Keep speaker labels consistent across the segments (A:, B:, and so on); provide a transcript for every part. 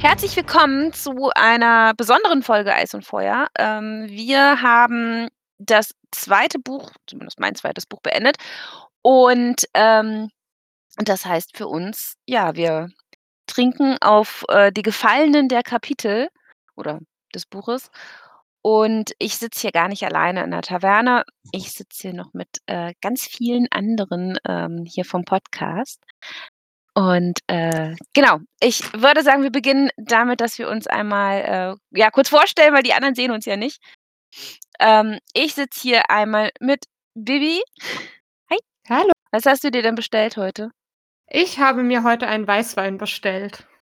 A: Herzlich willkommen zu einer besonderen Folge Eis und Feuer. Ähm, wir haben das zweite Buch, zumindest mein zweites Buch, beendet. Und ähm, das heißt für uns, ja, wir trinken auf äh, die Gefallenen der Kapitel oder des Buches. Und ich sitze hier gar nicht alleine in der Taverne. Ich sitze hier noch mit äh, ganz vielen anderen ähm, hier vom Podcast. Und äh, genau, ich würde sagen, wir beginnen damit, dass wir uns einmal äh, ja, kurz vorstellen, weil die anderen sehen uns ja nicht. Ähm, ich sitze hier einmal mit Bibi.
B: Hallo.
A: Was hast du dir denn bestellt heute?
B: Ich habe mir heute einen Weißwein bestellt.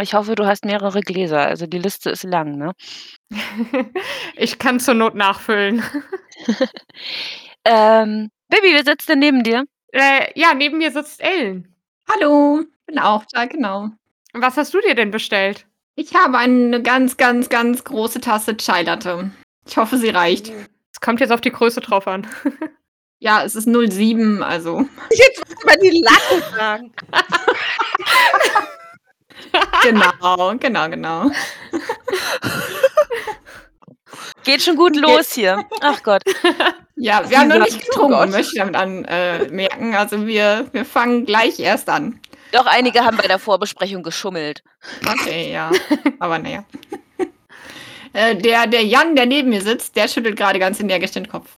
A: Ich hoffe, du hast mehrere Gläser. Also die Liste ist lang, ne?
B: ich kann zur Not nachfüllen.
A: Ähm, Bibi, wer sitzt denn neben dir?
B: Äh, ja, neben mir sitzt Ellen.
C: Hallo, bin auch da, genau.
B: Was hast du dir denn bestellt?
C: Ich habe eine ganz, ganz, ganz große Tasse Chai Latte. Ich hoffe, sie reicht.
B: Es kommt jetzt auf die Größe drauf an.
C: Ja, es ist 07, also
D: Über die Latte fragen.
C: genau, genau, genau.
A: Geht schon gut los hier. Ach Gott.
C: Ja, wir haben noch nicht
D: Oh Gott.
C: getrunken, möchte ich damit anmerken. Äh, merken. also wir, wir fangen gleich erst an.
A: Doch einige haben bei der Vorbesprechung geschummelt.
C: Okay, ja, aber naja. Äh, Der, der Jan, der neben mir sitzt, der schüttelt gerade ganz energisch den Kopf.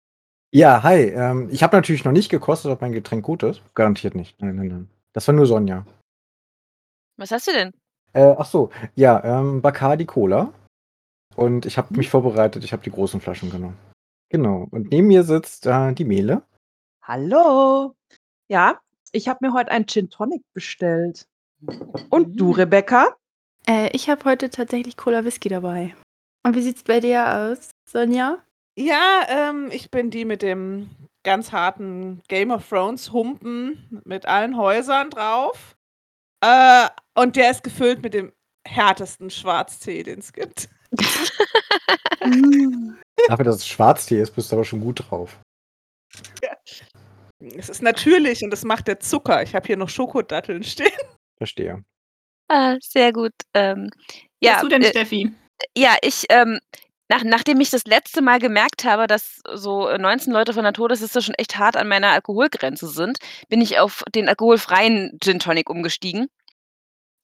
E: Ja, hi. Ähm, ich habe natürlich noch nicht gekostet, ob mein Getränk gut ist. Garantiert nicht. Nein, nein, nein. Das war nur Sonja.
A: Was hast du denn?
E: Äh, ach so, ja, ähm, Bacardi Cola. Und ich habe mich vorbereitet, ich habe die großen Flaschen genommen. Genau. Und neben mir sitzt äh, die Mele.
D: Hallo. Ja, ich habe mir heute einen Gin Tonic bestellt. Und du, Rebecca?
F: Äh, ich habe heute tatsächlich Cola Whisky dabei. Und wie sieht's bei dir aus, Sonja?
D: Ja, ähm, ich bin die mit dem ganz harten Game of Thrones Humpen mit allen Häusern drauf. Äh, und der ist gefüllt mit dem härtesten Schwarztee, den es gibt.
F: Äh,
E: Dafür, dass es Schwarztee ist, bist du aber schon gut drauf.
D: Es ist natürlich und das macht der Zucker. Ich habe hier noch Schokodatteln stehen.
E: Verstehe.
A: Ah, sehr gut. Ähm,
C: Ja,
A: ja,
C: Hast du denn,
A: äh,
C: Steffi?
A: ja, ich, ähm, nach, nachdem ich das letzte Mal gemerkt habe, dass so äh, 19 Leute von der Todesliste schon echt hart an meiner Alkoholgrenze sind, bin ich auf den alkoholfreien Gin Tonic umgestiegen.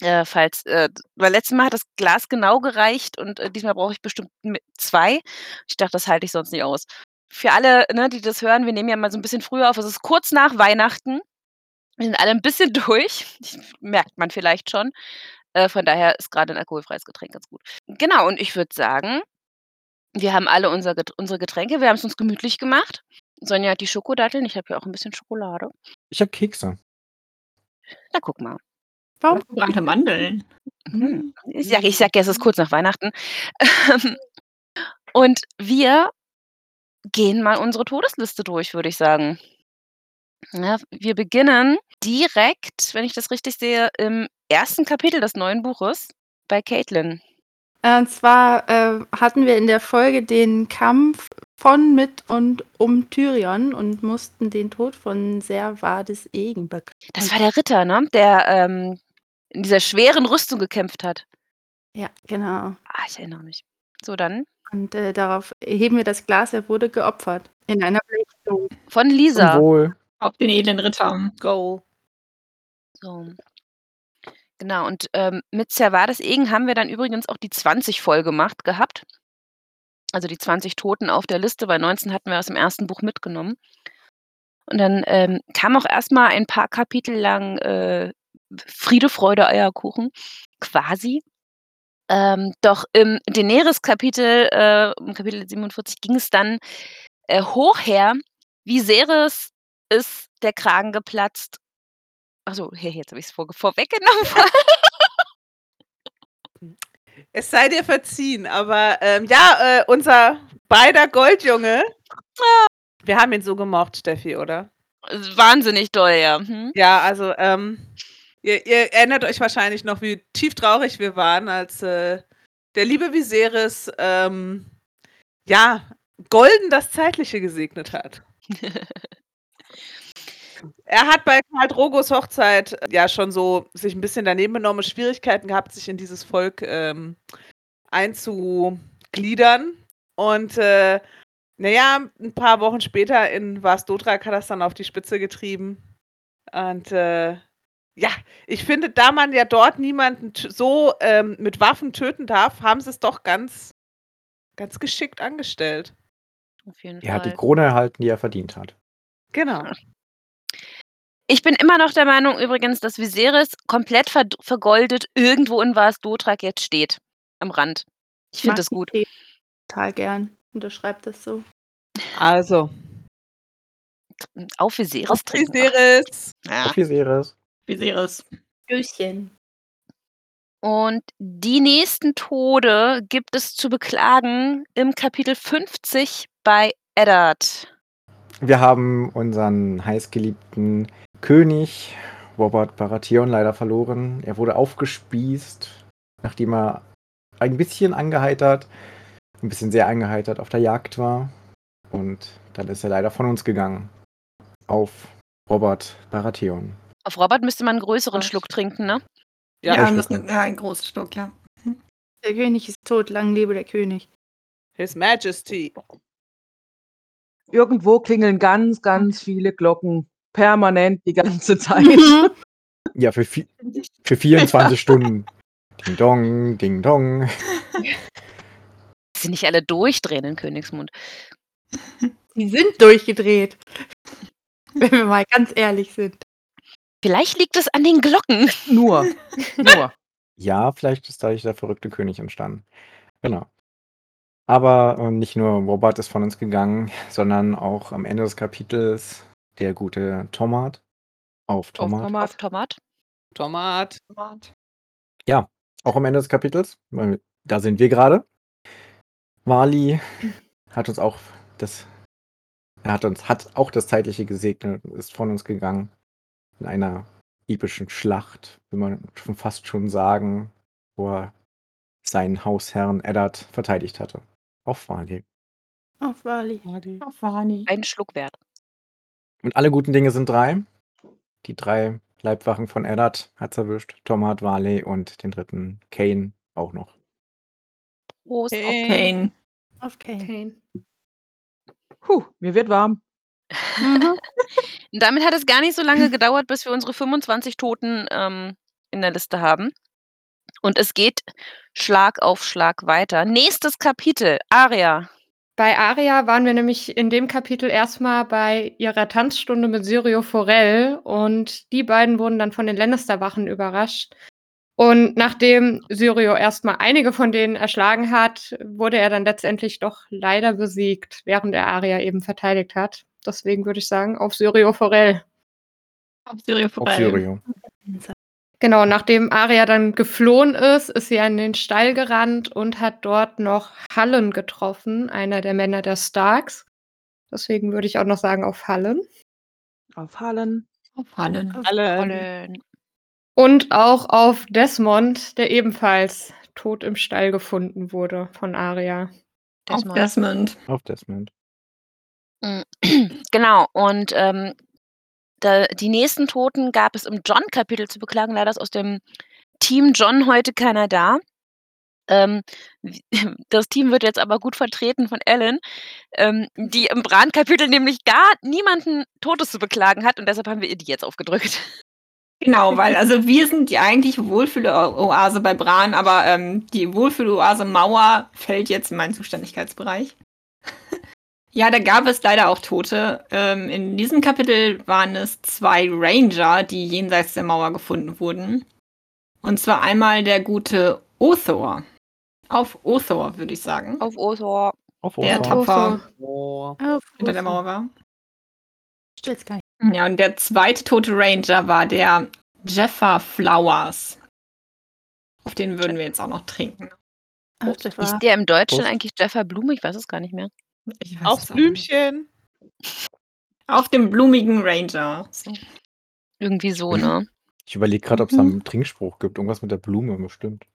A: Äh, falls, äh, weil letztes Mal hat das Glas genau gereicht und äh, diesmal brauche ich bestimmt mi- zwei. Ich dachte, das halte ich sonst nicht aus. Für alle, ne, die das hören, wir nehmen ja mal so ein bisschen früher auf. Es ist kurz nach Weihnachten. Wir sind alle ein bisschen durch. Merkt man vielleicht schon. Äh, von daher ist gerade ein alkoholfreies Getränk ganz gut. Genau, und ich würde sagen, wir haben alle unser Get unsere Getränke, wir haben es uns gemütlich gemacht. Sonja hat die Schokodatteln, ich habe hier auch ein bisschen Schokolade.
E: Ich habe Kekse.
A: Na, guck mal. Mhm.
F: Warum?
C: Gebrannte Mandeln.
A: Ich sage ich sag ja, es ist kurz nach Weihnachten. Ähm, Und wir gehen mal unsere Todesliste durch, würde ich sagen. Ja, wir beginnen direkt, wenn ich das richtig sehe, im ersten Kapitel des neuen Buches bei Caitlin.
F: Äh, Und zwar äh, hatten wir in der Folge den Kampf von, mit und um Tyrion und mussten den Tod von Servades Egen beklagen.
A: Das war der Ritter, ne? der ähm, in dieser schweren Rüstung gekämpft hat.
F: Ja, genau.
A: Ah, ich erinnere mich. So, dann
F: Und äh, darauf heben wir das Glas, er wurde geopfert. In einer Blechstung.
A: von
E: Zum
A: Lisa.
E: Wohl.
C: Auf den edlen Ritter.
D: Go.
A: So. Genau, und ähm, mit Servades Egen haben wir dann übrigens auch die 20 voll gemacht gehabt. Also die 20 Toten auf der Liste. Bei 19 hatten wir aus dem ersten Buch mitgenommen. Und dann ähm, kam auch erstmal ein paar Kapitel lang äh, Friede, Freude, Eierkuchen, quasi. Ähm, doch im Daenerys-Kapitel, äh, im Kapitel 47, ging es dann äh, hoch her. Viserys ist der Kragen geplatzt Achso, hey, jetzt habe ich es vor, vorweggenommen.
D: Es sei dir verziehen, aber ähm, ja, äh, unser beider Goldjunge. Wir haben ihn so gemocht, Steffi, oder?
A: Wahnsinnig doll, ja. Hm?
D: Ja, also ähm, ihr, ihr erinnert euch wahrscheinlich noch, wie tief traurig wir waren, als äh, der liebe Viserys ähm, ja golden das Zeitliche gesegnet hat. Er hat bei Karl Drogos Hochzeit äh, ja schon so sich ein bisschen daneben genommen, Schwierigkeiten gehabt, sich in dieses Volk ähm, einzugliedern. Und äh, naja, ein paar Wochen später in Vasdotrak hat das dann auf die Spitze getrieben. Und äh, ja, ich finde, da man ja dort niemanden t- so ähm, mit Waffen töten darf, haben sie es doch ganz, ganz geschickt angestellt.
A: Auf jeden
E: Er hat die
A: Fall.
E: Krone erhalten, die er verdient hat.
D: Genau.
A: Ich bin immer noch der Meinung übrigens, dass Viserys komplett verd- vergoldet irgendwo in Vars Dotrak jetzt steht. Am Rand. Ich finde
F: Mag
A: das gut.
F: ich Total gern. Unterschreibt das so.
D: Also,
A: Auf Viserys.
D: auf
A: trinken.
D: Viserys.
A: Ach,
E: Auf Viserys.
C: Viserys.
F: Göschen.
A: Und die nächsten Tode gibt es zu beklagen im Kapitel 50 bei Eddard.
E: Wir haben unseren heißgeliebten König Robert Baratheon leider verloren. Er wurde aufgespießt, nachdem er ein bisschen angeheitert, ein bisschen sehr angeheitert auf der Jagd war. Und dann ist er leider von uns gegangen. Auf Robert Baratheon.
A: Auf Robert müsste man einen größeren
C: Was?
A: Schluck trinken, ne?
C: Ja,
E: Ja,
C: das ist ein,
E: stimmt.
C: ja, ein großes Stück, ja.
F: Der König ist tot, lang lebe der König.
D: His Majesty.
G: Irgendwo klingeln ganz, ganz viele Glocken. Permanent die ganze Zeit.
F: Mhm.
E: Ja, für, vi- für 24 Stunden. Ding dong, ding dong.
A: Dass sie nicht alle durchdrehen in Königsmund.
F: Die sind durchgedreht. Wenn wir mal ganz ehrlich sind.
A: Vielleicht liegt es an den Glocken.
G: Nur. Nur.
E: Ja, vielleicht ist dadurch der verrückte König entstanden. Genau. Aber ähm, nicht nur Robert ist von uns gegangen, sondern auch am Ende des Kapitels der gute Tomat. Auf Tomat.
A: Auf Tomat.
D: Tomat.
C: Tomat.
E: Auch am Ende des Kapitels, weil da sind wir gerade. Wali hat uns auch das, er hat uns, hat auch das Zeitliche gesegnet, und ist von uns gegangen. In einer epischen Schlacht, will man schon fast schon sagen, wo er seinen Hausherrn Eddard verteidigt hatte. Auf Wali.
F: Auf Bali.
C: Auf Vani.
A: Einen Schluck wert.
E: Und alle guten Dinge sind drei. Die drei Leibwachen von Eddard hat's erwischt. Tomat, Wali und den dritten Kane auch noch.
A: Prost.
C: Kane.
F: Auf Kane.
B: Kane.
G: Puh, mir wird warm.
A: Mhm. Und damit hat es gar nicht so lange gedauert, bis wir unsere 25 Toten ähm, in der Liste haben. Und es geht Schlag auf Schlag weiter. Nächstes Kapitel, Aria.
B: Bei Aria waren wir nämlich in dem Kapitel erstmal bei ihrer Tanzstunde mit Syrio Forel und die beiden wurden dann von den Lannister-Wachen überrascht. Und nachdem Syrio erstmal einige von denen erschlagen hat, wurde er dann letztendlich doch leider besiegt, während er Aria eben verteidigt hat. Deswegen würde ich sagen, auf Syrio Forel.
C: Auf Syrio
E: Auf
C: vorbei.
E: Syrio.
B: Genau, nachdem Aria dann geflohen ist, ist sie an den Stall gerannt und hat dort noch Hallen getroffen, einer der Männer der Starks. Deswegen würde ich auch noch sagen auf Hallen.
G: Auf Hallen.
C: Auf Hallen.
D: Alle.
A: Ollen.
B: Und auch auf Desmond, der ebenfalls tot im Stall gefunden wurde von Aria.
C: Auf
A: Desmond.
C: Desmond.
E: Auf Desmond.
A: Genau, und ähm, da, die nächsten Toten gab es im John-Kapitel zu beklagen. Leider ist aus dem Team John heute keiner da. Ähm, wie- das Team wird jetzt aber gut vertreten von Ellen, ähm, die im Bran-Kapitel nämlich gar niemanden Totes zu beklagen hat und deshalb haben wir ihr die jetzt aufgedrückt.
C: Genau, weil also wir sind die eigentliche Wohlfühloase bei Bran, aber ähm, die Wohlfühloase Mauer fällt jetzt in meinen Zuständigkeitsbereich. ja, da gab es leider auch Tote. Ähm, in diesem Kapitel waren es zwei Ranger, die jenseits der Mauer gefunden wurden. Und zwar einmal der gute Othor. Auf Othor, würde ich sagen.
A: Auf Osor.
E: Auf
C: der
E: Othor.
C: tapfer
D: Oh.
F: Auf
C: hinter der Mauer war.
F: Ich will's gar nicht.
C: Mhm. Ja, und der zweite tote Ranger war der Jeffer Flowers. Auf den würden wir jetzt auch noch trinken.
F: Ach, das
A: Ist
F: war
A: der im Deutschen
E: Prost.
A: eigentlich Jeffer Blume? Ich weiß es gar nicht mehr.
C: Ich weiß
D: Aufs
C: es auch nicht.
D: Blümchen.
C: Auf dem blumigen Ranger. So.
A: Irgendwie so, ne?
E: Ich überlege gerade, ob es da einen Trinkspruch gibt. Irgendwas mit der Blume bestimmt.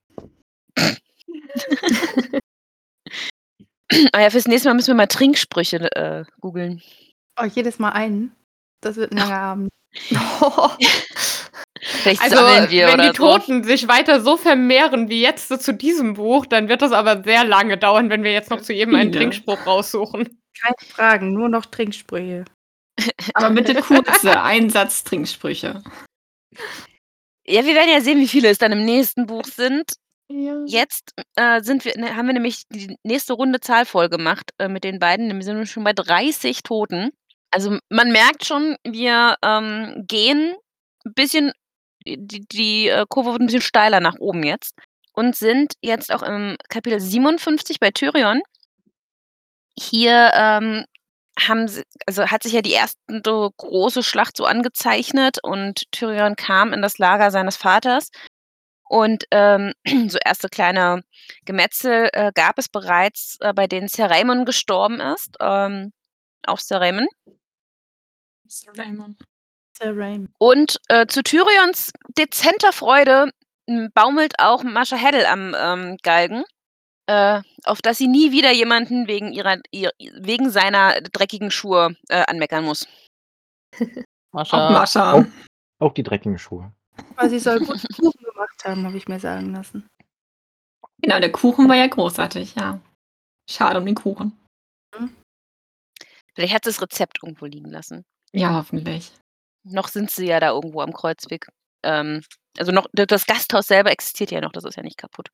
A: Ah ja, fürs nächste Mal müssen wir mal Trinksprüche äh, googeln.
F: oh, jedes Mal einen. Das wird ein langer Abend.
A: Rechts
B: Also,
A: sammeln wir
B: wenn
A: oder
B: die Toten sich weiter so vermehren wie jetzt zu diesem Buch, dann wird das aber sehr lange dauern, wenn wir jetzt noch zu jedem einen
C: Ja.
B: Trinkspruch raussuchen.
F: Keine Fragen, nur noch Trinksprüche.
C: Aber bitte kurze Einsatz-Trinksprüche.
A: so. Ja, wir werden ja sehen, wie viele es dann im nächsten Buch sind.
B: Ja.
A: Jetzt äh, sind wir, ne, haben wir nämlich die nächste Runde Zahl voll gemacht äh, mit den beiden. Dann sind wir schon bei 30 Toten. Also man merkt schon, wir ähm, gehen ein bisschen, die, die äh, Kurve wird ein bisschen steiler nach oben jetzt. Und sind jetzt auch im Kapitel 57 bei Tyrion. Hier ähm, haben sie, also hat sich ja die erste große Schlacht so angezeichnet und Tyrion kam in das Lager seines Vaters. Und ähm, so erste kleine Gemetzel äh, gab es bereits, äh, bei denen Ceramon gestorben ist. Ähm, auch Ceramon.
F: Sir Raymond.
A: Und äh, zu Tyrions dezenter Freude m, baumelt auch Mascha Heddel am ähm, Galgen, äh, auf dass sie nie wieder jemanden wegen, ihrer, ihr, wegen seiner dreckigen Schuhe äh, anmeckern muss.
C: Auch
G: Mascha.
C: Mascha.
E: Oh. Auch die dreckigen Schuhe.
F: Aber sie soll guten Kuchen gemacht haben, habe ich mir sagen lassen.
C: Genau, der Kuchen war ja großartig, ja. Schade um den Kuchen.
A: Vielleicht hat sie das Rezept irgendwo liegen lassen.
C: Ja, hoffentlich.
A: Noch sind sie ja da irgendwo am Kreuzweg. Ähm, also noch d- das Gasthaus selber existiert ja noch, das ist ja nicht kaputt.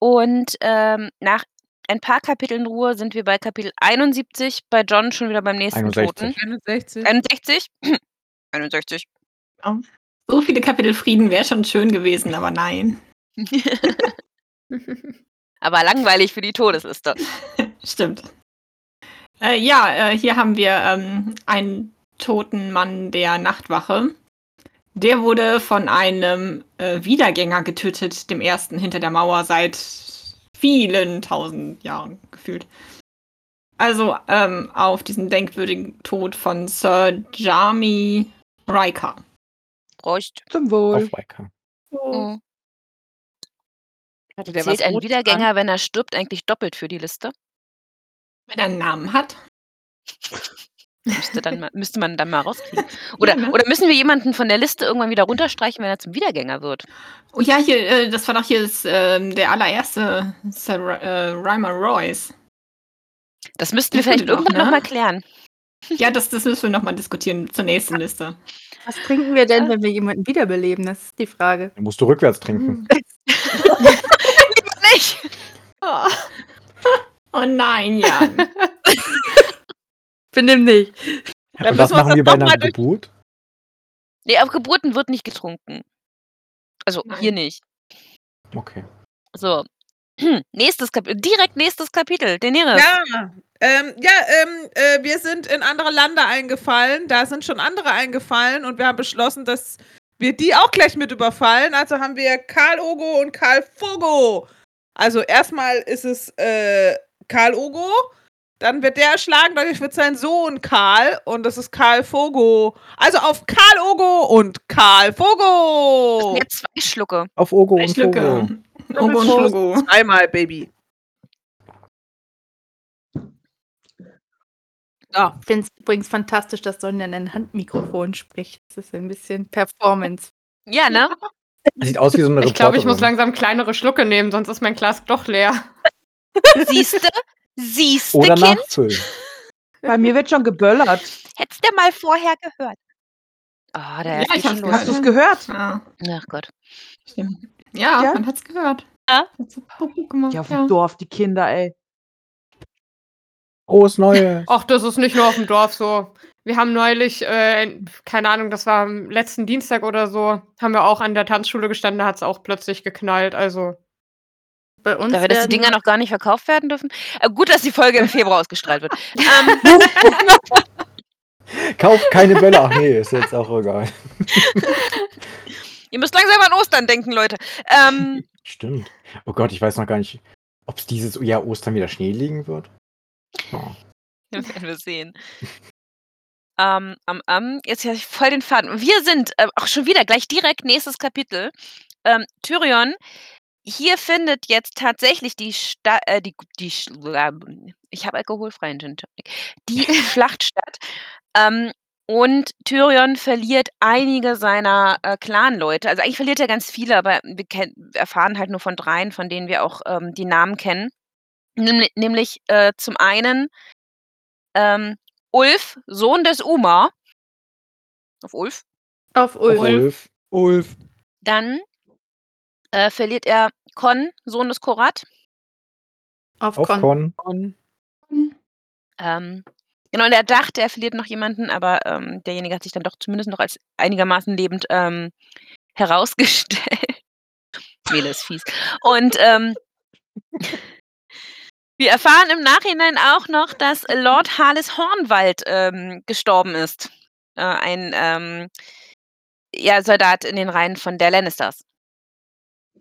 A: Und ähm, nach ein paar Kapiteln Ruhe sind wir bei Kapitel 71, bei John schon wieder beim nächsten Toten.
E: 61.
D: 61.
A: 61? 61.
C: So viele Kapitel Frieden wäre schon schön gewesen, aber nein.
A: Aber langweilig für die Todesliste.
C: Stimmt. Äh, ja, äh, hier haben wir ähm, einen toten Mann der Nachtwache. Der wurde von einem äh, Wiedergänger getötet, dem ersten hinter der Mauer seit vielen tausend Jahren gefühlt. Also ähm, auf diesen denkwürdigen Tod von Sir Jami Riker.
A: Bräucht.
G: Zum Wohl.
E: Auf Weika.
A: Oh.
D: Hatte der
A: Zählt
D: was
A: ein
D: Rotes
A: Wiedergänger, wenn er stirbt, eigentlich doppelt für die Liste?
C: Wenn er einen Namen hat.
A: Müsste, dann mal, müsste man dann mal rauskriegen. Oder,
C: ne?
A: oder müssen wir jemanden von der Liste irgendwann wieder runterstreichen, wenn er zum Wiedergänger wird?
C: Oh ja, hier, äh, das war doch hier das, ähm, der allererste Sir Ra- äh, Reimer Royce.
A: Das müssten wir
C: Das
A: vielleicht
C: könnte man auch,
A: irgendwann
C: ne?
A: nochmal klären.
C: Ja, das, das müssen wir nochmal diskutieren zur nächsten Liste.
F: Was trinken wir denn, wenn wir jemanden wiederbeleben? Das ist die Frage.
E: Dann musst du rückwärts trinken.
A: Nicht!
C: Oh, oh nein, Jan.
E: Oh,
F: Benimm dich.
D: Dann
E: Und was
D: müssen wir uns
E: machen wir
D: das
E: bei
D: noch mal
E: einer
D: durch-
E: Geburt?
A: Nee, auf Geburten wird nicht getrunken. Also hier nicht.
E: Okay.
A: So. Nächstes Kapitel. Direkt nächstes Kapitel. Daenerys.
D: Ja, ähm, ja ähm, äh, wir sind in andere Lande eingefallen, da sind schon andere eingefallen und wir haben beschlossen, dass wir die auch gleich mit überfallen. Also haben wir Karl Ogo und Karl Fogo. Also erstmal ist es äh, Karl Ogo, dann wird der erschlagen, dadurch wird sein Sohn Karl und das ist Karl Fogo. Also auf Karl Ogo und Karl Fogo.
C: Oh.
A: Jetzt zwei Schlucke.
E: Auf Ogo und Fogo.
C: Schlucke. Ogo und Fogo.
D: Einmal, Baby. Ja,
F: Ich finde es übrigens fantastisch, dass Sonja in ein Handmikrofon spricht. Das ist ein bisschen Performance.
A: Ja, ne?
E: Sieht aus wie so eine
B: Ich glaube, ich muss
E: Reporterin.
B: langsam kleinere Schlucke nehmen, sonst ist mein Glas doch leer.
A: Siehste? Siehste,
E: Oder
A: Kind?
E: nachfüllen.
G: Bei mir wird schon geböllert.
A: Hättest du mal vorher gehört. Oh, da
C: Ja,
A: ist
C: ich
A: nicht
C: hab's
A: los.
G: Hast du es
C: Ja.
G: gehört?
C: Ah,
A: Ach Gott.
C: stimmt. Ja,
G: Ja?
C: man hat's gehört.
A: Ja.
C: Hat's so Kuckuck gemacht,
G: Ja, auf
C: ja.
G: dem Dorf, die Kinder, ey.
E: Groß Neues.
B: Ach, das ist nicht nur auf dem Dorf so. Wir haben neulich, äh, keine Ahnung, das war am letzten Dienstag oder so, haben wir auch an der Tanzschule gestanden, da hat es auch plötzlich geknallt. Also,
F: Bei uns
A: Dafür, dass die
F: werden-
A: Dinger noch gar nicht verkauft werden dürfen. Äh, gut, dass die Folge im Februar ausgestrahlt wird. Ähm,
E: Kauf keine Böller. Ach nee, ist jetzt auch egal.
A: ihr müsst langsam an Ostern denken, Leute. Ähm,
E: Stimmt. Oh Gott, ich weiß noch gar nicht, ob es dieses Jahr Ostern wieder Schnee liegen wird. Oh,
A: Das werden wir sehen. Ähm, am, am, jetzt habe ich voll den Faden. Wir sind äh, auch schon wieder gleich direkt nächstes Kapitel. Ähm, Tyrion, hier findet jetzt tatsächlich die Sta äh, die, die Sch- äh, ich habe alkoholfreien Gin Tonic. Die Schlacht statt. Ähm, Und Tyrion verliert einige seiner äh, Clan-Leute. Also eigentlich verliert er ganz viele, aber wir ken- erfahren halt nur von dreien, von denen wir auch ähm, die Namen kennen. Nämli- nämlich äh, zum einen ähm, Ulf, Sohn des Uma. Auf Ulf.
F: Auf Ulf.
E: Ulf. Ulf.
A: Dann äh, verliert er Con, Sohn des Korat.
F: Auf,
E: Auf
F: Con.
E: Con.
A: Ähm, genau, und er dachte, er verliert noch jemanden, aber ähm, derjenige hat sich dann doch zumindest noch als einigermaßen lebend ähm, herausgestellt. Mele ist fies. Und ähm, wir erfahren im Nachhinein auch noch, dass Lord Harles Hornwald ähm, gestorben ist. Äh, ein ähm, ja, Soldat in den Reihen von der Lannisters.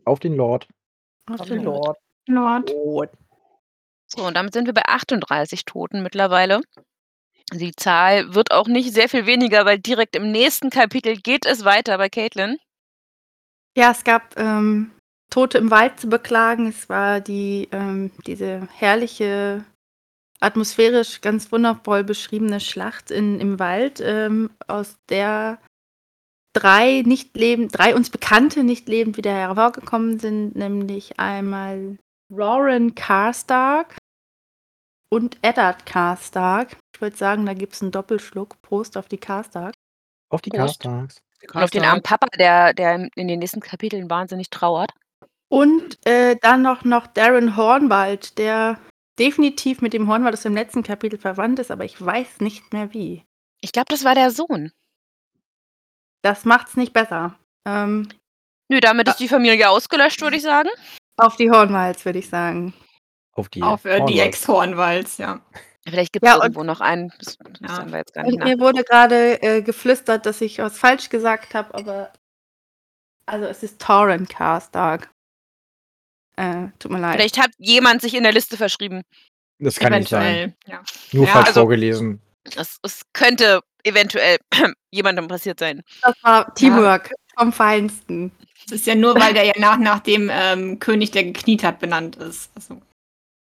E: Auf den Lord.
F: Auf
D: den
F: den Lord. Lord.
D: Rot.
A: So, und damit sind wir bei 38 Toten mittlerweile. Die Zahl wird auch nicht sehr viel weniger, weil direkt im nächsten Kapitel geht es weiter bei Caitlin.
F: Ja, es gab ähm, Tote im Wald zu beklagen. Es war die, ähm, diese herrliche, atmosphärisch ganz wundervoll beschriebene Schlacht in, im Wald, ähm, aus der drei nicht lebend, drei uns bekannte nicht lebend wieder hervorgekommen sind, nämlich einmal Roran Karstark und Eddard Karstark. Ich würde sagen, da gibt es einen Doppelschluck. Prost auf die Karstark.
E: Auf die
A: Prost.
E: Castags.
A: Und auf den armen Papa, der, der in- in den nächsten Kapiteln wahnsinnig trauert.
F: Und äh, dann noch, noch Darren Hornwald, der definitiv mit dem Hornwald aus dem letzten Kapitel verwandt ist, aber ich weiß nicht mehr wie.
A: Ich glaube, das war der Sohn.
F: Das macht's nicht besser. Ähm,
A: Nö, damit ist die Familie ausgelöscht, würde ich sagen.
F: auf die Hornwalds, würde ich sagen.
E: Auf die,
C: Auf äh, die
E: Hornwalls.
C: Ex-Hornwalds, ja.
A: Vielleicht gibt es
F: Ja, und-
A: irgendwo noch einen. Das, das
C: Ja.
A: haben wir jetzt gar nicht
F: Und
A: nach.
F: mir wurde gerade äh, geflüstert, dass ich was falsch gesagt habe, aber also es ist Torrent Karstark. Äh, tut mir leid.
A: Vielleicht hat jemand sich in der Liste verschrieben.
E: Das kann nicht sein.
C: Ja.
E: Nur
C: Ja,
E: falsch
A: also-
E: vorgelesen.
A: Es, es könnte eventuell jemandem passiert sein.
F: Das war Teamwork vom Feinsten.
C: Das ist ja nur, weil der ja nach, nach dem ähm, König, der gekniet hat, benannt ist. Also,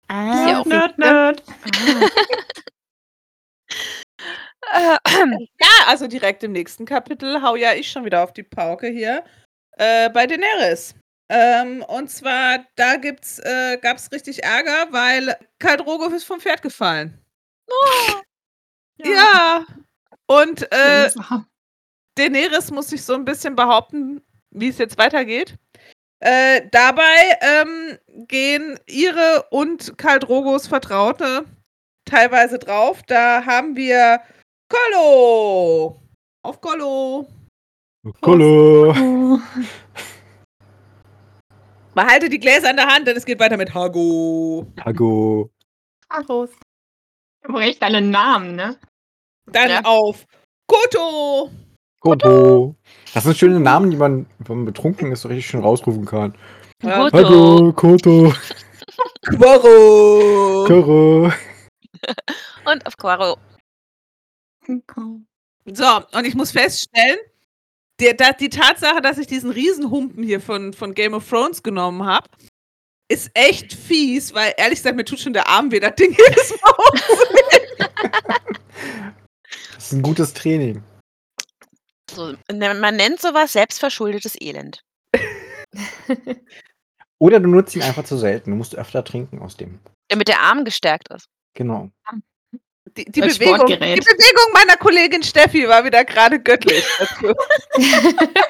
A: Ah. Ist ja auch
D: Nerd, nerd.
A: Äh,
D: Ja, also direkt im nächsten Kapitel hau ja ich schon wieder auf die Pauke hier. Äh, bei Daenerys. Ähm, und zwar, da gibt's, äh, gab's richtig Ärger, weil Karl Drogo ist vom Pferd gefallen. Ja. Und äh, Daenerys muss sich so ein bisschen behaupten, wie es jetzt weitergeht. Äh, dabei ähm, gehen ihre und Karl Drogos Vertraute teilweise drauf. Da haben wir Kollo. Auf Kollo.
E: Kolo.
D: Behalte die Gläser in der Hand, denn es geht weiter mit Hago.
E: Hago.
F: Prost.
C: recht alle Namen, ne?
D: Dann
A: Ja.
D: auf Koto.
E: Koto. Das sind schöne Namen, die man, wenn man betrunken ist, so richtig schön rausrufen kann.
D: Ja.
A: Koto.
E: Hago, Koto,
D: Quoro.
E: Koro.
A: und auf Quaro.
D: So, und ich muss feststellen, die, da, die Tatsache, dass ich diesen Riesenhumpen hier von, von Game of Thrones genommen habe, ist echt fies, weil ehrlich gesagt, mir tut schon der Arm weh, das Ding jedes Mal hoch.
E: Das ist ein gutes Training.
A: So, ne- man nennt sowas selbstverschuldetes Elend.
E: Oder du nutzt ihn einfach zu selten. Du musst öfter trinken aus dem.
A: Damit der Arm gestärkt ist.
E: Genau.
D: Die, die,
C: Als
D: Bewegung, die
C: Sportgerät.
D: Bewegung meiner Kollegin Steffi war wieder gerade göttlich. Also. dazu.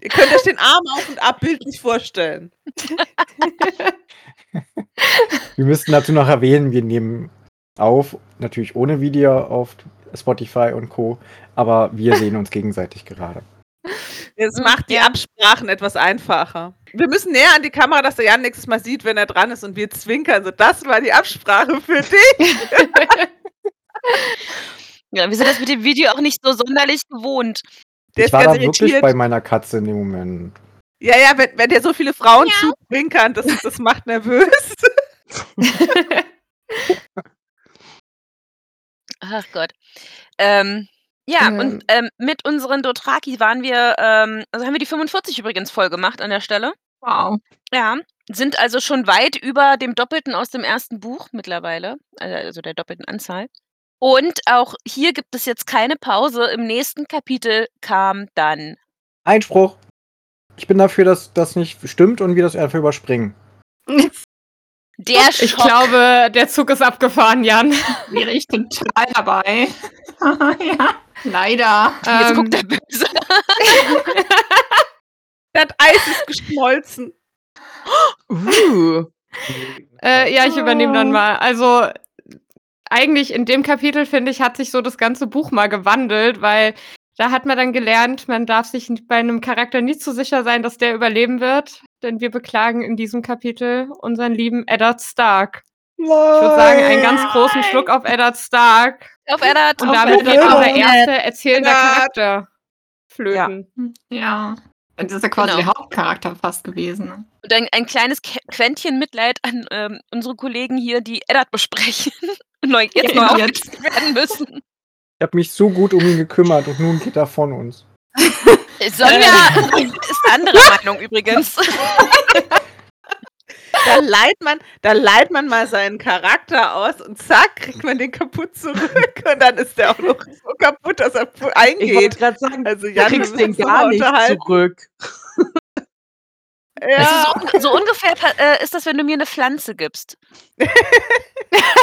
D: Ihr könnt euch den Arm auf und ab bildlich vorstellen.
E: Wir müssten dazu noch erwähnen, wir nehmen auf, natürlich ohne Video auf Spotify und Co. Aber wir sehen uns gegenseitig gerade.
D: Das
G: Mhm,
D: macht die Absprachen etwas einfacher. Wir müssen näher an die Kamera, dass der Jan nächstes Mal sieht, wenn er dran ist und wir zwinkern. So, das war die Absprache für dich.
A: Ja, wir sind das mit dem Video auch nicht so sonderlich gewohnt.
D: Der
E: ich war da wirklich bei meiner Katze in dem Moment.
D: Ja, ja, wenn, wenn dir so viele Frauen zuzwinkern, das, das macht nervös.
A: Ach Gott. Ähm, ja, und ähm, mit unseren Dotraki waren wir, ähm, also haben wir die 45 übrigens voll gemacht an der Stelle.
C: Wow.
A: Ja, sind also schon weit über dem Doppelten aus dem ersten Buch mittlerweile, also- also der doppelten Anzahl. Und auch hier gibt es jetzt keine Pause. Im nächsten Kapitel kam dann.
E: Einspruch. Ich bin dafür, dass das nicht stimmt und wir das einfach überspringen.
A: Der Schock.
B: Ich glaube, der Zug ist abgefahren, Jan.
C: Wäre ich total dabei. ja, leider.
A: Jetzt
B: Ähm,
A: guckt der Böse.
D: Das Eis ist geschmolzen.
G: Uh.
B: Äh, ja, ich übernehme
A: Oh.
B: dann mal. Also eigentlich in dem Kapitel, finde ich, hat sich so das ganze Buch mal gewandelt, weil da hat man dann gelernt, man darf sich n- bei einem Charakter nie zu sicher sein, dass der überleben wird. Denn wir beklagen in diesem Kapitel unseren lieben Eddard Stark. Ich
A: Oh
B: würde sagen, einen ganz großen Schluck auf Eddard Stark.
A: Auf Eddard.
B: Und
A: auf
B: damit geht
A: Eddard.
B: unser erster erzählender
D: Eddard.
B: Charakter flöten.
C: Ja. Das ist ja quasi
A: Genau.
C: der Hauptcharakter fast gewesen. ne?
A: Und ein, ein kleines Ke- Quäntchen Mitleid an ähm, unsere Kollegen hier, die Eddard besprechen. Neu, jetzt neu
C: Ja,
A: aufgestellt werden müssen.
E: Ich habe mich so gut um ihn gekümmert und nun geht er von uns.
A: Sonja Äh, ist andere Meinung übrigens.
D: Da leiht man, da leiht man mal seinen Charakter aus und zack, kriegt man den kaputt zurück. Und dann ist der auch noch so kaputt, dass er pu-
G: Ich wollte
D: eingeht.
G: gerade sagen,
D: Also
G: du
D: Jan, wir
G: kriegst
D: müssen
G: den
D: uns noch
G: gar
D: mal
G: nicht
D: unterhalten.
G: zurück.
D: Ja.
A: Also so, so ungefähr pa- äh, ist das, wenn du mir eine Pflanze gibst.
E: Ich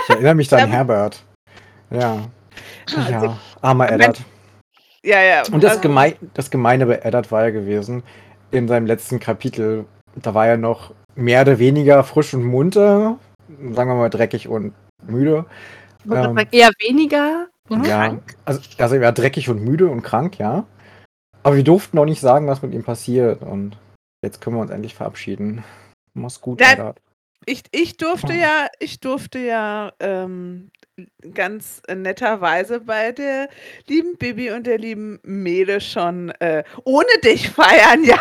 E: erinnere mich da an
D: Ähm.
E: Herbert. Ja.
D: Also-
E: Ja, armer
D: Moment.
E: Eddard.
D: ja, ja.
E: Und das,
D: Also,
E: Gemein, das Gemeine bei Eddard war ja gewesen, in seinem letzten Kapitel, da war er noch mehr oder weniger frisch und munter, sagen wir mal dreckig und müde.
F: Wollte
E: Ähm.
F: sagen, ne? Eher weniger.
E: Ja, also, also er war dreckig und müde und krank, ja. Aber wir durften noch nicht sagen, was mit ihm passiert. Und jetzt können wir uns endlich verabschieden. Mach's gut,
D: Nein.
E: Eddard.
D: ich, ich durfte ja, ich durfte ja ähm, ganz netterweise bei der lieben Bibi und der lieben Mele schon äh, ohne dich feiern, Jan.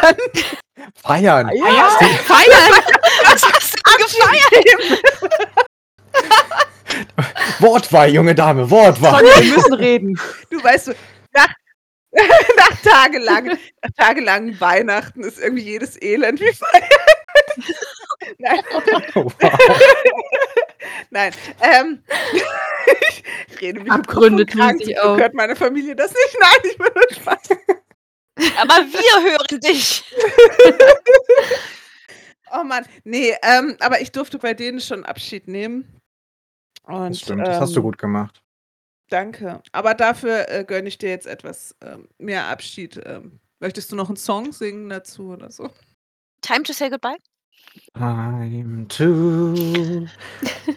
E: Feiern!
D: Ah Ja,
A: Feiern! Was hast du gefeiert?
E: Wortwahl, junge Dame, Wortwahl!
G: Wir müssen reden.
D: Du weißt, so, nach, nach tagelang, nach tagelangen Weihnachten ist irgendwie jedes Elend wie Feiern. Nein,
E: Wow.
D: nein. Ähm, ich rede mich
F: Abgründe tun
D: krank.
F: sich auf.
D: Hört meine Familie das nicht? Nein, ich bin nur Spaß.
A: Aber wir hören dich.
D: Oh Mann. Nee, ähm, aber ich durfte bei denen schon Abschied nehmen. Und,
E: Das stimmt, das hast du
D: ähm,
E: gut gemacht.
D: Danke. Aber dafür äh, gönne ich dir jetzt etwas ähm, mehr Abschied. Ähm, möchtest du noch einen Song singen dazu oder so?
A: Time to say goodbye.
E: Time to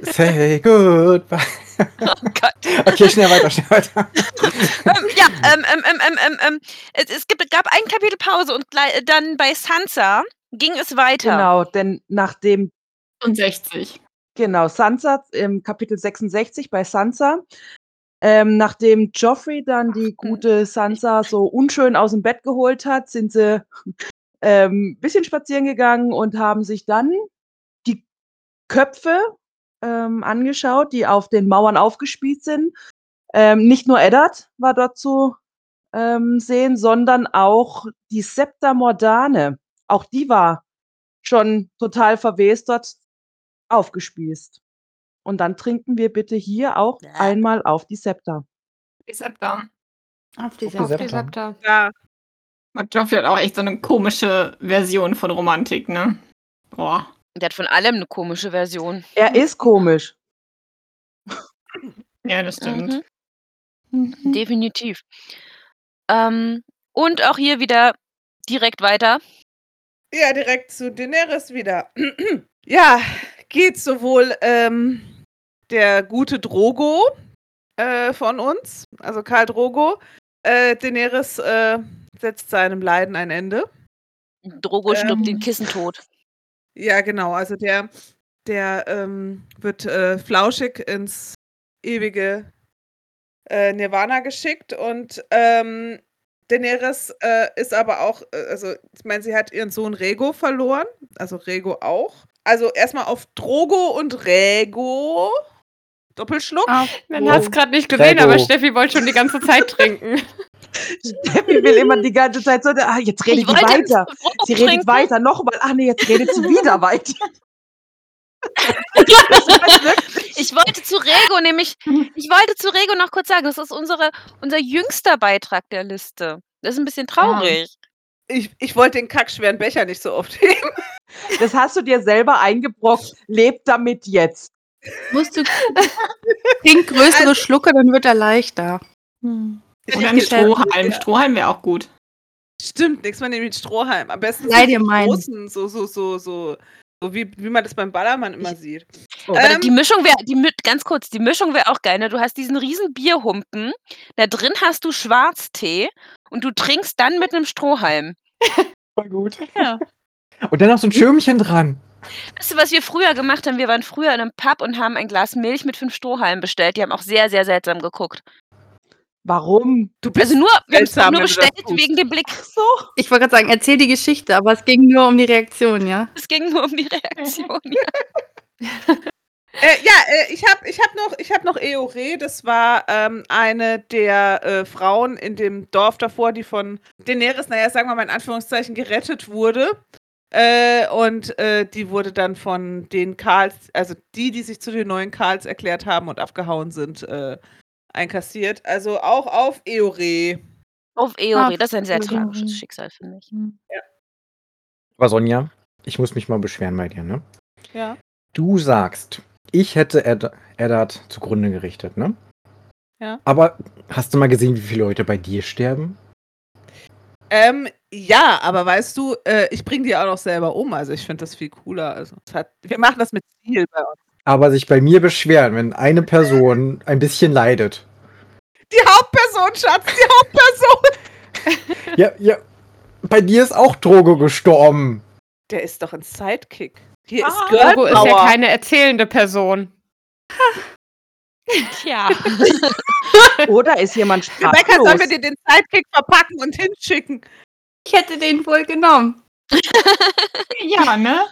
E: say goodbye.
A: Oh Gott.
E: Okay, schnell weiter, schnell weiter.
A: ähm, ja, ähm, ähm, ähm, ähm, ähm, ähm, es, es gibt, gab ein Kapitel Pause und gleich, äh, dann bei Sansa ging es weiter.
G: Genau, denn nachdem,
C: 65.
G: genau, Sansa, im Kapitel 66 bei Sansa, ähm, nachdem Joffrey dann die gute Sansa so unschön aus dem Bett geholt hat, sind sie ein ähm, bisschen spazieren gegangen und haben sich dann die Köpfe ähm, angeschaut, die auf den Mauern aufgespießt sind. Ähm, nicht nur Eddard war dort zu ähm, sehen, sondern auch die Septa Mordane. Auch die war schon total verwest dort aufgespießt. Und dann trinken wir bitte hier auch
A: Bäh.
G: einmal auf die Septa.
C: Ist ab da.
F: Auf die
E: Auf die
F: Seite.
E: Seite. Septa.
D: Ja.
C: Mark Joffrey hat auch echt so eine komische Version von Romantik, ne? Boah.
A: Der hat von allem eine komische Version.
G: Er ist komisch.
C: Ja, das stimmt. Mhm.
A: Definitiv. Ähm, und auch hier wieder direkt weiter.
D: Ja, direkt zu Daenerys wieder. ja, geht sowohl ähm, der gute Drogo äh, von uns, also Karl Drogo. Äh, Daenerys äh, setzt seinem Leiden ein Ende.
A: Drogo stirbt den
C: Ähm.
A: Kissentod.
D: Ja, genau. Also der, der ähm, wird äh, flauschig ins ewige äh, Nirvana geschickt und ähm, Daenerys äh, ist aber auch, äh, also ich meine, sie hat ihren Sohn Rego verloren, also Rego auch. Also erstmal auf Drogo und Rego. Doppelschluck.
B: Man hat es gerade nicht gesehen,
E: Drago.
B: aber Steffi wollte schon die ganze Zeit trinken.
G: Steffi will immer die ganze Zeit so, ah, jetzt redet sie
A: wollte
G: weiter.
A: einen Drogo
G: Sie redet
A: trinken.
G: weiter, nochmal. Ah nee, jetzt redet sie wieder weiter. ne,
A: ich wollte zu Rego nämlich, ich wollte zu Rego noch kurz sagen, das ist unsere, unser jüngster Beitrag der Liste. Das ist ein
G: Ah.
A: bisschen traurig.
D: Ich, ich wollte den kackschweren Becher nicht so oft heben.
G: Das hast du dir selber eingebrockt. Leb damit jetzt.
F: Musst du trink größere Schlucke, dann wird er leichter. Hm.
C: Oder ein
F: gestellt.
C: Strohhalm. Strohhalm wäre auch gut.
D: Stimmt, nichts mehr neben den Strohhalm. Am besten
F: Sei
D: so
F: dir
D: die
F: mein.
D: großen, so, so, so, so. So wie, wie man das beim Ballermann immer sieht.
G: Oh,
F: Oh,
A: Aber
D: Ähm,
A: die Mischung wäre, die, Mi- ganz kurz, die Mischung wäre auch geil. Ne? Du hast diesen riesen Bierhumpen, da drin hast du Schwarztee und du trinkst dann mit einem Strohhalm.
E: Voll gut.
A: Ja.
E: Und dann noch so ein Schirmchen dran.
A: Weißt du, was wir früher gemacht haben? Wir waren früher in einem Pub und haben ein Glas Milch mit fünf Strohhalmen bestellt. Die haben auch sehr, sehr seltsam geguckt.
G: Warum?
D: Du bist
A: Also nur, wir haben's
D: seltsam,
A: nur
D: wenn du das
A: bestellt
D: tust.
A: wegen dem Blick.
G: So.
F: Ich wollte gerade sagen, erzähl die Geschichte, aber es ging nur um die Reaktion, ja?
A: Es ging nur um die Reaktion. Ja.
D: Äh, ja, äh, ich habe ich hab noch, ich hab noch Eore, das war ähm, eine der äh, Frauen in dem Dorf davor, die von Daenerys, naja, sagen wir mal in Anführungszeichen, gerettet wurde. Äh, und äh, die wurde dann von den Karls, also die, die sich zu den neuen Karls erklärt haben und abgehauen sind, äh, einkassiert. Also auch auf Eore.
A: Auf Eori, das ist ein sehr
F: Ach,
A: tragisches
F: Eori.
A: Schicksal für mich.
E: Aber Sonja, ich muss mich mal beschweren bei dir, ne?
D: Ja.
E: Du sagst, ich hätte Ed Eddard zugrunde gerichtet, ne?
D: Ja.
E: Aber hast du mal gesehen, wie viele Leute bei dir sterben?
D: Ähm, ja, aber weißt du, äh, ich bringe die auch noch selber um. Also ich finde das viel cooler. Also, es hat, wir machen das mit Ziel bei uns.
E: Aber sich bei mir beschweren, wenn eine Person ein bisschen leidet.
D: Die Hauptperson, Schatz, die Hauptperson.
E: Ja, ja. Bei dir ist auch Drogo gestorben.
D: Der ist doch ein Sidekick. Hier
G: Ah,
D: ist
B: Drogo ist ja
D: Girlpower.
B: keine erzählende Person.
A: Tja.
G: Oder ist jemand
D: Rebecca, sollen wir
G: sprachlos?
D: dir den Sidekick verpacken und hinschicken?
F: Ich hätte den wohl genommen.
C: Ja, ne?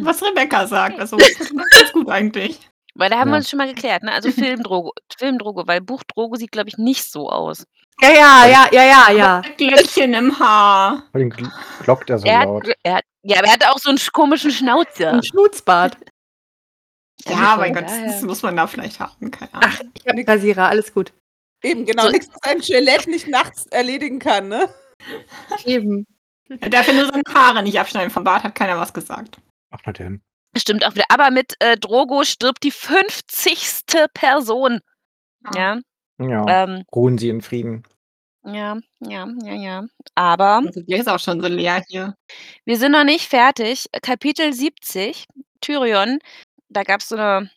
C: Was Rebecca sagt. Also, das ist ganz gut eigentlich.
A: Weil da haben wir
E: Ja.
A: uns schon mal geklärt, ne? Also Filmdrogo, Filmdrogo, weil Buchdrogo sieht, glaube ich, nicht so aus.
F: Ja, ja, ja, ja, ja, ja.
C: Mit Glöckchen im Haar.
E: Und dann glockt er so
A: er,
E: laut.
A: Hat, er hat, ja, aber er hat auch so einen sch- komischen Schnauzer.
F: Ein Schnutzbart.
C: Ja, mein
A: von
C: Gott,
A: daher.
C: das muss man da vielleicht haben. Keine Ahnung. Ach,
F: Ich habe Rasierer, alles gut.
D: Eben, genau.
A: So-
D: Nichts, was ein Gillette nicht nachts erledigen kann, ne?
F: Eben.
C: er darf ja nur seine Haare nicht abschneiden. Vom Bart hat keiner was gesagt.
E: Ach, na denn.
A: Stimmt auch wieder. Aber mit äh, Drogo stirbt die 50. Person.
C: Ah.
A: Ja.
E: Ja.
A: Ähm,
E: Ruhen Sie in Frieden.
A: ja, ja, ja, ja. Aber
C: Also, der ist auch schon so leer hier.
A: wir sind noch nicht fertig. Kapitel 70, Tyrion, da gab es so eine,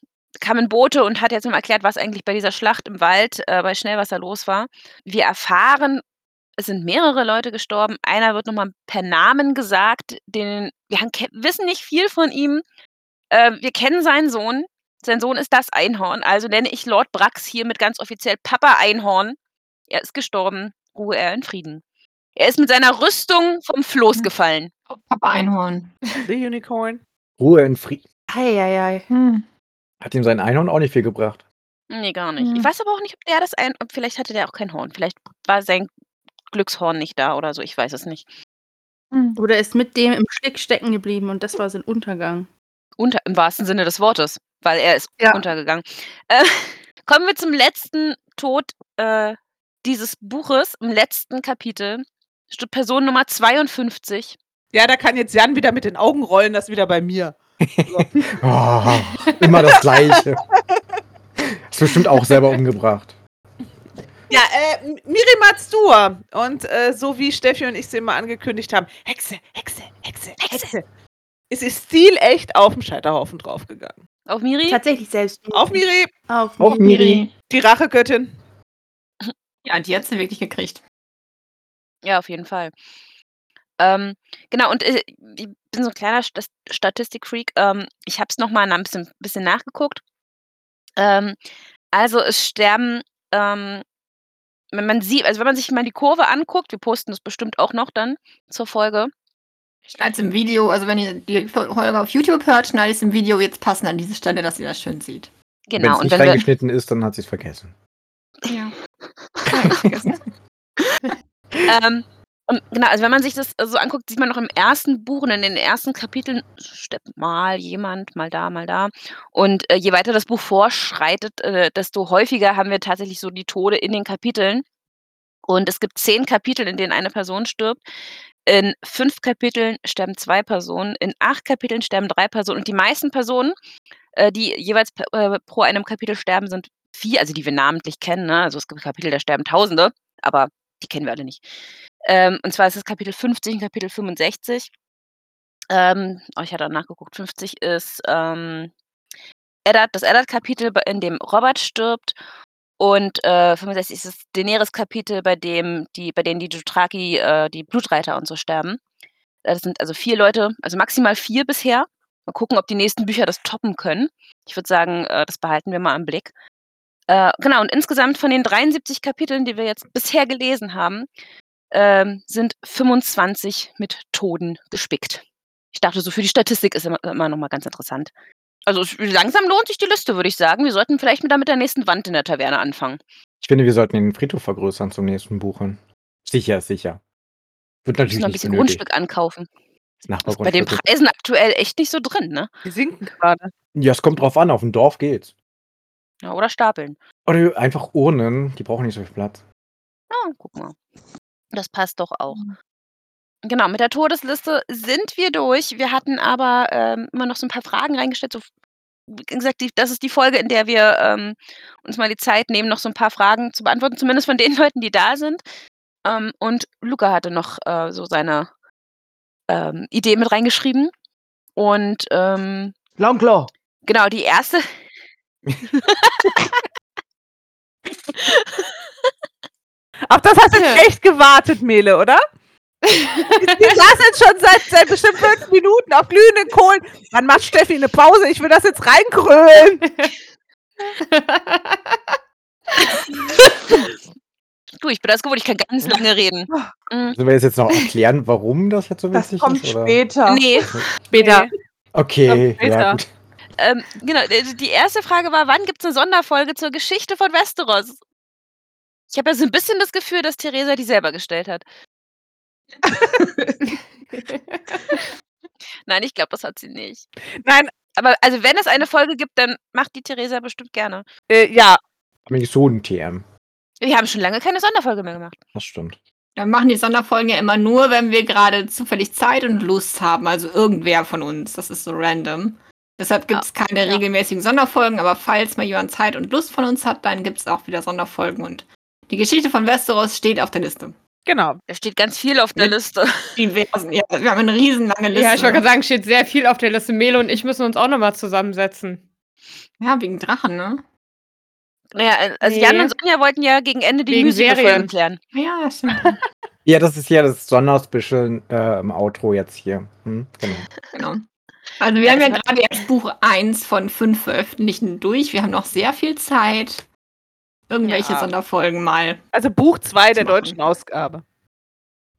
A: kamen Boote und hat jetzt mal erklärt, was eigentlich bei dieser Schlacht im Wald äh, bei Schnellwasser los war. Wir erfahren, es sind mehrere Leute gestorben. Einer wird nochmal per Namen gesagt. Den, wir haben, ke- wissen nicht viel von ihm. Äh, wir kennen seinen Sohn. Sein Sohn ist das Einhorn. Also nenne ich Lord Brax hiermit ganz offiziell Papa Einhorn. Er ist gestorben. Ruhe er in Frieden. Er ist mit seiner Rüstung vom Floß gefallen.
C: Oh, Papa Einhorn.
D: The Unicorn.
E: Ruhe in Frieden.
F: Eieiei.
C: Hm.
E: Hat ihm sein Einhorn auch nicht viel gebracht.
A: Nee, Ne, gar nicht. Ich
C: Mhm.
A: weiß aber auch nicht, ob der das ein. Ob vielleicht hatte der auch kein Horn. Vielleicht war sein Glückshorn nicht da oder so. Ich weiß es nicht.
C: Hm.
F: Oder ist mit dem im Schlick stecken geblieben und das war sein Untergang.
A: Unter, Im wahrsten Sinne des Wortes, weil er ist
F: Ja.
A: untergegangen. Äh, kommen wir zum letzten Tod äh, dieses Buches, im letzten Kapitel. Stimmt, Person Nummer 52.
D: Ja, da kann jetzt Jan wieder mit den Augen rollen, das ist wieder bei mir.
E: Oh, immer das Gleiche. Ist bestimmt auch selber umgebracht.
D: Ja, äh, M- Miri Mazdur. Und äh, so wie Steffi und ich sie immer angekündigt haben: Hexe, Hexe, Hexe, Hexe. Es ist stilecht auf dem Scheiterhaufen draufgegangen.
A: Auf Miri?
F: Tatsächlich selbst.
D: Auf Miri,
F: Auf,
E: Auf
F: Miri.
E: Miri.
D: die Rachegöttin.
C: Ja, die hat sie wirklich gekriegt.
A: Ja, auf jeden Fall. Ähm, genau, und äh, ich bin so ein kleiner Sta- Statistikfreak. Ähm, ich habe es nochmal ein bisschen, bisschen nachgeguckt. Ähm, also es sterben, ähm, wenn man sieht, also wenn man sich mal die Kurve anguckt, wir posten das bestimmt auch noch dann zur Folge.
C: Schneid's im Video, also wenn ihr die Folge auf YouTube hört, schneid es im Video jetzt passend an diese Stelle, dass ihr das schön seht.
A: Genau, und
E: wenn es
A: wenn
E: nicht
A: wir
E: reingeschnitten ist, dann hat sie es vergessen.
C: Ja.
E: vergessen.
A: ähm, Und genau, also wenn man sich das so anguckt, sieht man noch im ersten Buch und in den ersten Kapiteln steppt mal jemand, mal da, mal da. Und äh, je weiter das Buch vorschreitet, äh, desto häufiger haben wir tatsächlich so die Tode in den Kapiteln. Und es gibt zehn Kapitel, in denen eine Person stirbt. In fünf Kapiteln sterben zwei Personen, in acht Kapiteln sterben drei Personen. Und die meisten Personen, äh, die jeweils p- äh, pro einem Kapitel sterben, sind vier, also die wir namentlich kennen. Ne? Also es gibt Kapitel, da sterben Tausende, aber die kennen wir alle nicht. Ähm, und zwar ist es Kapitel 50 und Kapitel 65. Ähm, oh, ich hatte auch nachgeguckt. 50 ist ähm, Eddard, das Eddard-Kapitel, bei- in dem Robert stirbt. Und äh, 65 ist das Daenerys-Kapitel, bei dem die, bei denen die Dothraki, äh, die Blutreiter und so sterben. Äh, Das sind also vier Leute, also maximal vier bisher. Mal gucken, ob die nächsten Bücher das toppen können. Ich würde sagen, äh, das behalten wir mal im Blick. Äh, genau, und insgesamt von den 73 Kapiteln, die wir jetzt bisher gelesen haben, ähm, sind 25 mit Toten gespickt. Ich dachte, so für die Statistik ist immer, immer noch mal ganz interessant. Also es- langsam lohnt sich die Liste, würde ich sagen. Wir sollten vielleicht mit der, mit der nächsten Wand in der Taverne anfangen.
E: Ich finde, wir sollten den Friedhof vergrößern zum nächsten Buch hin. Sicher, sicher. Wird
A: Wir müssen
E: natürlich
A: noch ein
E: nicht
A: bisschen
E: benötigt.
A: Grundstück ankaufen.
E: Das
A: Ist bei den
E: Nachbargrundstück. ist-
A: Preisen aktuell echt nicht so drin, ne?
D: Die sinken gerade.
E: Ja, es kommt drauf an. Auf dem Dorf geht's.
A: Ja, oder stapeln.
E: Oder einfach Urnen. Die brauchen nicht so viel Platz.
A: Ja, Oh, guck mal. Das passt doch auch. Genau, mit der Todesliste sind wir durch. Wir hatten aber ähm, immer noch so ein paar Fragen reingestellt. So, f- wie gesagt, die, das ist die Folge, in der wir ähm, uns mal die Zeit nehmen, noch so ein paar Fragen zu beantworten, zumindest von den Leuten, die da sind. Ähm, und Luca hatte noch äh, so seine ähm, Idee mit reingeschrieben. Und ähm,
G: Longclaw.
A: genau, die erste.
D: Auf das hast du
B: Ja.
D: echt gewartet, Mele, oder? Die saß jetzt schon seit, seit bestimmt fünf Minuten auf glühenden Kohlen. Wann macht Steffi eine Pause? Ich will das jetzt reinkrölen.
A: Du, ich bin das gewohnt, ich kann ganz lange reden. Mm,
E: Sollen wir jetzt jetzt noch erklären, warum das jetzt so
G: Das
E: witzig
G: kommt
E: ist? Oder?
G: später.
A: Nee,
F: Später.
E: Okay,
D: Kommt später.
E: ja gut.
A: ähm, genau. äh, Die erste Frage war, wann gibt es eine Sonderfolge zur Geschichte von Westeros? Ich habe ja so ein bisschen das Gefühl, dass Theresa die selber gestellt hat. Nein, ich glaube, das hat sie nicht.
D: Nein,
A: Aber also wenn es eine Folge gibt, dann macht die Theresa bestimmt gerne.
D: äh, ja,
E: Aber nicht so ein TM.
A: Wir haben schon lange keine Sonderfolge mehr gemacht.
E: Das stimmt.
C: Wir machen die Sonderfolgen ja immer nur, wenn wir gerade zufällig Zeit und Lust haben. Also irgendwer von uns. Das ist so random. Deshalb gibt es keine
A: ja.
C: regelmäßigen Sonderfolgen, aber falls mal jemand Zeit und Lust von uns hat, dann gibt es auch wieder Sonderfolgen. Und die Geschichte von Westeros steht auf der Liste.
D: genau.
A: Da steht ganz viel auf der
C: Mit-
A: Liste.
C: Diversen. Ja, wir haben eine riesenlange Liste.
B: ja, ich wollte gerade sagen, steht sehr viel auf der Liste. Melo und ich müssen uns auch nochmal zusammensetzen.
C: ja wegen Drachen, ne?
A: Naja, äh, also
B: Nee.
A: Jan und Sonja wollten ja gegen Ende die
B: Wegen
A: Musical-Folge
B: Serien.
A: klären.
C: Ja, stimmt.
E: Ja, das ist ja das Sonderspecial äh, im Outro jetzt hier. Hm, genau.
C: genau. Also wir
A: Ja,
C: haben ja
A: das
C: gerade erst Buch 1 von 5 veröffentlichten durch. Wir haben noch sehr viel Zeit. Irgendwelche
A: Ja.
C: Sonderfolgen mal.
D: Also Buch 2 der
C: machen.
D: deutschen Ausgabe.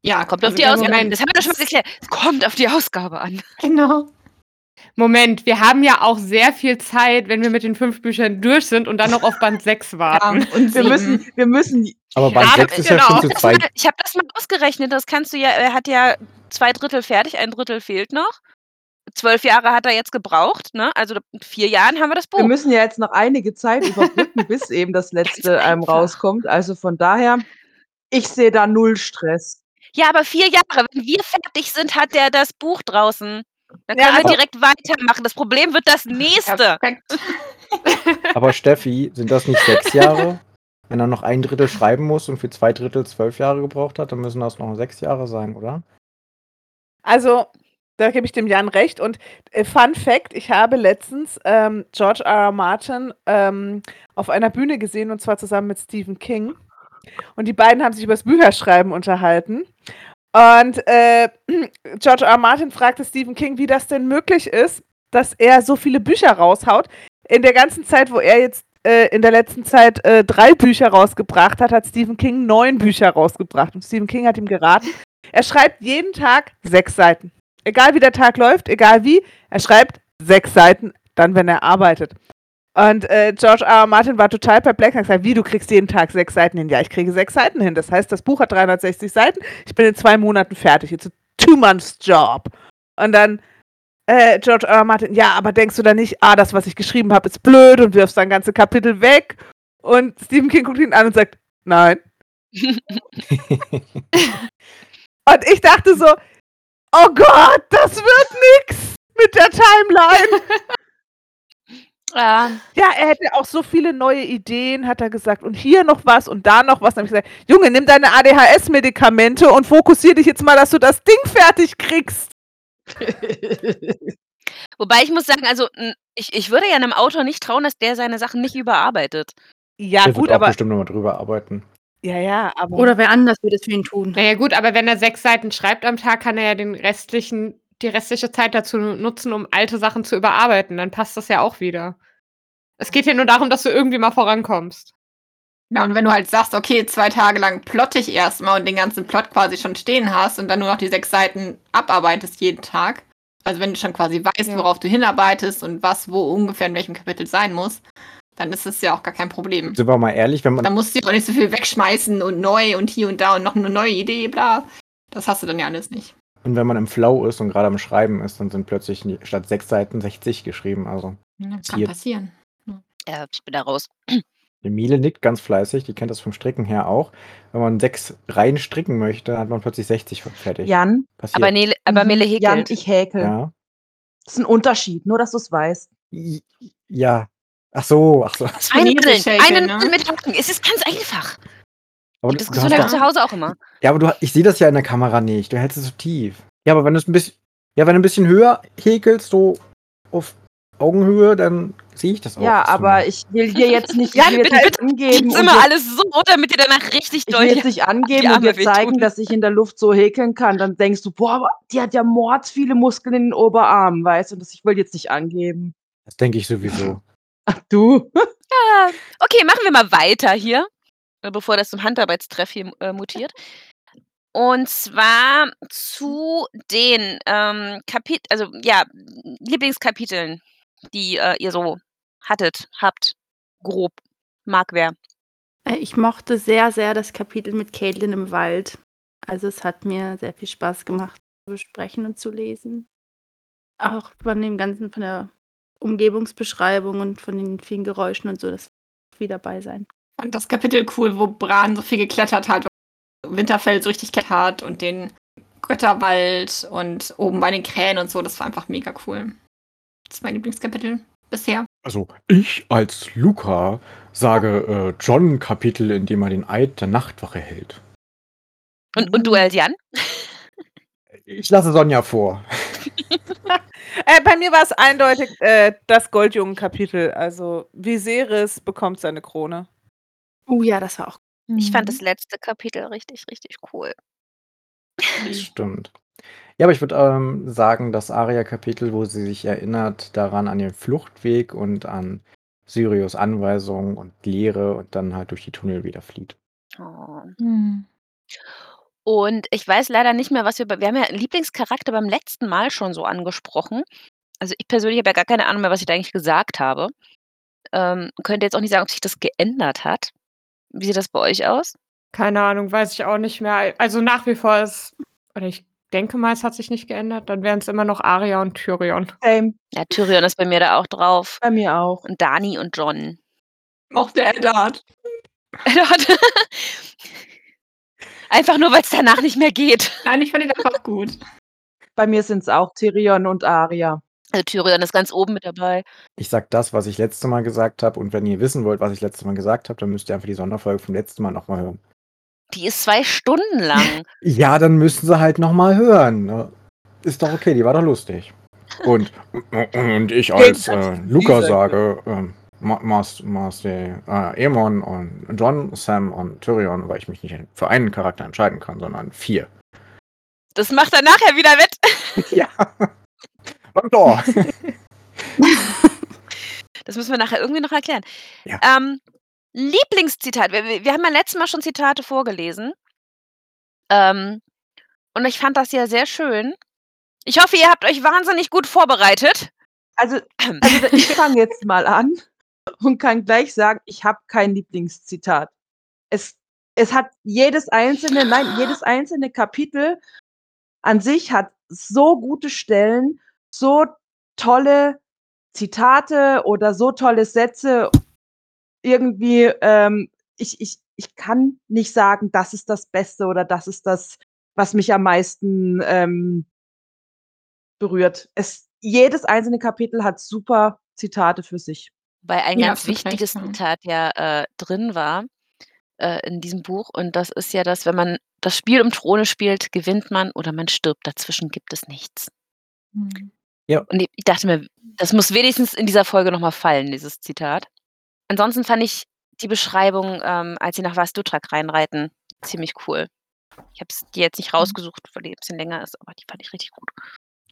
C: Ja, also
A: Kommt auf die
C: wir haben
A: Ausgabe
C: ja-
A: an. Das haben wir doch schon mal geklärt. Es kommt auf die Ausgabe an.
C: Genau.
B: Moment, wir haben ja auch sehr viel Zeit, wenn wir mit den fünf Büchern durch sind und dann noch auf Band 6
C: Ja,
B: warten.
C: und
G: Wir
C: sieben.
G: müssen, wir müssen.
E: Aber Band
B: Ja,
E: 6 ist ja
B: genau.
E: schon zu
A: Das mal,
E: zweit.
A: ich habe das mal ausgerechnet. Das kannst du ja, er hat ja zwei Drittel fertig, ein Drittel fehlt noch. Zwölf Jahre hat er jetzt gebraucht, ne? Also in vier Jahren haben wir das
G: Wir
A: Buch.
G: müssen ja jetzt noch einige Zeit überbrücken, bis eben das letzte einem
A: einfach.
G: rauskommt. Also von daher, ich sehe da null Stress.
A: Ja, aber vier Jahre. Wenn wir fertig sind, hat der das Buch draußen. Dann
D: Ja,
A: können wir
E: also-
A: direkt weitermachen. Das Problem wird das nächste.
C: Perfekt.
E: Aber Steffi, sind das nicht sechs Jahre? Wenn er noch ein Drittel schreiben muss und für zwei Drittel zwölf Jahre gebraucht hat, dann müssen das noch sechs Jahre sein, oder?
D: Also, da gebe ich dem Jan recht. Und äh, Fun Fact: Ich habe letztens ähm, George R. R. Martin ähm, auf einer Bühne gesehen und zwar zusammen mit Stephen King. Und die beiden haben sich über das Bücherschreiben unterhalten. Und äh, George R. R. Martin fragte Stephen King, wie das denn möglich ist, dass er so viele Bücher raushaut. In der ganzen Zeit, wo er jetzt äh, in der letzten Zeit äh, drei Bücher rausgebracht hat, hat Stephen King neun Bücher rausgebracht. Und Stephen King hat ihm geraten, er schreibt jeden Tag sechs Seiten. Egal wie der Tag läuft, egal wie, er schreibt sechs Seiten, dann wenn er arbeitet. Und äh, George R. R. Martin war total perplex und hat gesagt, wie, du kriegst jeden Tag sechs Seiten hin? Ja, ich kriege sechs Seiten hin. Das heißt, das Buch hat 360 Seiten. Ich bin in zwei Monaten fertig. It's a two-months-job. Und dann äh, George R. R. Martin, ja, aber denkst du da nicht, ah, das, was ich geschrieben habe, ist blöd und wirfst dann ganze Kapitel weg? Und Stephen King guckt ihn an und sagt, nein. Und ich dachte so, oh Gott, das wird nix mit der Timeline.
A: Ja,
D: Ja, er hätte auch so viele neue Ideen, hat er gesagt. Und hier noch was und da noch was. Dann habe ich gesagt, Junge, nimm deine ADHS-Medikamente und fokussier dich jetzt mal, dass du das Ding fertig kriegst.
A: wobei ich muss sagen, also n- ich, ich würde ja einem Autor nicht trauen, dass der seine Sachen nicht überarbeitet.
D: Ja,
E: Der
D: gut,
E: wird auch
D: aber.
E: bestimmt nochmal drüber arbeiten.
D: Ja, ja, aber.
F: Oder wer anders würde es für ihn tun?
B: Naja, gut, aber wenn er sechs Seiten schreibt am Tag, kann er ja den restlichen, die restliche Zeit dazu nutzen, um alte Sachen zu überarbeiten. Dann passt das ja auch wieder. Es geht ja nur darum, dass du irgendwie mal vorankommst.
C: Ja, und wenn du halt sagst, okay, zwei Tage lang plotte ich erstmal und den ganzen Plot quasi schon stehen hast und dann nur noch die sechs Seiten abarbeitest jeden Tag. Also wenn du schon quasi weißt,
B: Ja.
C: worauf du hinarbeitest und was wo ungefähr in welchem Kapitel sein muss, dann ist es ja auch gar kein Problem.
E: Sind wir mal ehrlich, wenn man
C: Dann musst du ja auch nicht so viel wegschmeißen und neu und hier und da und noch eine neue Idee, bla. Das hast du dann ja alles nicht.
E: Und wenn man im Flow ist und gerade am Schreiben ist, dann sind plötzlich nie- statt sechs Seiten 60 geschrieben. Also
C: Das
E: Hier-
C: kann passieren.
A: Äh, ich bin da raus.
E: Emile nickt ganz fleißig, die kennt das vom Stricken her auch. Wenn man sechs Reihen stricken möchte, hat man plötzlich 60 fertig.
G: Jan,
E: Passiert.
A: Aber, Nele, aber
G: mhm,
A: Mele
G: Jan,
A: häkelt.
G: ich häkel.
E: ja.
G: Das ist ein Unterschied, nur dass du es weißt.
E: I- Ja. Ach so, ach so.
A: Einen Nadeln,
C: Chinesisch häkeln,
A: einen
C: ne?
A: Nadeln mit Haken. Es ist ganz einfach.
E: Aber
A: Die
E: du, du
A: Diskussion
E: hast
A: habe ich
E: doch,
A: zu Hause auch immer.
E: ja, aber du, ich sehe das ja in der Kamera nicht. Du hältst es so tief. Ja, aber wenn du es ein bisschen, ja, wenn du ein bisschen höher häkelst, so auf Augenhöhe, dann sehe ich Oh, das auch.
G: Ja,
E: was du
G: aber
E: machst.
G: ich will dir jetzt nicht,
A: Ja,
G: ich will jetzt
A: bitte,
G: nicht angeben
A: Gibt's
G: und
A: immer
G: dir-
A: alles so, damit ihr danach richtig
G: ich will
A: deutlich
G: jetzt nicht angeben
A: die
G: und dir
A: Arme
G: zeigen,
A: wehtun.
G: dass ich in der Luft so häkeln kann. Dann denkst du, boah, aber die hat ja mords viele Muskeln in den Oberarmen, weißt du? Und das, ich will jetzt nicht angeben.
E: Das denke ich sowieso.
G: Ach du.
A: Ja. Okay, machen wir mal weiter hier, äh, bevor das zum Handarbeitstreff hier äh, mutiert. Und zwar zu den ähm, Kapit also ja, Lieblingskapiteln, die äh, ihr so hattet, habt, grob, mag wer.
F: Äh, Ich mochte sehr, sehr das Kapitel mit Caitlin im Wald. Also es hat mir sehr viel Spaß gemacht, zu besprechen und zu lesen. Auch von dem Ganzen, von der Umgebungsbeschreibung und von den vielen Geräuschen und so, das wird viel dabei sein.
C: fand das Kapitel cool, wo Bran so viel geklettert hat, Winterfell so richtig geklettert hat und den Götterwald und oben bei den Krähen und so. Das war einfach mega cool. Das ist mein Lieblingskapitel bisher.
E: Also ich als Luca sage äh, John Kapitel, in dem er den Eid der Nachtwache hält.
A: Und,
G: Mhm.
A: und du, El Jan?
E: Ich lasse Sonja vor.
D: Äh, bei mir war es eindeutig äh, das Goldjungen-Kapitel. Also Viserys bekommt seine Krone.
F: Oh ja, das war auch
A: Ich fand
G: Mhm.
A: das letzte Kapitel richtig, richtig cool.
E: Das stimmt. Ja, aber ich würde ähm, sagen, das Aria-Kapitel, wo sie sich erinnert daran an den Fluchtweg und an Sirius Anweisungen und Lehre und dann halt durch die Tunnel wieder flieht.
A: Oh. Und ich weiß leider nicht mehr, was wir bei. Wir haben ja Lieblingscharakter beim letzten Mal schon so angesprochen. Also ich persönlich habe ja gar keine Ahnung mehr, was ich da eigentlich gesagt habe. Ähm, könnte jetzt auch nicht sagen, ob sich das geändert hat. Wie sieht das bei euch aus?
B: Keine Ahnung, weiß ich auch nicht mehr. Also nach wie vor ist, oder ich denke mal, es hat sich nicht geändert. Dann wären es immer noch Aria und Tyrion.
G: Same,
A: Ja, Tyrion ist bei mir da auch drauf.
G: bei mir auch.
A: Und Dani und John.
C: Auch der Eddard.
A: Einfach nur, weil es danach nicht mehr geht.
C: Nein, ich fand ihn einfach gut.
G: Bei mir sind es auch Tyrion und Arya.
A: Also Tyrion ist ganz oben mit dabei.
E: Ich sage das, was ich letztes Mal gesagt habe und wenn ihr wissen wollt, was ich letztes Mal gesagt habe, dann müsst ihr einfach die Sonderfolge vom letzten Mal nochmal hören.
A: Die ist zwei Stunden lang.
E: Ja, dann müssen sie halt nochmal hören. ne? Ist doch okay, die war doch lustig. Und, und ich als äh, Luca sage, ähm, Ma- Mas- Marcel, äh, Emon und John, Sam und Tyrion, weil ich mich nicht für einen Charakter entscheiden kann, sondern vier.
A: Das macht er nachher wieder wett.
E: Ja. Beim Tor.
A: Das müssen wir nachher irgendwie noch erklären.
E: Ja.
A: Ähm, Lieblingszitat. Wir, wir wir haben ja letztes Mal schon Zitate vorgelesen. Ähm, und ich fand das ja sehr schön. Ich hoffe, ihr habt euch wahnsinnig gut vorbereitet.
G: Also, also ich fange jetzt mal an. und kann gleich sagen, ich habe kein Lieblingszitat. Es, es hat jedes einzelne, nein, jedes einzelne Kapitel an sich hat so gute Stellen, so tolle Zitate oder so tolle Sätze. Irgendwie, ähm, ich, ich, ich kann nicht sagen, das ist das Beste oder das ist das, was mich am meisten ähm, berührt. Es, jedes einzelne Kapitel hat super Zitate für sich.
A: Weil ein
C: Ja,
A: ganz
C: absolut recht,
A: wichtiges
C: ja.
A: Zitat ja äh, drin war äh, in diesem Buch. Und das ist ja, dass wenn man das Spiel um Throne spielt, gewinnt man oder man stirbt. Dazwischen gibt es nichts. Und ich ich dachte mir, das muss wenigstens in dieser Folge nochmal fallen, dieses Zitat. Ansonsten fand ich die Beschreibung, ähm, als sie nach Vasdutrak reinreiten, ziemlich cool. Ich habe es jetzt nicht rausgesucht, weil die ein bisschen länger ist, aber die fand ich richtig gut.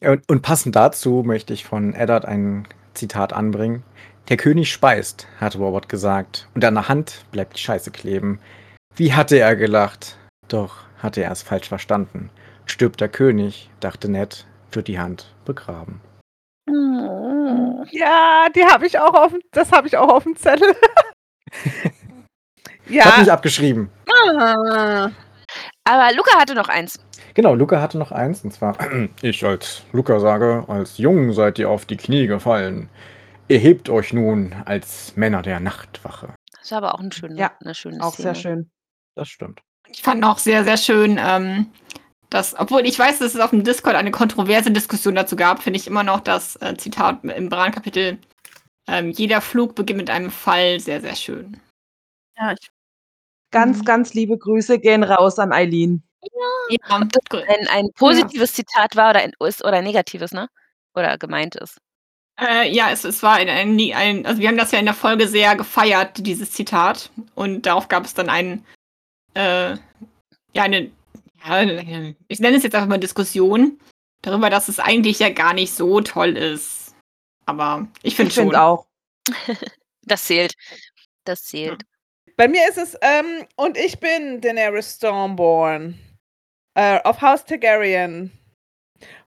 E: Ja, Und, und passend dazu möchte ich von Eddard ein Zitat anbringen. Der König speist, hat Robert gesagt, und an der Hand bleibt die Scheiße kleben. Wie hatte er gelacht? Doch hatte er es falsch verstanden. Stirbt der König, dachte Ned, wird die Hand begraben.
D: Ja, die habe ich auch auf dem, das habe ich auch auf dem Zettel.
E: Ich habe
D: ja.
E: nicht abgeschrieben.
D: Ah.
A: Aber Luca hatte noch eins.
E: Genau, Luca hatte noch eins, und zwar, ich als Luca sage, als Jungen seid ihr auf die Knie gefallen. Erhebt euch nun als Männer der Nachtwache.
A: Das war aber auch ein schöne,
G: Ja,
A: eine schöne
G: Auch
A: Szene.
G: sehr schön.
E: Das stimmt.
C: Ich fand auch sehr, sehr schön, ähm, dass, obwohl ich weiß, dass es auf dem Discord eine kontroverse Diskussion dazu gab, finde ich immer noch das äh, Zitat im Bran-Kapitel, ähm, jeder Flug beginnt mit einem Fall, sehr, sehr schön.
F: Ja, ich,
G: Ganz, ganz liebe Grüße gehen raus an Eileen.
C: Ja,
A: Ob das
C: gr-
A: Ein, ein positives Zitat war oder ein ist oder ein negatives, ne? Oder gemeint ist.
C: äh, ja es, es war ein, ein, ein, also wir haben das ja in der Folge sehr gefeiert, dieses Zitat. Und darauf gab es dann einen, äh, ja, eine, ja, ich nenne es jetzt einfach mal Diskussion darüber, dass es eigentlich ja gar nicht so toll ist. Aber ich finde
G: Ich
C: schon.
G: finde auch.
A: Das zählt. Das zählt.
D: Bei mir ist es, ähm, und ich bin Daenerys Stormborn. Äh, of House Targaryen.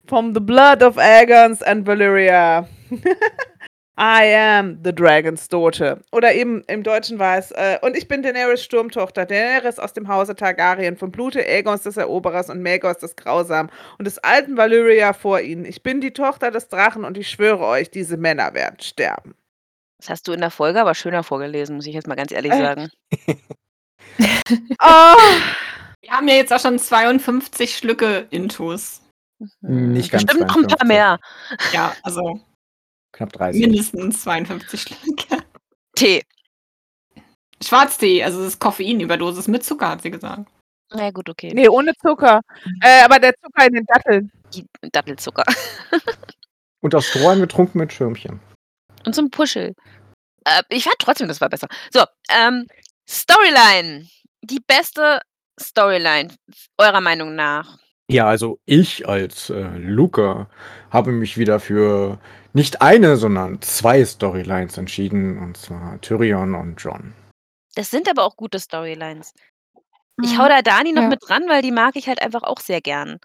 D: From the blood of Aegons and Valyria. I am the Dragon's Daughter. Oder eben im Deutschen war es, äh, und ich bin Daenerys Sturmtochter. Daenerys aus dem Hause Targaryen, vom Blute Aegons des Eroberers und Maegors des Grausamen und des alten Valyria vor ihnen. Ich bin die Tochter des Drachen und ich schwöre euch, diese Männer werden sterben.
A: Das hast du in der Folge aber schöner vorgelesen, muss ich jetzt mal ganz ehrlich
D: Äh.
A: sagen.
D: Oh!
C: Wir haben ja jetzt auch schon 52 Schlücke Intus.
E: Nicht ganz
A: Bestimmt noch ein paar
E: 52.
A: mehr.
C: Ja, also
E: Knapp
G: Also.
C: Genau.
E: 30.
C: mindestens 52 Schlücke.
A: Tee.
C: Schwarztee, also das ist Koffeinüberdosis mit Zucker, hat sie gesagt.
A: Na gut, okay.
D: Nee, ohne Zucker. Äh, aber der Zucker in den Datteln.
A: Die Dattelzucker.
E: Und aus Strohhalm getrunken mit Schirmchen.
A: Und so ein Puschel. Äh, ich fand trotzdem, das war besser. So, ähm, Storyline. Die beste Storyline, eurer Meinung nach.
E: Ja, also ich als äh, Luca habe mich wieder für nicht eine, sondern zwei Storylines entschieden, und zwar Tyrion und John.
A: Das sind aber auch gute Storylines. Ich hau da Dani noch
B: Ja.
A: mit dran, weil die mag ich halt einfach auch sehr gern.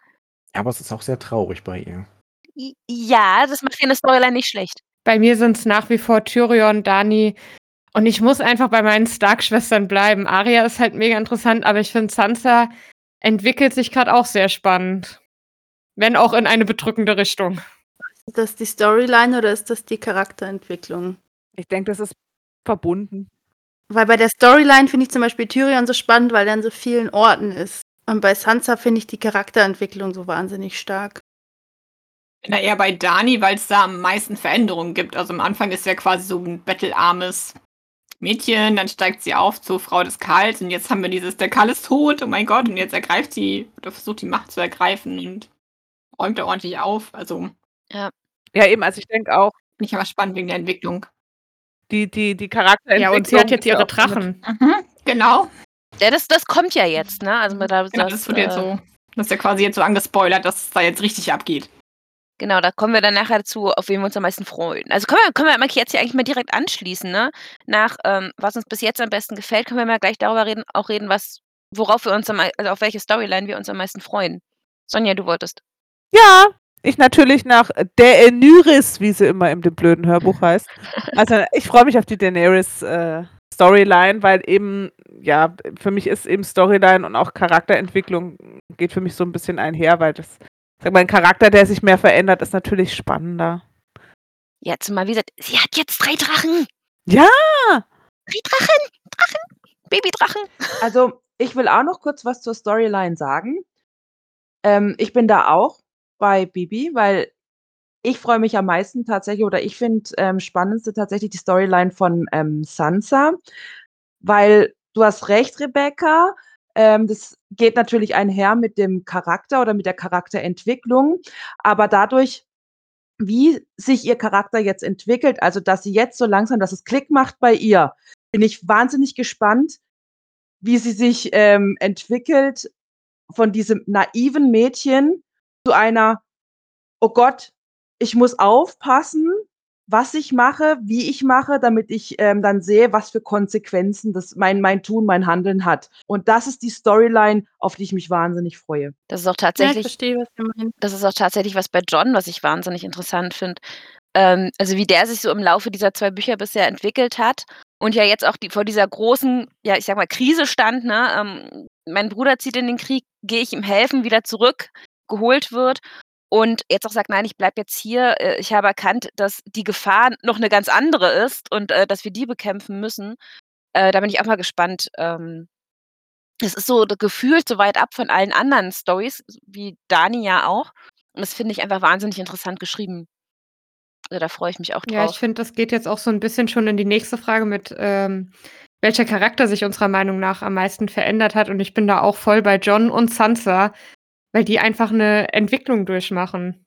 E: Ja, aber es ist auch sehr traurig bei ihr.
A: I- Ja, das macht ja eine Storyline nicht schlecht.
B: Bei mir sind es nach wie vor Tyrion, Dani. Und ich muss einfach bei meinen Stark-Schwestern bleiben. Arya ist halt mega interessant, aber ich finde, Sansa entwickelt sich gerade auch sehr spannend. Wenn auch in eine bedrückende Richtung.
F: ist das die Storyline oder ist das die Charakterentwicklung?
D: Ich denke, das ist verbunden.
F: Weil bei der Storyline finde ich zum Beispiel Tyrion so spannend, weil er an so vielen Orten ist. Und bei Sansa finde ich die Charakterentwicklung so wahnsinnig stark.
C: Na eher bei Dani, weil es da am meisten Veränderungen gibt. Also am Anfang ist sie ja quasi so ein bettelarmes Mädchen, dann steigt sie auf zur Frau des Karls und jetzt haben wir dieses, der Karl ist tot, oh mein Gott, und jetzt ergreift sie oder versucht die Macht zu ergreifen und räumt da ordentlich auf. Also
D: Ja, eben, also ich denke auch,
C: nicht immer spannend wegen der Entwicklung.
D: die, die, die Charakterentwicklung.
B: Ja, und sie hat jetzt
D: ist ja
B: ihre
D: auch so mit-
B: Drachen.
C: Mhm, genau.
A: Ja, das, das kommt ja jetzt, ne? Also da,
C: Genau,
A: das,
C: das wird jetzt
A: äh,
C: so. Das ist ja quasi jetzt so angespoilert, dass es da jetzt richtig abgeht.
A: Genau, da kommen wir dann nachher dazu, auf wen wir uns am meisten freuen. Also können wir, können wir mal jetzt hier eigentlich mal direkt anschließen, ne? Nach ähm, was uns bis jetzt am besten gefällt, können wir mal gleich darüber reden, auch reden, was, worauf wir uns am, mei- also auf welche Storyline wir uns am meisten freuen. Sonja, du wolltest.
D: Ja, Ich natürlich nach Daenerys, wie sie immer in dem blöden Hörbuch heißt. Also ich freue mich auf die Daenerys äh, Storyline, weil eben, ja, für mich ist eben Storyline und auch Charakterentwicklung geht für mich so ein bisschen einher, weil das, sag mal, ein Charakter, der sich mehr verändert, ist natürlich spannender.
A: Ja, zumal wie gesagt, sie hat jetzt drei Drachen.
D: Ja!
A: Drei Drachen! Drachen! Babydrachen!
G: Also, ich will auch noch kurz was zur Storyline sagen. Ähm, ich bin da auch bei Bibi, weil ich freue mich am meisten tatsächlich, oder ich finde ähm, spannendste tatsächlich die Storyline von ähm, Sansa, weil du hast recht, Rebecca. Ähm, das geht natürlich einher mit dem Charakter oder mit der Charakterentwicklung, aber dadurch, wie sich ihr Charakter jetzt entwickelt, also dass sie jetzt so langsam, dass es Klick macht bei ihr, bin ich wahnsinnig gespannt, wie sie sich ähm, entwickelt von diesem naiven Mädchen zu einer, oh Gott, ich muss aufpassen, was ich mache, wie ich mache, damit ich ähm, dann sehe, was für Konsequenzen das mein, mein Tun, mein Handeln hat. Und das ist die Storyline, auf die ich mich wahnsinnig freue.
A: Das ist auch
F: Ja, ich
A: tatsächlich
F: verstehe, was du meinst.
A: das ist auch tatsächlich was bei John, was ich wahnsinnig interessant finde. Ähm, also wie der sich so im Laufe dieser zwei Bücher bisher entwickelt hat und ja jetzt auch die, vor dieser großen, ja ich sag mal Krise stand. Ne? Ähm, mein Bruder zieht in den Krieg, gehe ich ihm helfen, wieder zurück, geholt wird und jetzt auch sagt, nein, ich bleibe jetzt hier. Äh, ich habe erkannt, dass die Gefahr noch eine ganz andere ist und äh, dass wir die bekämpfen müssen. Äh, da bin ich auch mal gespannt. Ähm, es ist so gefühlt so weit ab von allen anderen Stories, wie Dani ja auch. Und das finde ich einfach wahnsinnig interessant geschrieben. Also da freue ich mich auch
B: Ja, ich
A: drauf.
B: finde, das geht jetzt auch so ein bisschen schon in die nächste Frage mit, ähm, welcher Charakter sich unserer Meinung nach am meisten verändert hat. Und ich bin da auch voll bei John und Sansa, weil die einfach eine Entwicklung durchmachen.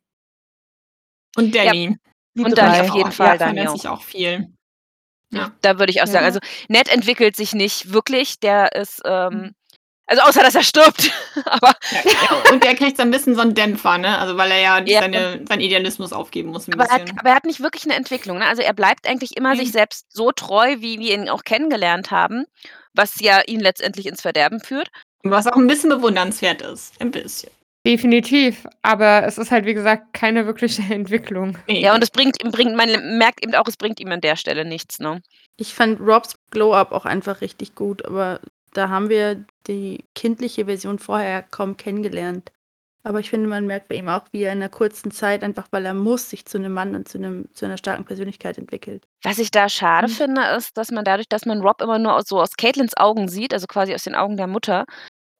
C: Und Danny.
G: Die
A: Und
G: drei.
A: dann auf jeden Fall,
C: ja,
A: Daniel.
C: verändert sich auch viel. Ja.
A: da würde ich auch
B: Ja.
A: sagen. Also Ned entwickelt sich nicht wirklich. Der ist,
C: Mhm.
A: ähm, also außer dass er stirbt. Aber
C: Ja, ja. Und der kriegt so ein bisschen so einen Dämpfer, ne? Also weil er ja,
A: Ja.
C: Seine, seinen Idealismus aufgeben muss ein
A: Aber er, hat,
C: bisschen.
A: aber er hat nicht wirklich eine Entwicklung. Ne? Also er bleibt eigentlich immer sich
C: Mhm.
A: selbst so treu, wie wir ihn auch kennengelernt haben, was ja ihn letztendlich ins Verderben führt.
C: Was auch ein bisschen bewundernswert ist. Ein bisschen.
B: Definitiv, aber es ist halt, wie gesagt, keine wirkliche Entwicklung.
C: Nee.
A: Ja, und es bringt, ihm- bringt, man merkt eben auch, es bringt ihm an der Stelle nichts. Ne?
F: Ich fand Robs Glow-Up auch einfach richtig gut, aber da haben wir die kindliche Version vorher kaum kennengelernt. Aber ich finde, man merkt bei ihm auch, wie er in einer kurzen Zeit, einfach weil er muss, sich zu einem Mann und zu, einem, zu einer starken Persönlichkeit entwickelt.
A: Was ich da schade
F: Mhm.
A: finde, ist, dass man dadurch, dass man Rob immer nur aus, so aus Caitlins Augen sieht, also quasi aus den Augen der Mutter,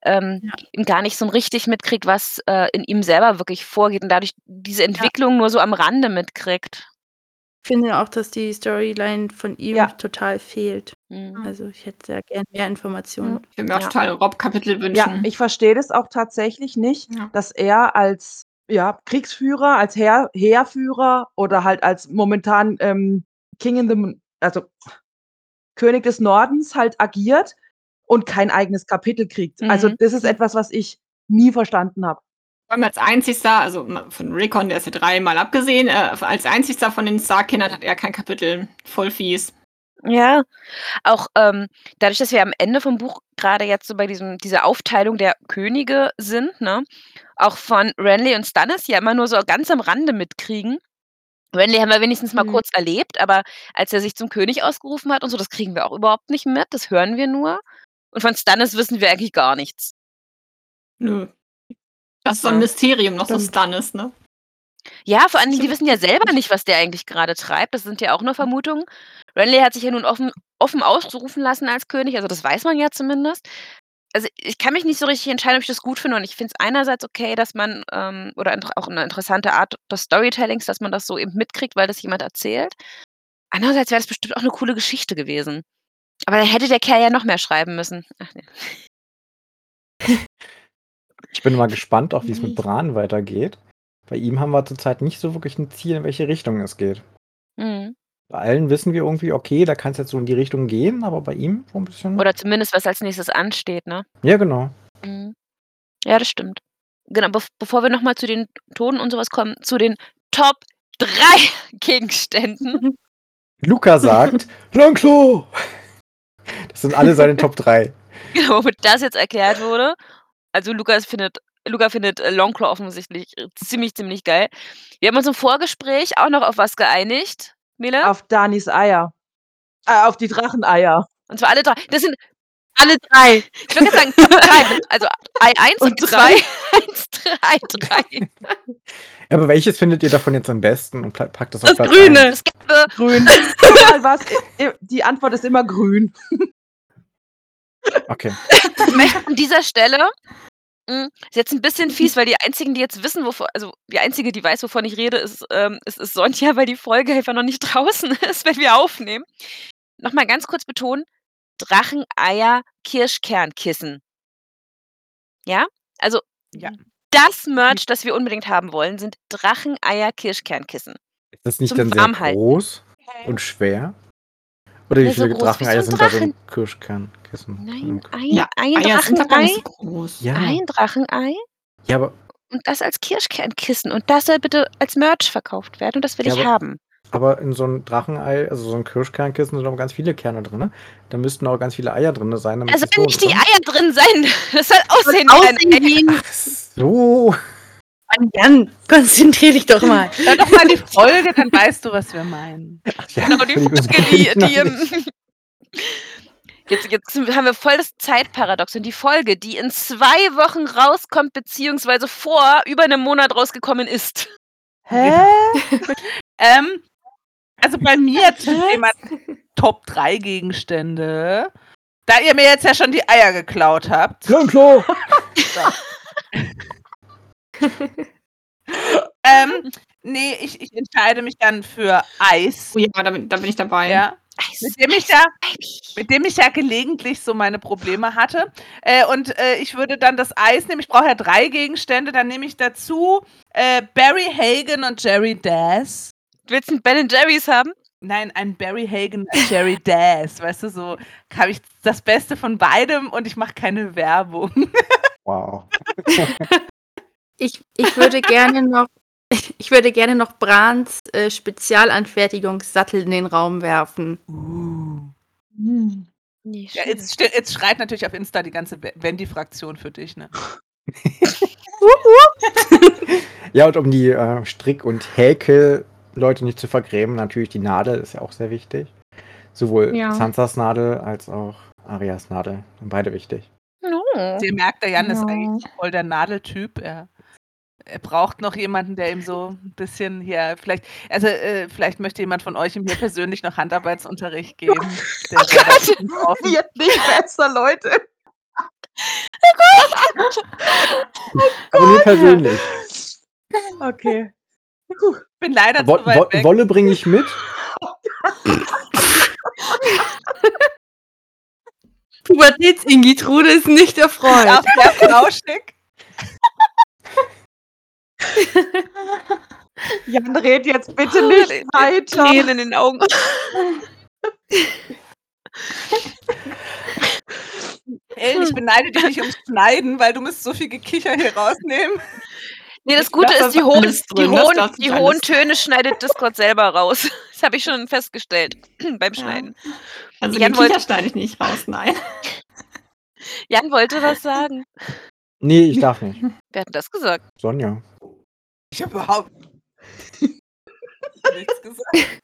A: ähm,
F: Ja.
A: ihm gar nicht so richtig mitkriegt, was äh, in ihm selber wirklich vorgeht und dadurch diese Entwicklung nur so am Rande mitkriegt.
F: Ich finde auch, dass die Storyline von ihm
G: Ja.
F: total fehlt.
A: Mhm.
F: Also ich hätte sehr gern mehr Informationen.
C: Ich würde mir auch
A: Ja.
C: total Rob-Kapitel
G: Ja,
C: wünschen.
G: ich verstehe das auch tatsächlich nicht,
C: Ja.
G: dass er als ja, Kriegsführer, als Heer, Heerführer oder halt als momentan ähm, King in the, Mon- also König des Nordens halt agiert und kein eigenes Kapitel kriegt. Also
A: Mhm.
G: das ist etwas, was ich nie verstanden habe.
C: Vor allem als einzigster, also von Rickon, der ist ja dreimal abgesehen, äh, als einzigster von den Starkindern hat er kein Kapitel. Voll fies.
A: Ja, auch ähm, dadurch, dass wir am Ende vom Buch gerade jetzt so bei diesem, dieser Aufteilung der Könige sind, ne, auch von Renly und Stannis ja immer nur so ganz am Rande mitkriegen. Renly haben wir wenigstens mal
B: Mhm.
A: kurz erlebt, aber als er sich zum König ausgerufen hat und so, das kriegen wir auch überhaupt nicht mit, das hören wir nur. Und von Stannis wissen wir eigentlich gar nichts.
C: Nö. Das ist so ein
A: Ja.
C: Mysterium, noch so
B: Stimmt.
C: Stannis, ne?
A: Ja, vor allen Dingen, die
C: Stimmt.
A: wissen ja selber nicht, was der eigentlich gerade treibt. Das sind ja auch nur Vermutungen. Renly hat sich ja nun offen, offen ausrufen lassen als König, also das weiß man ja zumindest. Also ich kann mich nicht so richtig entscheiden, ob ich das gut finde. Und ich finde es einerseits okay, dass man, ähm, oder inter- auch eine interessante Art des Storytellings, dass man das so eben mitkriegt, weil das jemand erzählt. Andererseits wäre das bestimmt auch eine coole Geschichte gewesen. Aber dann hätte der Kerl ja noch mehr schreiben müssen. Ach, nee.
E: Ich bin mal gespannt, auch wie es mit
F: Nicht.
E: Bran weitergeht. Bei ihm haben wir zurzeit nicht so wirklich ein Ziel, in welche Richtung es geht.
A: Mhm.
E: Bei allen wissen wir irgendwie, okay, da kann es jetzt so in die Richtung gehen, aber bei ihm so ein bisschen.
A: Oder zumindest, was als nächstes ansteht, ne?
E: ja, genau.
A: Mhm. Ja, das stimmt. Genau, bev- bevor wir nochmal zu den Toten und sowas kommen, zu den Top 3 Gegenständen.
E: Luca sagt, Longclaw! Das sind alle seine Top 3.
A: Genau, womit das jetzt erklärt wurde. Also Lukas findet Luca findet äh, Longclaw offensichtlich äh, ziemlich, ziemlich geil. Wir haben uns im Vorgespräch auch noch auf was geeinigt, Mila.
G: Auf Danis Eier. Äh, auf die Dracheneier.
A: Und zwar alle drei. Das sind alle drei. Ich würde sagen, drei. Also Ei 1 und
G: Und
A: 2. 1, 3, 3.
E: Aber welches findet ihr davon jetzt am besten und pla- packt das auf
F: Das
E: Platz
F: Grüne.
E: eins?
A: Das gelbe.
G: Grün. Egal was, i- i- die Antwort ist immer grün.
E: Okay.
A: Ich möchte an dieser Stelle. mh, Ist jetzt ein bisschen fies, weil die einzigen, die jetzt wissen, wovon, also die einzige, die weiß, wovon ich rede, ist, ähm, ist, ist Sonja, weil die Folge einfach noch nicht draußen ist, wenn wir aufnehmen. Nochmal ganz kurz betonen: Dracheneier, Kirschkernkissen. Ja? Also,
D: Ja.
A: das Merch, das wir unbedingt haben wollen, sind Dracheneier, Kirschkernkissen.
E: Ist das nicht
A: Zum
E: dann sehr
A: Warmhalten.
E: groß und schwer? Oder wie
A: Ja, so
E: viele
A: groß wie
E: Dracheneier
A: so ein
E: sind da so im Kirschkernkissen?
A: Nein, ein,
C: Ah Ja,
A: ein
C: Eier sind aber
A: Drachenei.
C: nicht so groß.
E: Ja,
A: Ein Drachenei.
E: ja, aber,
A: Und das als Kirschkernkissen. Und das soll bitte als Merch verkauft werden. Und das will
E: Ja,
A: ich
E: aber-
A: haben.
E: aber in so einem Drachenei, also so einem Kirschkernkissen sind auch ganz viele Kerne drin. Ne? Da müssten auch ganz viele Eier drin sein. Damit
A: Also
E: es
A: wenn
E: lohnt,
A: nicht die
E: oder?
A: Eier drin sein, das soll aussehen wie ein Ei.
F: Aussehen wie ein
E: Ach so.
F: Jan, konzentrier dich doch mal.
D: Hör doch mal die Folge, dann weißt du, was wir meinen.
E: Ach ja,
A: Genau, die Folge,
E: Entschuldigung, kenn ich
A: die,
E: noch
A: die ähm,
E: nicht.
A: jetzt, jetzt sind- haben wir voll das Zeitparadoxon. Die Folge, die in zwei Wochen rauskommt, beziehungsweise vor über einem Monat rausgekommen ist.
G: Hä?
D: Ähm, also bei mir zum Thema Top 3 Gegenstände. Da ihr mir jetzt ja schon die Eier geklaut habt.
E: Longclaw!
D: Ähm, nee, ich, ich entscheide mich dann für Eis.
C: Oh ja, da bin, da bin ich dabei.
D: Ja,
A: Eis,
D: mit dem ich da
A: Baby.
D: mit dem ich ja gelegentlich so meine Probleme hatte. Äh, und äh, ich würde dann das Eis nehmen. Ich brauche ja drei Gegenstände. Dann nehme ich dazu äh, Barry Hagen und Jerry Dass.
A: Willst du einen Ben Jerry's haben?
D: Nein, ein Barry Hagen und Jerry Dass. Weißt du, so habe ich das Beste von beidem und ich mache keine Werbung.
E: Wow.
F: Ich, ich würde gerne noch, ich würde gerne noch Brans äh, Spezialanfertigungssattel in den Raum werfen.
A: Nee,
D: Ja, jetzt, ste- jetzt schreit natürlich auf Insta die ganze Be- Wendy-Fraktion für dich. Ne?
E: Ja, und um die äh, Strick- und Häkel-Leute nicht zu vergrämen, natürlich die Nadel ist ja auch sehr wichtig. Sowohl
B: Ja.
E: Sansas Nadel als auch Arias Nadel. Sind beide wichtig.
A: no.
D: Ihr merkt, der Jan ist
C: Ja.
D: eigentlich voll der Nadeltyp. Er, er braucht noch jemanden, der ihm so ein bisschen hier vielleicht, also äh, vielleicht möchte jemand von euch ihm hier persönlich noch Handarbeitsunterricht geben. Der wäre da bestimmt offen.
G: Wird nicht besser, Leute.
E: Aber nur persönlich.
G: Okay.
D: Ich bin leider
E: Wo
D: zu
E: Wo
D: weit weg.
E: Wolle bringe ich mit.
F: Pubertäts-Ingitrude ist nicht erfreut.
D: Darf der Flauschig?
G: Jan, red jetzt bitte
A: Oh,
G: nicht
A: die- die
G: weiter.
A: Tränen in den Augen.
D: Ellen, ich beneide dich nicht ums Schneiden, weil du musst so viel Gekicher hier rausnehmen.
A: Nee, das
C: Ich
A: Gute
C: lass
A: ist,
C: das
A: die hohen,
C: alles
A: die
C: drin, das
A: hohen,
C: lass ich
A: die
C: alles.
A: hohen Töne schneidet Discord selber raus. Das habe ich schon festgestellt beim Schneiden.
C: Also
A: Jan
C: den
A: wollte-
C: Kicher schneide ich nicht raus, nein.
A: Jan wollte was sagen.
E: Nee, ich darf nicht.
A: Wer hat denn das gesagt?
E: Sonja.
D: Ich habe überhaupt nichts gesagt.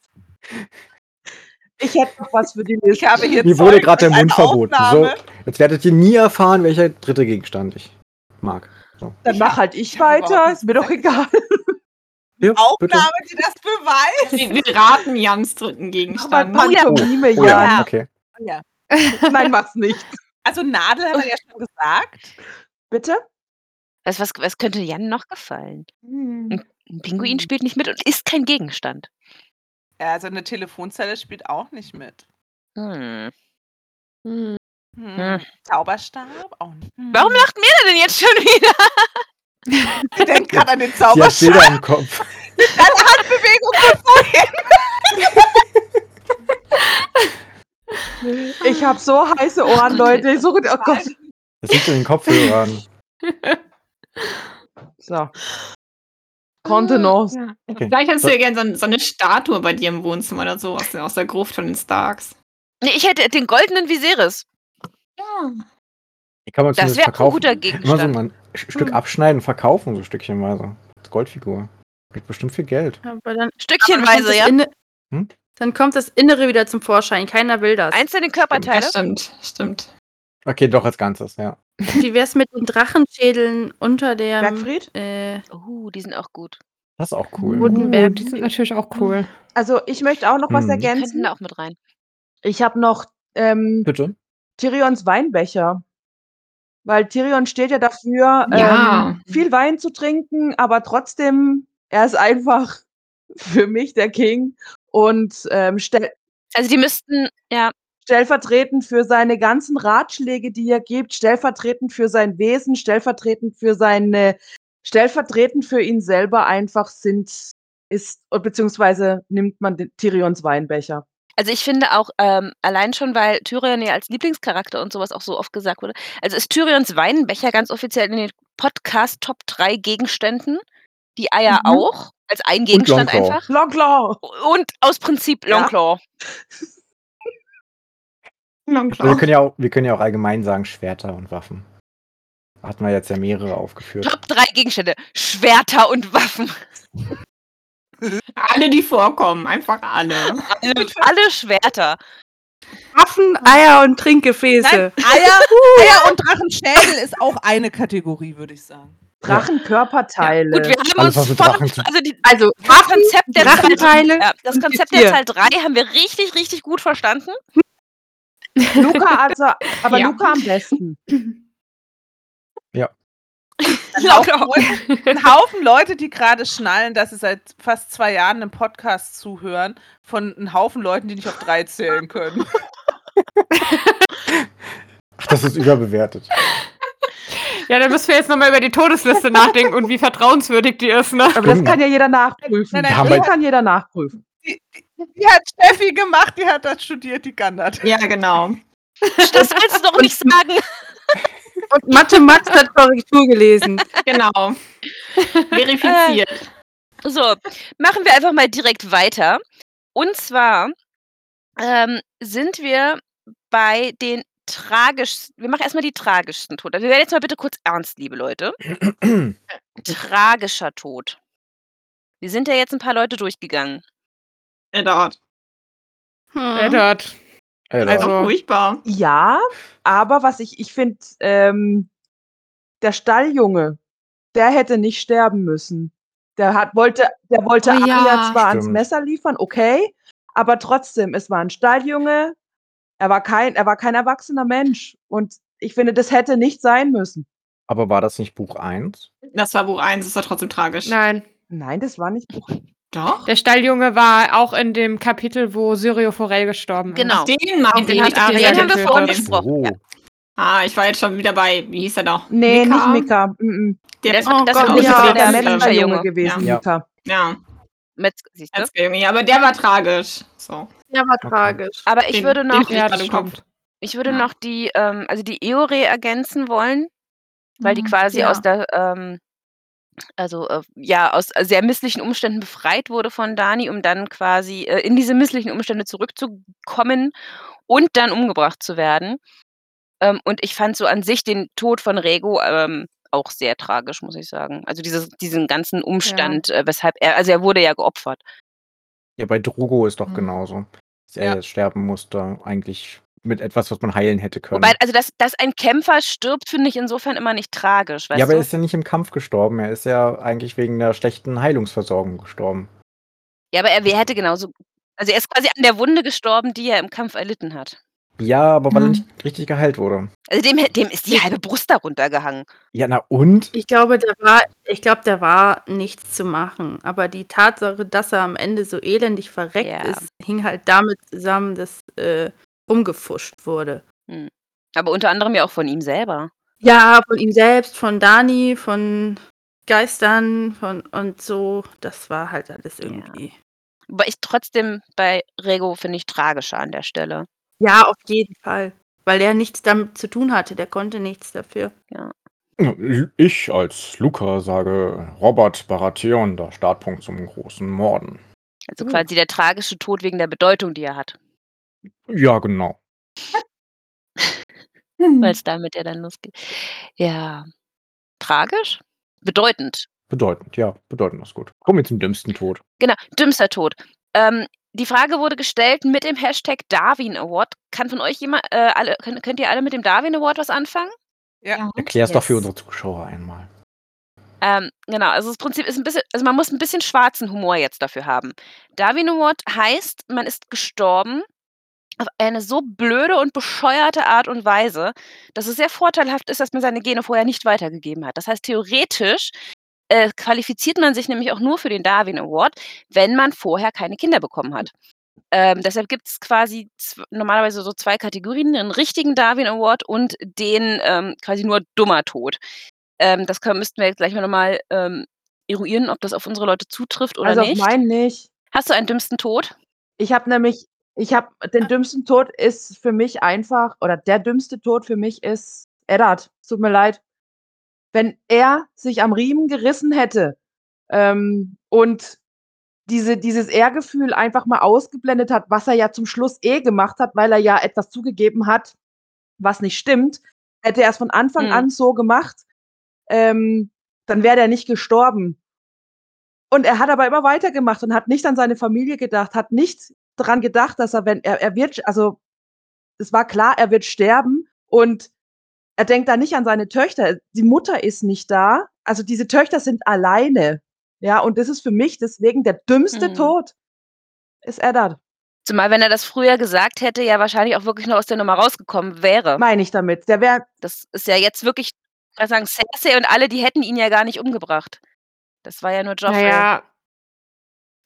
G: Ich hätte noch was für die
D: Ich
G: Liste.
D: habe hier
E: Mir wurde
D: Zeug
E: gerade der
D: aus
E: Mund
D: einer
E: verboten. So,
D: Aufnahme.
E: jetzt werdet ihr nie erfahren, welcher dritte Gegenstand ich mag.
G: Dann mach halt ich
D: ich hab
G: weiter,
D: überhaupt
G: ist mir doch egal.
E: Ja, bitte.
D: Aufnahme, die das beweist.
C: Wir, wir raten Jans dritten
G: Mach mal
C: Gegenstand.
G: Pantomime,
E: Oh
G: Jan.
E: ja, okay.
G: Nein, mach's nicht.
D: Also Nadel haben wir ja schon gesagt.
G: Bitte?
A: Was, was, was könnte Jan noch gefallen? Ein Pinguin
C: Hm.
A: spielt nicht mit und ist kein Gegenstand.
D: Ja, also eine Telefonzelle spielt auch nicht mit.
A: Hm.
D: Hm.
A: Hm.
D: Zauberstab auch nicht. Hm.
A: Warum lacht mir denn jetzt schon wieder?
D: Ich denke gerade an den
E: Sie hat
D: Zauberstab.
E: Bilder im Kopf.
D: Handbewegung von vorhin.
G: Ich habe so heiße Ohren, Leute. Ich suche. Oh Gott.
E: Das liegt in den Kopfhörern.
G: So. Contenance.
E: Okay.
C: Vielleicht hättest du ja gerne so, ein- so eine Statue bei dir im Wohnzimmer oder so, aus, der- aus der Gruft von den Starks.
A: Nee, ich hätte den goldenen Viserys.
C: Ja.
E: Die kann man
A: Das
E: zumindest
A: wäre auch ein
E: verkaufen.
A: guter
E: Immer so,
A: Gegenstand.
E: man, Sch-
D: Hm.
E: Stück abschneiden, verkaufen, so stückchenweise. Als Goldfigur. Kriegt bestimmt viel Geld.
F: Aber dann, kommt
A: Stückchenweise,
F: das
A: ja?
F: Inne-
E: Hm?
F: Dann kommt das Innere wieder zum Vorschein. Keiner will das.
A: Einzelne
C: Ja,
A: Körperteile.
C: stimmt, stimmt.
E: Okay, doch als Ganzes, ja.
F: Wie wär's mit den Drachenschädeln unter dem
G: Bergfried?
F: äh,
A: Oh, die sind auch gut.
E: Das ist auch cool.
F: Wurden-
B: Uh,
F: Gutenberg.
B: die sind natürlich auch cool.
G: Also ich möchte auch noch was
E: Hm.
A: Die könnten
G: ergänzen.
A: da auch mit rein.
G: Ich habe noch ähm,
E: Bitte?
G: Tyrions Weinbecher. Weil Tyrion steht ja dafür,
C: Ja.
G: ähm,
D: Mhm.
G: viel Wein zu trinken, aber trotzdem, er ist einfach für mich der King und ähm, stell
A: Also die müssten, ja,
G: stellvertretend für seine ganzen Ratschläge, die er gibt, stellvertretend für sein Wesen, stellvertretend für seine, stellvertretend für ihn selber einfach sind, ist, beziehungsweise nimmt man den Tyrions Weinbecher.
A: also ich finde auch ähm, allein schon, weil Tyrion ja als Lieblingscharakter und sowas auch so oft gesagt wurde. Also ist Tyrions Weinbecher ganz offiziell in den Podcast Top 3 Gegenständen. Die Eier
G: Mhm.
A: auch. Als ein Gegenstand
E: Longclaw.
A: einfach.
G: Longlaw!
A: Und aus Prinzip
G: Ja.
A: Longclaw.
E: Wir können, ja auch, wir können ja auch allgemein sagen Schwerter und Waffen. Hatten wir jetzt ja mehrere aufgeführt.
A: Top 3 Gegenstände. Schwerter und Waffen.
C: Alle, die vorkommen, einfach alle.
A: Alle, alle Schwerter.
F: Waffen, Eier und Trinkgefäße?
D: Nein, Eier, Eier und Drachenschädel ist auch eine Kategorie, würde ich sagen.
G: Drachenkörperteile.
A: Gut, wir haben
E: Alles, was
A: uns
E: mit
A: voll,
E: Drachen zu-
A: also die,
F: Also
A: das
F: Waffen,
A: Konzept der Zahl,
F: Drachenteile
A: ja, das
F: und
A: Konzept
F: Visier.
A: der Zahl 3 haben wir richtig, richtig gut verstanden.
G: Luca, also, aber
C: Ja.
G: Luca am besten.
D: Ein
E: Genau.
D: Haufen, ein Haufen Leute, die gerade schnallen, dass sie seit fast zwei Jahren einem Podcast zuhören, von einem Haufen Leuten, die nicht auf drei zählen können.
E: Ach, das ist überbewertet.
B: Ja, dann müssen wir jetzt nochmal über die Todesliste nachdenken und wie vertrauenswürdig die ist, ne?
G: Aber das
E: Stimmt.
G: kann ja jeder nachprüfen.
D: Nein,
E: nein,
G: das
E: aber-
G: kann jeder nachprüfen.
D: Die hat Steffi gemacht, die hat das studiert, die kann das.
C: Ja, genau.
A: Das willst du doch nicht sagen.
F: und Mathe Max hat Korrektur gelesen.
C: Genau. Verifiziert.
A: So, machen wir einfach mal direkt weiter. Und zwar ähm, sind wir bei den tragischsten. Wir machen erstmal die tragischsten Tote. Wir werden jetzt mal bitte kurz ernst, liebe Leute. Tragischer Tod. Wir sind ja jetzt ein paar Leute durchgegangen.
C: Eddard.
F: Hm.
B: Eddard.
E: also,
B: Also-
C: Auch furchtbar.
G: Ja, aber was ich, ich finde, ähm, der Stalljunge, der hätte nicht sterben müssen. Der hat, wollte, der wollte
F: Oh
G: Arya
F: ja.
G: zwar ans
E: Stimmt.
G: Messer liefern, okay, aber trotzdem, es war ein Stalljunge, er war kein, er war kein erwachsener Mensch. Und ich finde, das hätte nicht sein müssen.
E: aber war das nicht Buch 1?
C: Das war Buch 1, ist doch trotzdem tragisch.
B: Nein.
G: Nein, das war nicht. Buch-
C: Doch.
B: Der Stalljunge war auch in dem Kapitel, wo Syrio Forel gestorben ist.
A: Genau.
C: Den meinte
B: Den
C: ich.
B: hat
C: Ah,
B: Ariel
A: Den haben wir
B: getötet.
A: vorhin
C: den-
A: besprochen.
E: Oh,
A: Ja.
C: Ah, ich war jetzt schon wieder bei, wie hieß er noch?
G: Nee,
C: Mika?
G: nicht Mika. Mm
C: Der,
A: Das-
F: Oh
A: das
F: Gott,
G: -mm.
C: Genau,
A: ist
G: Mika
C: das
G: war
C: war
G: der
C: der
G: Metzgerjunge
A: Metzgerjunge.
G: gewesen,
E: Ja.
G: Mika.
C: Ja,
A: Metz, siehst du?
C: als Junge. Aber der war tragisch. So.
F: Der war
E: Okay.
F: tragisch.
A: Aber ich
C: Den-
A: würde
C: den
A: noch,
B: Genau. Ja,
C: Ich
B: das
C: gerade im Kopf.
B: stimmt.
A: ich würde
C: Ja.
A: noch die, ähm, also die Eore ergänzen wollen, weil die
F: Hm,
A: quasi
F: ja.
A: aus der, ähm, also äh, ja, aus sehr misslichen Umständen befreit wurde von Dani, um dann quasi äh, in diese misslichen Umstände zurückzukommen und dann umgebracht zu werden. Ähm, und ich fand so an sich den Tod von Rego ähm, auch sehr tragisch, muss ich sagen. Also dieses, diesen ganzen Umstand, äh, weshalb er, also er wurde ja geopfert.
E: Ja, bei Drogo ist doch
C: Hm.
E: genauso. Dass er
C: Ja.
E: jetzt sterben musste, eigentlich mit etwas, was man heilen hätte können.
A: Wobei, also dass, dass ein Kämpfer stirbt, finde ich insofern immer nicht tragisch, weißt
E: ja, aber
A: du?
E: er ist ja nicht im Kampf gestorben. Er ist ja eigentlich wegen der schlechten Heilungsversorgung gestorben.
A: Ja, aber er wär- hätte genauso. Also er ist quasi an der Wunde gestorben, die er im Kampf erlitten hat.
E: Ja, aber weil
C: Hm.
E: er nicht richtig geheilt wurde.
A: Also dem, hä- dem ist die halbe Brust darunter gehangen.
E: Ja, na und?
F: Ich glaube, da war, ich glaube, da war nichts zu machen. Aber die Tatsache, dass er am Ende so elendig verreckt
A: Ja.
F: ist, hing halt damit zusammen, dass äh, rumgefuscht wurde.
A: Aber unter anderem ja auch von ihm selber.
F: Ja, von ihm selbst, von Dani, von Geistern, von und so. Das war halt alles irgendwie.
A: Aber ich trotzdem bei Rego finde ich tragischer an der Stelle.
F: Ja, auf jeden Fall. Weil er nichts damit zu tun hatte. Der konnte nichts dafür.
E: Ich als Luca sage Robert Baratheon, der Startpunkt zum großen Morden.
A: Also
F: Oh.
A: quasi der tragische Tod wegen der Bedeutung, die er hat.
E: Ja, genau.
A: Weil es damit ja dann losgeht. Ja. Tragisch? Bedeutend.
E: Bedeutend, ja, bedeutend ist gut. Kommen wir zum dümmsten Tod.
A: Genau, dümmster Tod. Ähm, die Frage wurde gestellt mit dem Hashtag Darwin Award. Kann von euch jemand, äh, alle, könnt, könnt ihr alle mit dem Darwin Award was anfangen?
D: Ja.
E: Erklär es doch für
A: Yes.
E: unsere Zuschauer einmal.
A: Ähm, genau, also das Prinzip ist ein bisschen, also man muss ein bisschen schwarzen Humor jetzt dafür haben. Darwin Award heißt, man ist gestorben auf eine so blöde und bescheuerte Art und Weise, dass es sehr vorteilhaft ist, dass man seine Gene vorher nicht weitergegeben hat. Das heißt, theoretisch äh, qualifiziert man sich nämlich auch nur für den Darwin Award, wenn man vorher keine Kinder bekommen hat. Ähm, deshalb gibt es quasi zw- normalerweise so zwei Kategorien, den richtigen Darwin Award und den ähm, quasi nur dummer Tod. Ähm, das können, müssten wir jetzt gleich mal nochmal ähm, eruieren, ob das auf unsere Leute zutrifft oder
G: also auf
A: nicht.
G: meinen nicht.
A: Hast du einen dümmsten Tod?
G: Ich habe nämlich, ich habe den dümmsten Tod ist für mich einfach, oder der dümmste Tod für mich ist Eddard. Es Tut mir leid. Wenn er sich am Riemen gerissen hätte ähm, und diese, dieses Ehrgefühl einfach mal ausgeblendet hat, was er ja zum Schluss eh gemacht hat, weil er ja etwas zugegeben hat, was nicht stimmt, hätte er es von Anfang
A: Hm.
G: an so gemacht, ähm, dann wäre er nicht gestorben. Und er hat aber immer weitergemacht und hat nicht an seine Familie gedacht, hat nicht daran gedacht, dass er, wenn er, er wird, also es war klar, er wird sterben und er denkt da nicht an seine Töchter. Die Mutter ist nicht da. Also diese Töchter sind alleine. Ja, und das ist für mich deswegen der dümmste
A: Mhm.
G: Tod. Ist Eddard,
A: Zumal, wenn er das früher gesagt hätte, ja wahrscheinlich auch wirklich noch aus der Nummer rausgekommen wäre.
G: meine ich damit. Der wäre,
A: Das ist ja jetzt wirklich, ich kann sagen, Cersei und alle, die hätten ihn ja gar nicht umgebracht. Das war ja nur Joffrey.
B: Naja.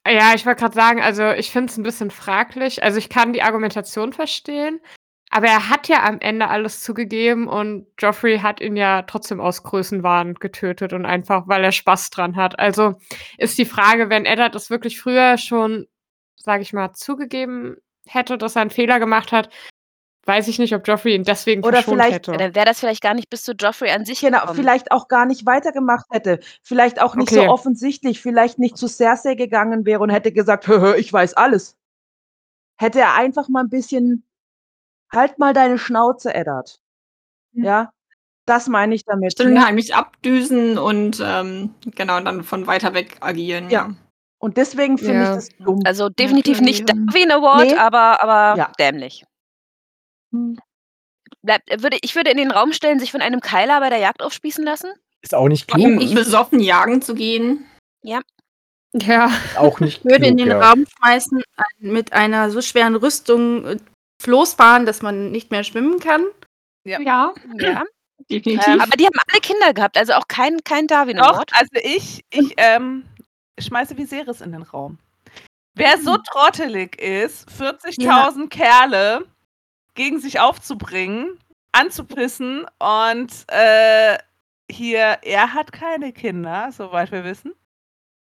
B: Ja, ich wollte gerade sagen, also ich finde es ein bisschen fraglich. Also ich kann die Argumentation verstehen, aber er hat ja am Ende alles zugegeben und Joffrey hat ihn ja trotzdem aus Größenwahn getötet und einfach, weil er Spaß dran hat. Also ist die Frage, wenn Eddard das wirklich früher schon, sage ich mal, zugegeben hätte, dass er einen Fehler gemacht hat, weiß ich nicht, ob Joffrey ihn deswegen
G: Oder
B: verschont
G: vielleicht-
A: Ja,
B: hätte.
A: dann wäre das vielleicht gar nicht bis zu Joffrey an sich
G: genau,
A: gekommen.
G: vielleicht auch gar nicht weitergemacht hätte. Vielleicht auch nicht
B: Okay.
G: so offensichtlich, vielleicht nicht zu Cersei gegangen wäre und hätte gesagt, "Hö, hö, ich weiß alles. Hätte er einfach mal ein bisschen, halt mal deine Schnauze, Eddard.
C: Ja.
G: Ja, das meine ich damit.
C: Stimmt,
G: ne?
C: heimlich abdüsen und ähm, genau, dann von weiter weg agieren.
G: Ja. Und deswegen finde
B: Ja.
G: ich das dumm.
A: Also definitiv nicht
F: Natürlich, ähm,
A: Darwin Award,
G: Mhm. nee.
A: aber, aber
G: Ja.
A: dämlich.
G: Hm.
A: Bleibt, würde, ich würde in den Raum stellen, sich von einem Keiler bei der Jagd aufspießen lassen.
E: Ist auch nicht klug.
C: Um besoffen jagen zu gehen.
B: Ja.
E: Ist auch nicht
F: Ich würde
E: klug,
F: in den
E: ja.
F: Raum schmeißen, ein- mit einer so schweren Rüstung äh, Floß fahren, dass man nicht mehr schwimmen kann.
B: Ja.
A: Ja.
C: Definitiv.
A: Ähm, aber die haben alle Kinder gehabt, also auch kein, kein Darwin
D: Doch,
A: Award.
D: also ich, ich ähm, schmeiße Viserys in den Raum. Wer so trottelig ist, 40.000 Kerle gegen sich aufzubringen, anzupissen und äh, hier, er hat keine Kinder, soweit wir wissen.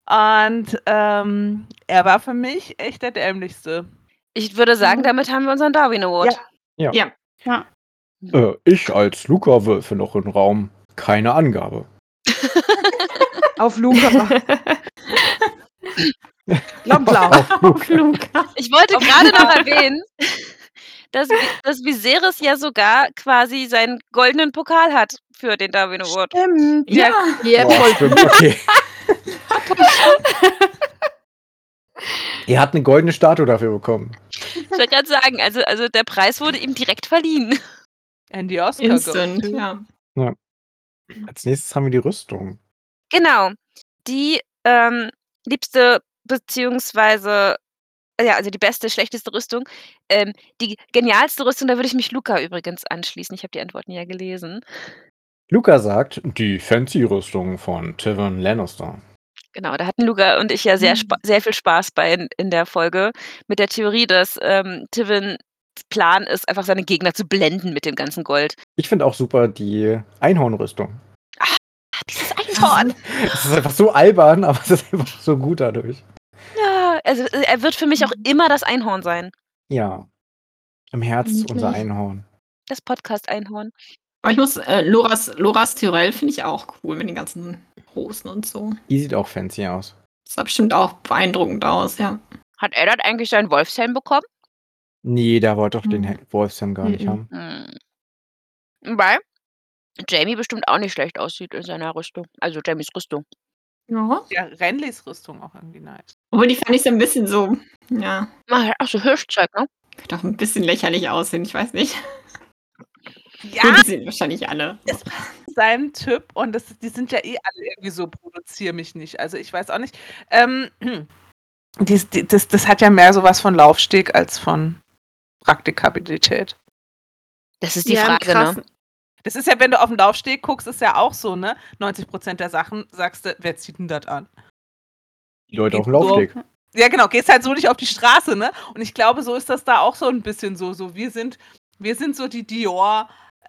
D: Und ähm, er war für mich echt der dämlichste.
A: Ich würde
G: Mhm.
A: sagen, damit haben wir unseren Darwin Award.
G: Ja.
E: Äh, ich als Luca würfe noch in den Raum. Keine Angabe.
G: Auf Luca. Longlauf.
E: Auch Luca.
A: Ich wollte gerade noch erwähnen, dass, Vi- dass Viserys ja sogar quasi seinen goldenen Pokal hat für den Darwin Award.
G: Stimmt.
C: ja.
F: Ja,
E: Boah, stimmt, okay. er hat eine goldene Statue dafür bekommen.
A: Ich wollte gerade sagen, also, also der Preis wurde ihm direkt verliehen.
D: Andy Oscar.
C: instant, ja.
E: Als nächstes haben wir die Rüstung.
A: Genau. Die ähm, liebste beziehungsweise äh, ja, also die beste, schlechteste Rüstung. Ähm, die genialste Rüstung, da würde ich mich Luca übrigens anschließen. Ich habe die Antworten ja gelesen.
E: Luca sagt, die Fancy-Rüstung von Tywin Lannister.
A: Genau, da hatten Luca und ich ja sehr, spa sehr viel Spaß bei in, in der Folge mit der Theorie, dass ähm, Tivins Plan ist, einfach seine Gegner zu blenden mit dem ganzen Gold.
E: Ich finde auch super die Einhornrüstung.
A: Ah, dieses Einhorn!
E: Es ist einfach so albern, aber es ist einfach so gut dadurch.
A: ja, also äh, er wird für mich auch immer das Einhorn sein.
E: Ja. Im Herz
C: Niedlich.
E: unser Einhorn.
A: Das Podcast-Einhorn.
C: Aber ich muss, äh, Loras, Loras Tyrell finde ich auch cool mit den ganzen Hosen und so.
E: Die sieht auch fancy aus.
C: Das sah bestimmt auch beeindruckend aus, ja.
A: Hat Eddard eigentlich seinen Wolfshelm bekommen?
E: Nee, da wollte doch den
F: Mhm.
E: He- Wolfshelm gar nicht
F: Mhm.
E: haben.
A: Hm. Weil Jamie bestimmt auch nicht schlecht aussieht in seiner Rüstung. Also Jamies Rüstung.
C: Ja.
D: Ja, Renleys Rüstung auch irgendwie nice.
C: Obwohl, die fand ich so ein bisschen so, ja,
A: Ach, ach so, Hirschzeug, ne?
C: könnte auch ein bisschen lächerlich aussehen, ich weiß nicht. Gut,
D: Ja,
C: Die sind wahrscheinlich alle.
D: sein Typ und das, die sind ja eh alle irgendwie so, produziere mich nicht. Also ich weiß auch nicht. Ähm, dies, die, das, das hat ja mehr sowas von Laufsteg als von Praktikabilität.
A: Das ist die
F: Ja, im
A: Frage, ne?
F: Krassen.
D: Das ist ja, wenn du auf den Laufsteg guckst, ist ja auch so, ne? 90% der Sachen sagst du, wer zieht denn das an?
E: Die Leute auf dem Laufsteg.
D: Ja, genau, gehst halt so nicht auf die Straße, ne? Und ich glaube, so ist das da auch so ein bisschen so. So, wir sind, wir sind so die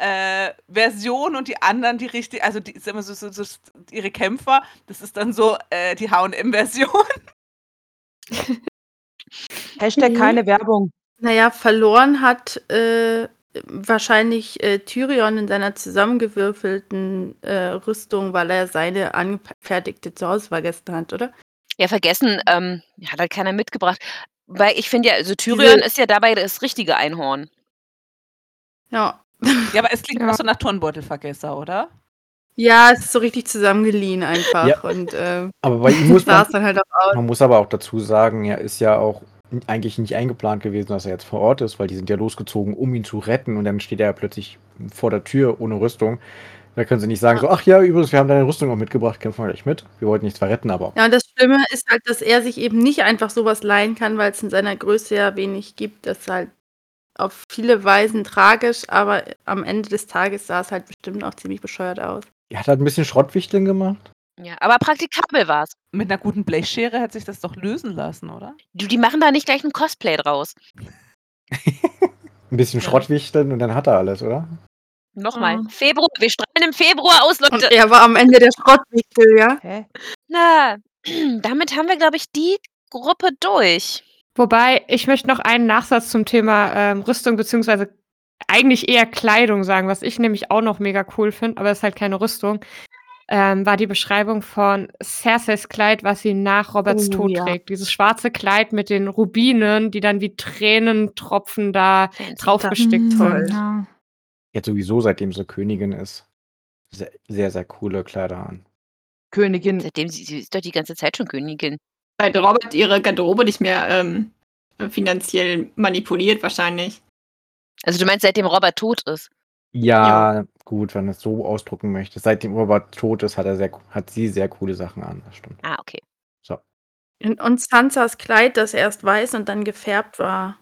D: Dior-Version und die anderen, die richtig, also die, sagen wir so, so, so, ihre Kämpfer, das ist dann so äh, die HM-Version.
G: Hashtag
F: Mhm.
G: keine Werbung.
F: Naja, verloren hat äh, wahrscheinlich äh, Tyrion in seiner zusammengewürfelten äh, Rüstung, weil er seine angefertigte zu Hause vergessen hat, oder?
A: Ja, vergessen, ähm, hat halt keiner mitgebracht. Weil ich finde ja, also Tyrion ist ja dabei das richtige Einhorn.
F: Ja.
D: Ja, aber es klingt
B: Ja.
D: auch so nach Turnbeutelvergesser, oder?
F: Ja, es ist so richtig zusammengeliehen einfach.
E: Ja.
F: Und äh,
E: Aber bei ihm muss
F: sah
E: man,
F: es dann halt auch aus.
E: man muss aber auch dazu sagen, er ist ja auch n- eigentlich nicht eingeplant gewesen, dass er jetzt vor Ort ist, weil die sind ja losgezogen, um ihn zu retten und dann steht er ja plötzlich vor der Tür ohne Rüstung. Da können sie nicht sagen, so, ach ja, übrigens, wir haben deine Rüstung auch mitgebracht, kämpfen wir gleich mit. Wir wollten dich zwar retten, aber
F: Ja, und das Schlimme ist halt, dass er sich eben nicht einfach sowas leihen kann, weil es in seiner Größe ja wenig gibt. Das ist halt auf viele Weisen tragisch, aber am Ende des Tages sah es halt bestimmt auch ziemlich bescheuert aus.
E: er hat halt ein bisschen Schrottwichteln gemacht.
A: Ja, aber praktikabel war es.
D: Mit einer guten Blechschere hätte sich das doch lösen lassen, oder?
A: Die, die machen da nicht gleich ein Cosplay draus.
E: Ein bisschen
A: Ja.
E: Schrottwichteln und dann hat er alles, oder?
A: Nochmal.
F: Ah.
A: Februar, wir strahlen im Februar aus,
F: Und
A: Leute.
F: er war am Ende der Schrottwichtel, ja?
G: Hä?
A: Na, damit haben wir, glaube ich, die Gruppe durch.
B: Wobei, ich möchte noch einen Nachsatz zum Thema ähm, Rüstung beziehungsweise eigentlich eher Kleidung sagen, was ich nämlich auch noch mega cool finde, aber es ist halt keine Rüstung, ähm, war die Beschreibung von Cerseis Kleid, was sie nach Roberts
F: Oh,
B: Tod
F: ja.
B: trägt. Dieses schwarze Kleid mit den Rubinen, die dann wie Tränentropfen da draufgestickt
F: Toll.
B: sind.
C: Ja.
E: Jetzt sowieso, seitdem sie Königin ist, sehr, sehr, sehr coole Kleider an.
G: Königin.
A: Seitdem sie, sie ist doch die ganze Zeit schon Königin.
C: Weil Robert ihre Garderobe nicht mehr ähm, finanziell manipuliert, wahrscheinlich.
A: Also du meinst, seitdem Robert tot ist.
E: Ja, gut, wenn du es so ausdrücken möchtest. Seitdem Robert tot ist, hat, er sehr, hat sie sehr coole Sachen an. Das stimmt.
A: Ah, okay.
F: Und, und Sansas Kleid, das erst weiß und dann gefärbt war.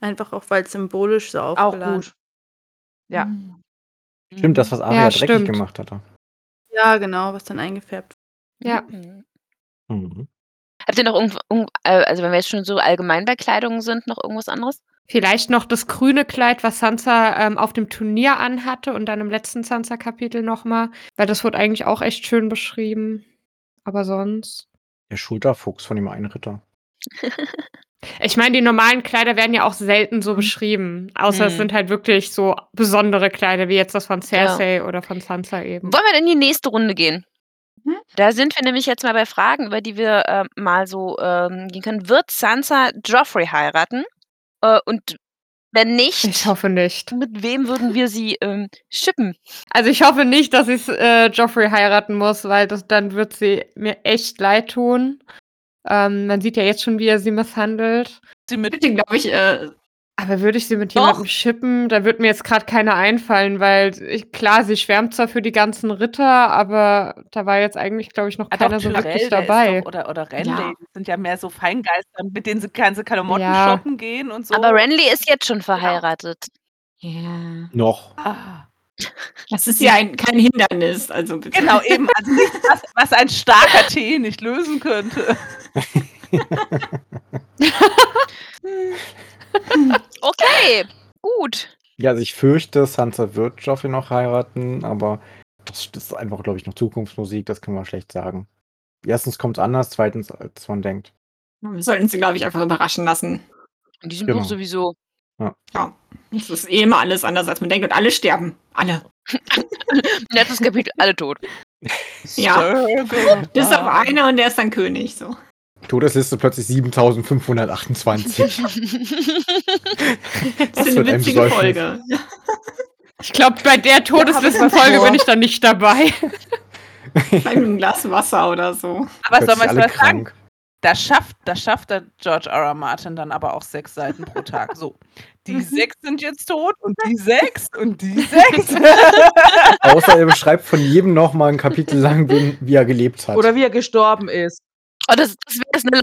F: Einfach auch, weil es symbolisch so
G: Auch
F: aufgeladen
G: gut. Ja.
E: Stimmt, das, was Aria
B: Ja,
E: dreckig
B: stimmt.
E: gemacht hatte.
F: Ja, genau, was dann eingefärbt
B: Ja.
A: Mhm.
E: Mhm.
A: Habt ihr noch irgendwo, irgend- äh, also wenn wir jetzt schon so allgemein bei Kleidung sind, noch irgendwas anderes?
B: Vielleicht noch das grüne Kleid, was Sansa ähm, auf dem Turnier anhatte und dann im letzten Sansa-Kapitel nochmal, weil das wurde eigentlich auch echt schön beschrieben. Aber sonst.
E: Der Schulterfuchs von dem einen Ritter.
B: Ich meine, die normalen Kleider werden ja auch selten
D: Mhm.
B: so beschrieben. Außer es
C: Hm.
B: sind halt wirklich so besondere Kleider, wie jetzt das von Cersei oder von Sansa eben.
A: Wollen wir denn in die nächste Runde gehen?
C: Mhm.
A: Da sind wir nämlich jetzt mal bei Fragen, über die wir äh, mal so ähm, gehen können. Wird Sansa Joffrey heiraten? Äh, und wenn nicht,
B: Ich hoffe nicht.
A: mit wem würden wir sie ähm, schippen?
B: Also ich hoffe nicht, dass ich äh, Joffrey heiraten muss, weil das, dann wird sie mir echt leid tun. Ähm, man sieht ja jetzt schon, wie er sie misshandelt.
D: Sie mit
C: Bitte, glaube ich, äh,
B: Aber würde ich sie mit
A: Doch.
B: jemandem schippen, da wird mir jetzt gerade keiner einfallen, weil ich, klar, sie schwärmt zwar für die ganzen Ritter, aber da war jetzt eigentlich, glaube ich, noch
D: Ah, doch,
B: keiner so
D: Tyrell,
B: wirklich
D: der ist
B: dabei.
D: Doch, oder oder Renly,
F: Ja.
D: die sind ja mehr so Feingeister, mit denen sie ganze Kalamotten
B: Ja.
D: shoppen gehen und so.
A: Aber Renly ist jetzt schon verheiratet.
C: ja.
E: Noch.
D: Ah.
C: das ist ja ein, kein Hindernis. Also bitte.
D: Genau, eben. Also nichts, was, was ein starker Tee nicht lösen könnte.
A: Okay, gut.
E: Ja, also ich fürchte, Sansa wird Joffrey noch heiraten, aber das ist einfach, glaube ich, noch Zukunftsmusik, das kann man schlecht sagen. Erstens kommt es anders, zweitens, als man denkt.
C: Wir sollten sie, glaube ich, einfach überraschen lassen.
A: In diesem
E: Genau.
A: Buch sowieso.
C: Es ist eh immer alles anders, als man denkt. Und alle sterben. Alle.
A: Letztes Kapitel, alle tot.
C: Ja.
D: Circle
C: Bis auf
D: of
C: einer und der ist dann König. So.
E: Todesliste plötzlich 7528.
C: Das ist
E: wird
C: eine
E: ein
C: witzige
E: Besäufnis.
C: Folge.
B: Ich glaube, bei der
G: Ja,
B: Todeslistenfolge
G: hab ich
B: bin ich dann nicht dabei.
C: Ein Glas Wasser oder so.
D: Aber soll
E: Plötzlich
D: man es
E: alle
D: mal sagen?
E: krank.
D: Das schafft, das schafft der George R. R. Martin dann aber auch sechs Seiten pro Tag. So, die sechs sind jetzt tot und die sechs und die sechs.
E: Außer er beschreibt von jedem nochmal ein Kapitel lang, wen- wie er gelebt hat.
G: Oder wie er gestorben ist.
A: Oh, das, das wäre eine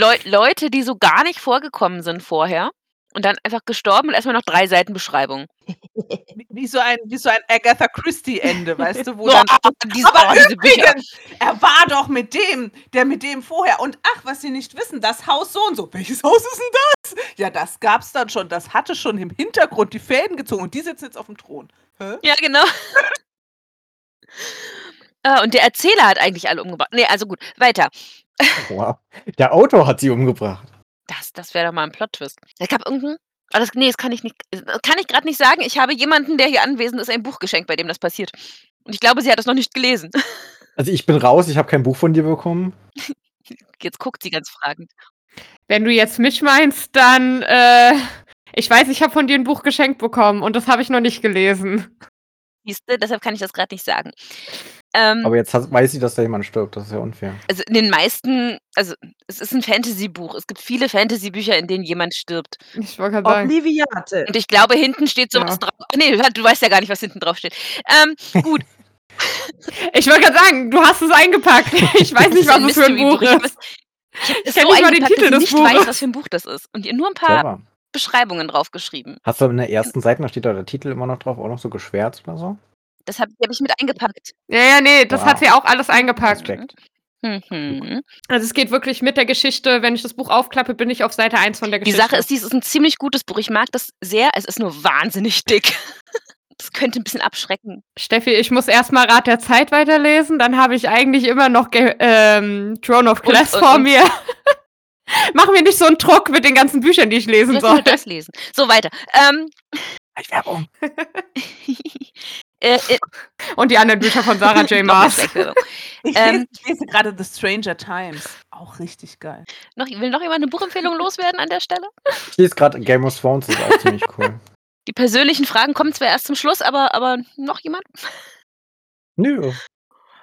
A: Leu Leute, die so gar nicht vorgekommen sind vorher und dann einfach gestorben und erstmal noch drei Seiten Beschreibung.
D: wie, wie, so ein, wie so ein Agatha Christie-Ende, weißt du, wo
A: Boah,
D: dann.
A: diese,
D: aber
A: oh, diese Bücher.
D: Übrigens, er war doch mit dem, der mit dem vorher. Und ach, was Sie nicht wissen, das Haus so und so. Welches Haus ist denn das? Ja, das gab's dann schon. Das hatte schon im Hintergrund die Fäden gezogen und die sitzen jetzt auf dem Thron. Hä?
A: Ja, genau. Äh, Und der Erzähler hat eigentlich alle umgebracht. Nee, also gut, weiter.
E: Wow. Der Autor hat sie umgebracht.
A: Das, das wäre doch mal ein Plot-Twist. Es gab irgendeinen. Ah, das, nee, das kann ich nicht. Kann ich gerade nicht sagen. Ich habe jemanden, der hier anwesend ist, ein Buch geschenkt, bei dem das passiert. Und ich glaube, sie hat es noch nicht gelesen.
E: Also ich bin raus, ich habe kein Buch von dir bekommen.
A: Jetzt guckt sie ganz fragend.
B: Wenn du jetzt mich meinst, dann, äh, ich weiß, ich habe von dir ein Buch geschenkt bekommen und das habe ich noch nicht gelesen.
A: Siehste, deshalb kann ich das gerade nicht sagen. Ähm,
E: Aber jetzt hat, weiß sie, dass da jemand stirbt. Das ist ja unfair.
A: also in den meisten, also es ist ein Fantasy-Buch. Es gibt viele Fantasy-Bücher, in denen jemand stirbt.
B: Ich wollte gerade sagen.
G: Obliviate.
A: Und ich glaube, hinten steht sowas
B: Ja.
A: drauf. Ah, Nee, du weißt ja gar nicht, was hinten drauf steht. Ähm,
B: Ich wollte gerade sagen, du hast es eingepackt. Ich weiß nicht,
A: ist
B: was es für ein Buch
A: Mystery-Buch.
B: ist.
A: Ich habe
B: Ich
A: es
B: kenn
A: so
B: nicht mal den
A: eingepackt,
B: Titel
A: dass
B: des
A: ich nicht weiß,
B: Buches.
A: was für ein Buch das ist. Und ihr nur ein paar
E: Clever.
A: Beschreibungen draufgeschrieben.
E: Hast du in der ersten Seite, da steht da der Titel immer noch drauf, auch noch so geschwärzt oder so?
A: Das habe hab ich mit eingepackt.
B: Ja, ja, nee, das hat
E: Wow.
B: sie auch alles eingepackt.
E: Respekt.
A: Mhm.
B: Also es geht wirklich mit der Geschichte. Wenn ich das Buch aufklappe, bin ich auf Seite 1 von der
A: Die
B: Geschichte.
A: Sache ist, dies ist ein ziemlich gutes Buch. Ich mag das sehr. Es ist nur wahnsinnig dick. Das könnte ein bisschen abschrecken.
B: Steffi, ich muss erstmal Rat der Zeit weiterlesen, dann habe ich eigentlich immer noch Ge ähm, Throne of
A: Und-
B: Glass
A: und-
B: vor
A: und-
B: mir. Mach mir nicht so einen Druck mit den ganzen Büchern, die ich lesen
A: Lass
B: soll.
A: mal das lesen. So, weiter. Ähm,
E: Werbung.
A: äh, äh,
B: Und die anderen Bücher von Sarah J.
A: noch mehr
B: Maas.
A: Schleichwerbung.
D: Ich,
A: Ähm.
D: lese, ich lese gerade The Stranger Times. Auch richtig geil.
A: Noch, will noch jemand eine Buchempfehlung loswerden an der Stelle?
E: Ich lese gerade Game of Thrones, das ist auch ziemlich cool.
A: Die persönlichen Fragen kommen zwar erst zum Schluss, aber, aber noch jemand?
E: Nö.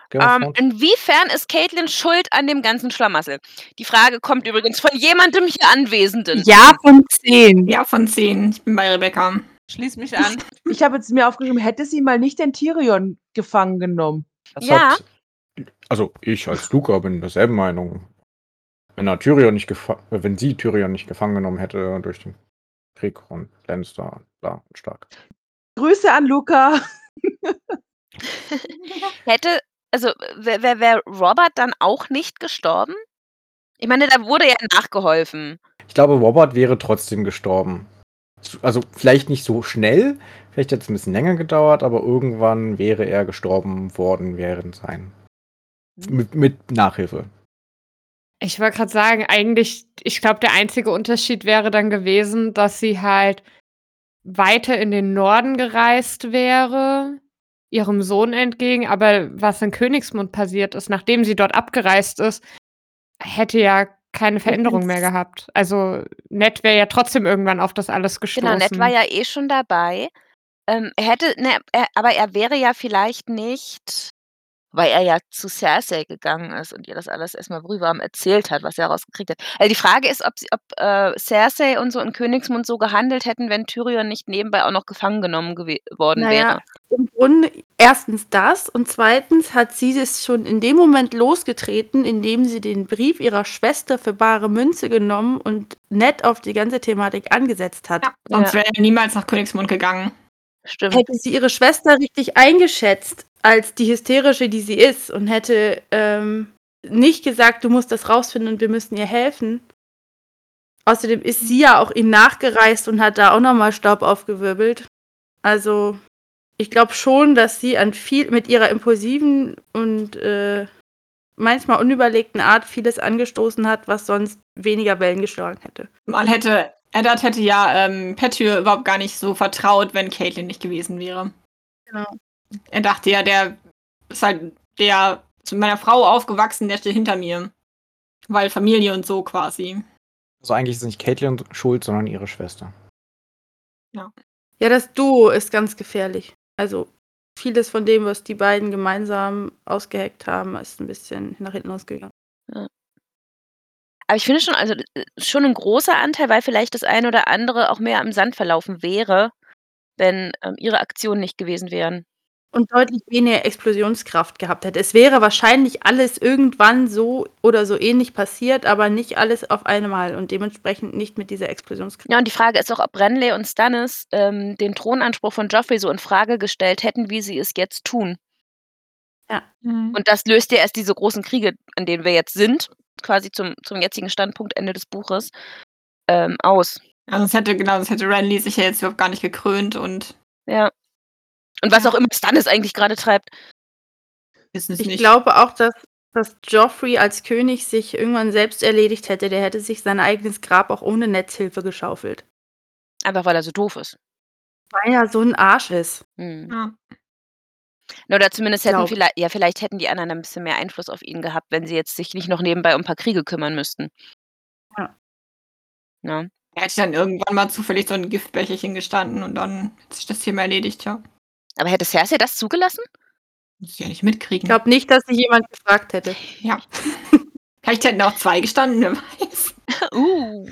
E: Game of
A: Ähm,
E: Thrones.
A: inwiefern ist Caitlin schuld an dem ganzen Schlamassel? Die Frage kommt übrigens von jemandem hier Anwesenden.
H: Ja von 10.
C: Ja, von zehn. Ich bin bei Rebecca.
D: Schließ mich an.
G: Ich habe jetzt mir aufgeschrieben, hätte sie mal nicht den Tyrion gefangen genommen.
E: Das
A: ja.
E: hat- also ich als Luca bin derselben Meinung. Wenn er Tyrion nicht gefa- äh, wenn sie Tyrion nicht gefangen genommen hätte durch den Krieg und Lannister, bla und stark.
G: Grüße an Luca.
A: Hätte, also wäre wär, wär Robert dann auch nicht gestorben? Ich meine, da wurde ja nachgeholfen.
E: Ich glaube, Robert wäre trotzdem gestorben. Zu- Also vielleicht nicht so schnell, vielleicht hätte es ein bisschen länger gedauert, aber irgendwann wäre er gestorben worden während sein. Mit, mit Nachhilfe.
B: Ich wollte gerade sagen, eigentlich, ich glaube, der einzige Unterschied wäre dann gewesen, dass sie halt weiter in den Norden gereist wäre, ihrem Sohn entgegen. Aber was in Königsmund passiert ist, nachdem sie dort abgereist ist, hätte ja keine Veränderung mehr gehabt. Also Ned wäre ja trotzdem irgendwann auf das alles gestoßen.
A: Genau, Ned war ja eh schon dabei. Ähm, er hätte, ne, er, aber er wäre ja vielleicht nicht, weil er ja zu Cersei gegangen ist und ihr das alles erstmal brühwarm erzählt hat, was er rausgekriegt hat. Also die Frage ist, ob, sie, ob äh, Cersei und so in Königsmund so gehandelt hätten, wenn Tyrion nicht nebenbei auch noch gefangen genommen gewe- worden
F: Naja,
A: wäre.
F: im Grunde erstens das und zweitens hat sie es schon in dem Moment losgetreten, indem sie den Brief ihrer Schwester für bare Münze genommen und nett auf die ganze Thematik angesetzt hat.
C: Ja,
A: Ja.
C: sonst wäre er niemals nach Königsmund gegangen.
A: Stimmt.
F: Hätte sie ihre Schwester richtig eingeschätzt als die hysterische, die sie ist und hätte ähm, nicht gesagt, du musst das rausfinden und wir müssen ihr helfen. Außerdem ist sie ja auch ihm nachgereist und hat da auch nochmal Staub aufgewirbelt. Also ich glaube schon, dass sie an viel mit ihrer impulsiven und äh, manchmal unüberlegten Art vieles angestoßen hat, was sonst weniger Wellen geschlagen hätte.
C: Man hätte, Eddard hätte ja ähm, Petio überhaupt gar nicht so vertraut, wenn Caitlin nicht gewesen wäre.
F: Genau.
C: Er dachte ja, der ist halt der zu meiner Frau aufgewachsen, der steht hinter mir. Weil Familie und so quasi.
E: Also eigentlich ist nicht Caitlyn schuld, sondern ihre Schwester.
F: Ja, das Duo ist ganz gefährlich. Also vieles von dem, was die beiden gemeinsam ausgeheckt haben, ist ein bisschen nach hinten losgegangen.
A: Aber ich finde schon, also äh, schon ein großer Anteil, weil vielleicht das eine oder andere auch mehr am Sand verlaufen wäre, wenn ähm, ihre Aktionen nicht gewesen wären.
F: Und deutlich weniger Explosionskraft gehabt hätte. Es wäre wahrscheinlich alles irgendwann so oder so ähnlich passiert, aber nicht alles auf einmal und dementsprechend nicht mit dieser Explosionskraft.
A: Ja, und die Frage ist auch, ob Renly und Stannis ähm, den Thronanspruch von Joffrey so in Frage gestellt hätten, wie sie es jetzt tun.
F: Mhm.
A: Und das löst ja erst diese großen Kriege, an denen wir jetzt sind, quasi zum, zum jetzigen Standpunkt Ende des Buches, ähm, aus.
C: Also das hätte, genau, das hätte Renly sich ja jetzt überhaupt gar nicht gekrönt und
A: Ja. Und was auch immer Stannis eigentlich gerade treibt.
C: wissen es
F: Ich
C: nicht.
F: glaube auch, dass, dass Joffrey als König sich irgendwann selbst erledigt hätte. Der hätte sich sein eigenes Grab auch ohne Netzhilfe geschaufelt.
A: Einfach weil er so doof ist.
F: Weil er so ein Arsch ist.
A: Hm.
C: Ja.
A: Oder zumindest hätten
F: Glaub ich.
A: vielleicht, ja, vielleicht hätten die anderen ein bisschen mehr Einfluss auf ihn gehabt, wenn sie jetzt sich nicht noch nebenbei um ein paar Kriege kümmern müssten. Ne?
F: Ja.
A: Na?
C: Er hätte dann irgendwann mal zufällig so ein Giftbecherchen gestanden und dann hat sich das Thema erledigt, ja.
A: Aber hätte Cersei das zugelassen?
C: Muss ich ja nicht mitkriegen.
F: Ich
E: Hm.
F: glaube nicht, dass sich jemand gefragt hätte.
C: Ja. Vielleicht hätten auch zwei gestanden, wer weiß.
A: Uh.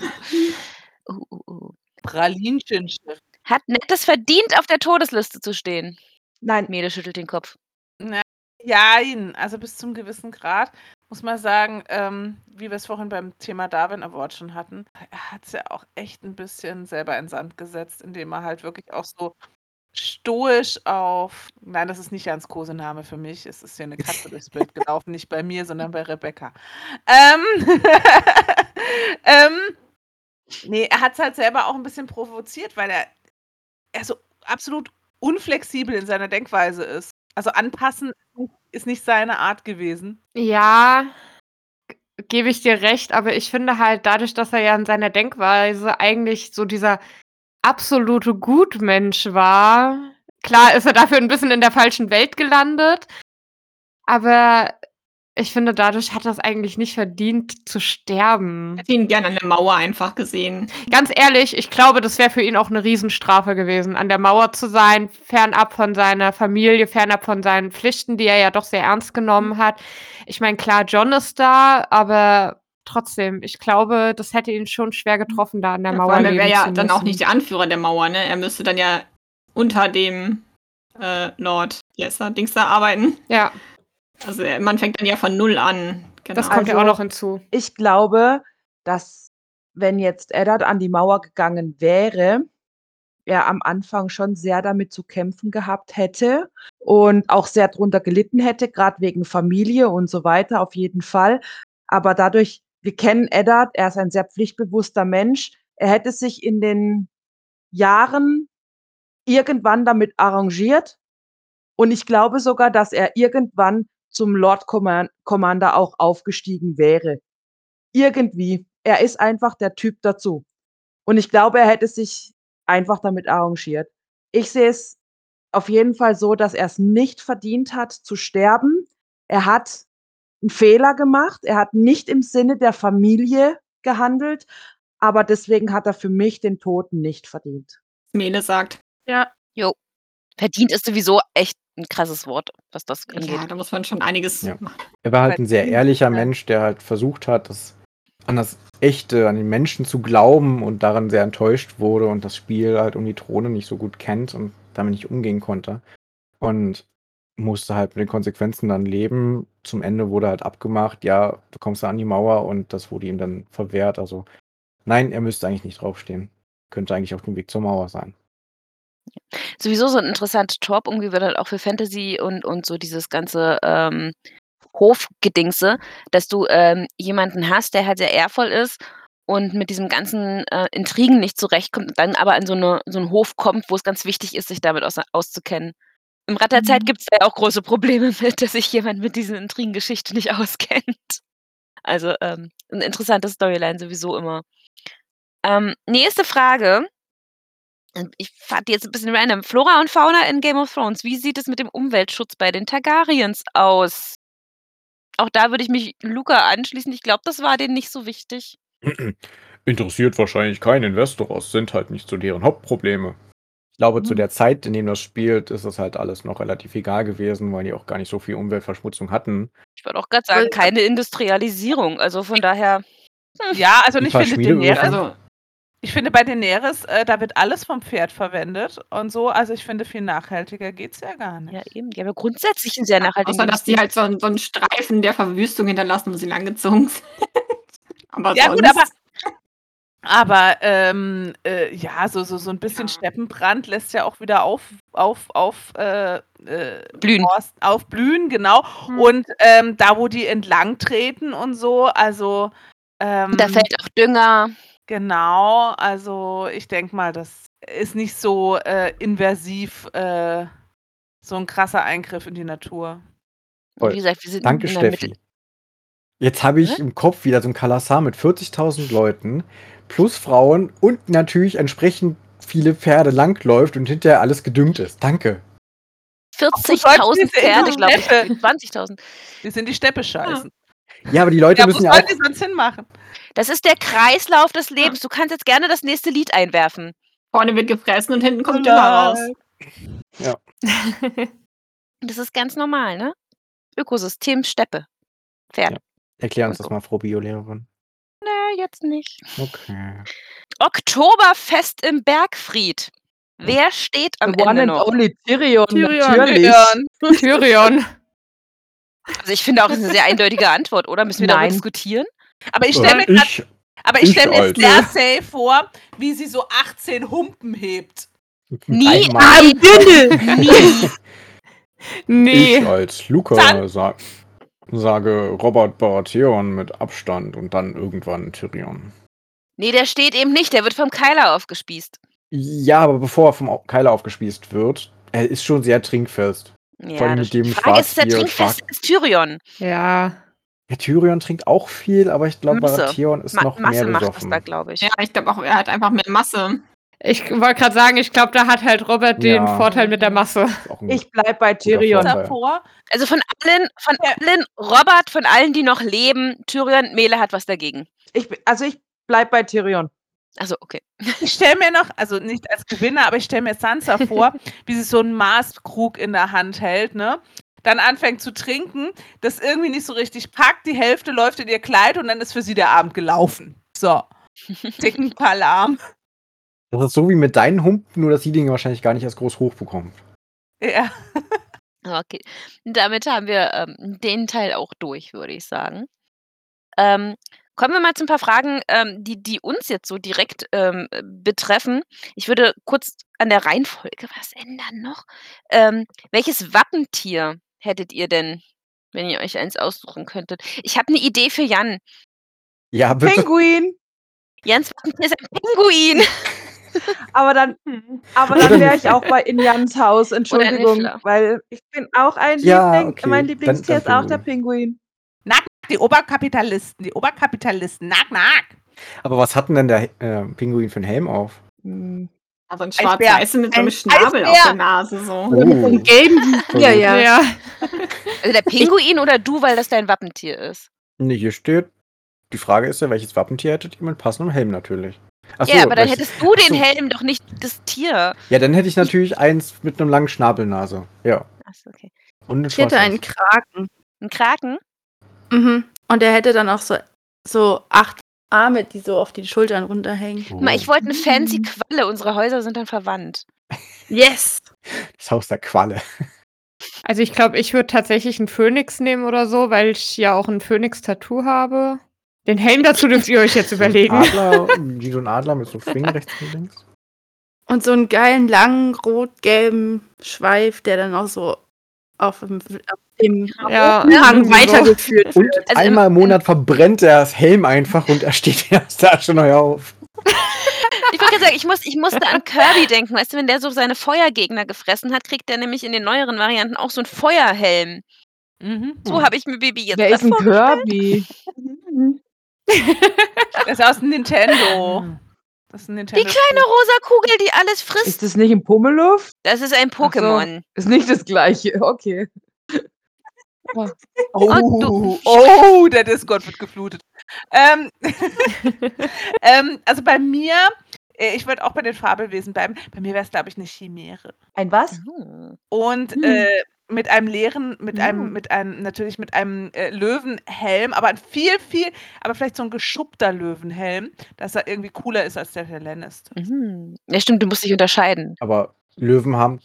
A: Uh, uh, uh.
D: Pralinschenstift.
A: Hat Ned es verdient, auf der Todesliste zu stehen?
G: Nein,
A: Mede schüttelt den Kopf.
D: Ja, ihn. also bis zum gewissen Grad. Muss man sagen, ähm, wie wir es vorhin beim Thema Darwin Award schon hatten, er hat es ja auch echt ein bisschen selber in den Sand gesetzt, indem er halt wirklich auch so stoisch auf. Nein, das ist nicht Jans Kosename für mich. Es ist hier eine Katze durchs Bild gelaufen. Nicht bei mir, sondern bei Rebecca. Ähm, ähm, nee, er hat es halt selber auch ein bisschen provoziert, weil er, er so absolut unflexibel in seiner Denkweise ist. Also anpassen ist nicht seine Art gewesen.
B: Ja, g- gebe ich dir recht, aber ich finde halt dadurch, dass er ja in seiner Denkweise eigentlich so dieser absolute Gutmensch war, klar ist er dafür ein bisschen in der falschen Welt gelandet, aber ich finde, dadurch hat er es eigentlich nicht verdient zu sterben.
C: Ich hätte ihn gerne an der Mauer einfach gesehen.
B: Ganz ehrlich, ich glaube, das wäre für ihn auch eine Riesenstrafe gewesen, an der Mauer zu sein, fernab von seiner Familie, fernab von seinen Pflichten, die er ja doch sehr ernst
C: Mhm.
B: genommen hat. Ich meine, klar, John ist da, aber trotzdem, ich glaube, das hätte ihn schon schwer getroffen, da an der
C: Vor
B: Mauer
C: allem, er
B: leben
C: wäre Mhm. ja
B: zu
C: dann auch
B: müssen.
C: nicht der Anführer der Mauer, ne? Er müsste dann ja unter dem äh, Lord Jesser Dings da arbeiten.
B: Ja,
C: Also er- man fängt dann ja von null an. Genau.
B: das kommt ja auch
G: Also-
B: noch hinzu.
G: ich glaube, dass wenn jetzt Eddard an die Mauer gegangen wäre, er am Anfang schon sehr damit zu kämpfen gehabt hätte und auch sehr drunter gelitten hätte, gerade wegen Familie und so weiter, auf jeden Fall. Aber dadurch, wir kennen Eddard, er ist ein sehr pflichtbewusster Mensch. Er hätte sich in den Jahren irgendwann damit arrangiert. Und ich glaube sogar, dass er irgendwann zum Lord Comman- Commander auch aufgestiegen wäre irgendwie. Er ist einfach der Typ dazu. Und ich glaube, er hätte sich einfach damit arrangiert. Ich sehe es auf jeden Fall so, dass er es nicht verdient hat zu sterben. Er hat einen Fehler gemacht. Er hat nicht im Sinne der Familie gehandelt. Aber deswegen hat er für mich den Toten nicht verdient.
C: Mele sagt.
A: Verdient ist sowieso echt ein krasses Wort, was das
C: Ja,
A: angeht.
C: da muss man schon einiges
E: Ja.
C: machen.
E: Er war halt ein sehr
D: Verdient,
E: ehrlicher
D: ja.
E: Mensch, der halt versucht hat, das, an das Echte, an den Menschen zu glauben und daran sehr enttäuscht wurde und das Spiel halt um die Throne nicht so gut kennt und damit nicht umgehen konnte. Und musste halt mit den Konsequenzen dann leben. Zum Ende wurde halt abgemacht, ja, du kommst da an die Mauer und das wurde ihm dann verwehrt. Also nein, er müsste eigentlich nicht draufstehen. Könnte eigentlich auf dem Weg zur Mauer sein.
A: Sowieso so ein interessanter Torp, irgendwie wird halt auch für Fantasy und, und so dieses ganze ähm, Hofgedingse, dass du ähm, jemanden hast, der halt sehr ehrvoll ist und mit diesem ganzen äh, Intrigen nicht zurechtkommt und dann aber an so, eine, so einen Hof kommt, wo es ganz wichtig ist, sich damit aus, auszukennen. Im Rat der Zeit
F: Mhm.
A: gibt es ja auch große Probleme mit, dass sich jemand mit diesen Intrigengeschichten nicht auskennt. Also ähm, eine interessante Storyline sowieso immer. Ähm, nächste Frage. Ähm, Ich fand die jetzt ein bisschen random. Flora und Fauna in Game of Thrones. Wie sieht es mit dem Umweltschutz bei den Targaryens aus? Auch da würde ich mich Luca anschließen. Ich glaube, das war denen nicht so wichtig.
E: Interessiert wahrscheinlich keinen Investor aus, sind halt nicht so deren Hauptprobleme. Ich glaube, zu der Zeit, in dem das spielt, ist es halt alles noch relativ egal gewesen, weil die auch gar nicht so viel Umweltverschmutzung hatten.
A: Ich wollte auch gerade sagen,
F: Weil-
A: keine Industrialisierung. Also von daher,
D: Ja, also
E: Die
D: ich finde
E: Schmiedeöfen.
D: Daenerys,
C: Also,
D: ich finde bei Daenerys, äh, da wird alles vom Pferd verwendet und so, also ich finde viel nachhaltiger geht's ja gar nicht.
A: ja eben, die haben ja grundsätzlich einen sehr nachhaltigen
C: außer dass die halt so, einen- so einen Streifen der Verwüstung hinterlassen, wo sie langgezogen sind. aber
D: Ja,
C: sonst,
D: gut, aber. Aber ähm, äh, ja, so, so, so ein bisschen
C: Ja.
D: Steppenbrand lässt ja auch wieder auf, auf, auf, äh, äh,
A: Blühen. Hm.
D: Forst aufblühen, genau. Und ähm, da, wo die entlang treten und so, also
C: halt
D: ähm,
C: Hm.
A: Da fällt auch Dünger.
D: genau, also ich denke mal, das ist nicht so äh, inversiv, äh, so ein krasser Eingriff in die Natur.
A: Und
E: Voll.
A: wie gesagt, wir sind
E: Danke,
A: in der Mitte.
E: Steffi. Jetzt habe ich
A: Hä?
E: im Kopf wieder so ein Kalasar mit 40.000 Leuten plus Frauen und natürlich entsprechend viele Pferde langläuft und hinterher alles gedüngt ist. Danke.
D: Ach, du
A: 40.000
D: sollst diese
A: Pferde, glaube ich.
D: Internet-
A: 20.000.
D: Die sind die Steppe scheißen.
E: Ja, aber die Leute
D: Ja, wo
E: müssen ja auch.
D: sollen die sonst hinmachen?
A: Das ist der Kreislauf des Lebens. Du kannst jetzt gerne das nächste Lied einwerfen.
C: vorne wird gefressen und hinten kommt
D: Lol.
C: immer raus.
A: Das ist ganz normal, ne? Ökosystem Steppe. Pferd.
E: Ja. Erklär uns das mal, Frau Biolehrerin.
A: Nee, jetzt nicht.
E: Okay.
A: Oktoberfest im Bergfried. Wer steht am
G: Hm. One
A: Ende
G: and
A: noch?
G: only Tyrion,
B: Tyrion.
G: natürlich.
D: Leon.
B: Tyrion.
A: Also ich finde auch, das ist eine sehr eindeutige Antwort, oder? Müssen wir darüber
G: Nein.
A: diskutieren?
D: Aber ich stelle mir gerade
E: ich,
D: Aber ich
E: Ich
D: stelle mir
E: als-
D: sehr safe vor, wie sie so 18 Humpen hebt.
A: Nie
E: einmal,
A: ein Nie.
E: ich
B: Nee.
D: Ah,
E: als Luca sag, sage Robert Baratheon mit Abstand und dann irgendwann Tyrion.
A: Nee, der steht eben nicht. Der wird vom Keiler aufgespießt.
E: Ja, aber bevor er vom Au- Keiler aufgespießt wird, er ist schon sehr trinkfest. Vor allem
A: das-
E: mit dem
A: die Frage ist, ist der
E: Schwarzbier,
A: Trinkfest
E: Schwarz-
A: ist Tyrion.
B: Ja.
E: Ja, Tyrion trinkt auch viel, aber ich glaube,
A: Masse.
E: Baratheon ist
A: Ma
E: noch
A: Masse
E: mehr
A: macht das
E: besoffen.
A: da, glaube ich.
C: Ja, ich glaube auch, er hat einfach mehr Masse.
B: Ich wollte gerade sagen, ich glaube, da hat halt Robert den
E: Ja.
B: Vorteil mit der Masse.
E: Ist auch ein-
G: Ich bleib bei Tyrion.
E: Vorteil.
D: Davor.
A: Also von allen, von
D: Ja.
A: allen, Robert, von allen, die noch leben, Tyrion, Mele hat was dagegen.
G: Ich, also ich bleib bei Tyrion.
A: Also okay.
D: Ich stelle mir noch, also nicht als Gewinner, aber ich stelle mir Sansa vor, wie sie so einen Maßkrug in der Hand hält, ne? Dann anfängt zu trinken, das irgendwie nicht so richtig packt, die Hälfte läuft in ihr Kleid und dann ist für sie der Abend gelaufen. So. Dicken Palarm.
E: Das ist so wie mit deinen Humpen, nur dass die Dinge wahrscheinlich gar nicht erst groß hochbekommt.
D: Ja.
A: Okay. Damit haben wir ähm, den Teil auch durch, würde ich sagen. Ähm, kommen wir mal zu ein paar Fragen, ähm, die, die uns jetzt so direkt ähm, betreffen. Ich würde kurz an der Reihenfolge was ändern noch. Ähm, welches Wappentier hättet ihr denn, wenn ihr euch eins aussuchen könntet? Ich habe eine Idee für Jan.
E: Ja, bitte.
G: Pinguin.
A: Jans Wappentier ist ein Pinguin.
G: Aber dann,
D: Hm.
G: aber
E: Oder
G: dann wäre
E: nicht.
G: ich auch bei in Jans Haus, Entschuldigung,
A: Niffler.
G: weil ich bin auch ein
E: Ja,
G: Liebling.
E: okay,
G: Mein
E: dann-
G: Lieblingstier
E: dann
G: ist auch der Pinguin.
D: Die Oberkapitalisten, die Oberkapitalisten, nack, nack.
E: Aber was hat denn denn der äh, Pinguin für einen Helm auf?
G: Hm.
C: Also ein
D: Eisbär.
C: schwarz-weißen mit so einem
D: Ein
C: Schnabel auf
D: Eisbär.
C: der Nase. So.
E: Oh.
F: gelben Bier,
E: Ja.
F: ja.
B: Ja.
A: Also der Pinguin oder du, weil das dein Wappentier ist.
E: Nee, hier steht, die Frage ist ja, welches Wappentier hättet ihr mit passendem Helm natürlich? Ach
A: ja, aber dann
E: welches-
A: hättest du
E: Ach
A: den
E: so.
A: Helm doch nicht das Tier.
E: ja, dann hätte ich natürlich eins mit einem langen Schnabelnase. Ja.
A: Ach so, okay.
E: Und einen
F: Ich hätte einen
E: Schwarzhals.
F: Kraken.
A: Ein Kraken?
F: Mhm. Und der hätte dann auch so, so acht Arme, die so auf den Schultern runterhängen.
E: Oh,
A: Guck mal, ich wollte eine fancy
F: Mm.
A: Qualle. Unsere Häuser sind dann verwandt.
F: Yes!
E: das Haus der Qualle.
B: Also ich glaube, ich würde tatsächlich einen Phönix nehmen oder so, weil ich ja auch ein Phönix-Tattoo habe. Den Helm dazu dürft ihr euch jetzt
E: So
B: überlegen.
E: ein Adler, wie so ein Adler mit so Schwingen rechts und links.
F: Und so einen geilen, langen, rot-gelben Schweif, der dann auch so auf dem, auf dem
B: Ja,
F: Hang
B: irgendwie so.
F: weitergeführt
E: Und
F: wird.
A: im-
E: einmal im Monat verbrennt er das Helm einfach und er steht erst da schon neu auf.
A: Ich wollte gerade sagen, ich, muss, ich musste an Kirby denken. Weißt du, wenn der so seine Feuergegner gefressen hat, kriegt der nämlich in den neueren Varianten auch so einen Feuerhelm.
D: Mhm.
A: So habe ich mir Baby jetzt
G: Wer ist ein
A: davor-
G: Kirby?
D: Das ist aus dem Nintendo. Das ist ein Nintendo.
A: Die kleine rosa Kugel, die alles frisst.
G: Ist das nicht ein Pummeluff?
A: Das ist ein Pokémon.
G: Ist nicht das gleiche, okay.
D: Oh, oh, der Discord wird geflutet. Ähm, ähm, also bei mir Äh, Ich würde auch bei den Fabelwesen bleiben. Bei mir wäre es, glaube ich, eine Chimäre.
G: Ein was?
A: Oh.
D: Und
G: Hm.
D: äh, mit einem leeren, mit
G: Ja.
D: einem, mit einem, natürlich mit einem äh, Löwenhelm, aber ein viel, viel, aber vielleicht so ein geschuppter Löwenhelm, dass er irgendwie cooler ist als der der Lannister.
A: Mhm. Ja, stimmt, du musst dich unterscheiden.
E: Aber Löwen haben,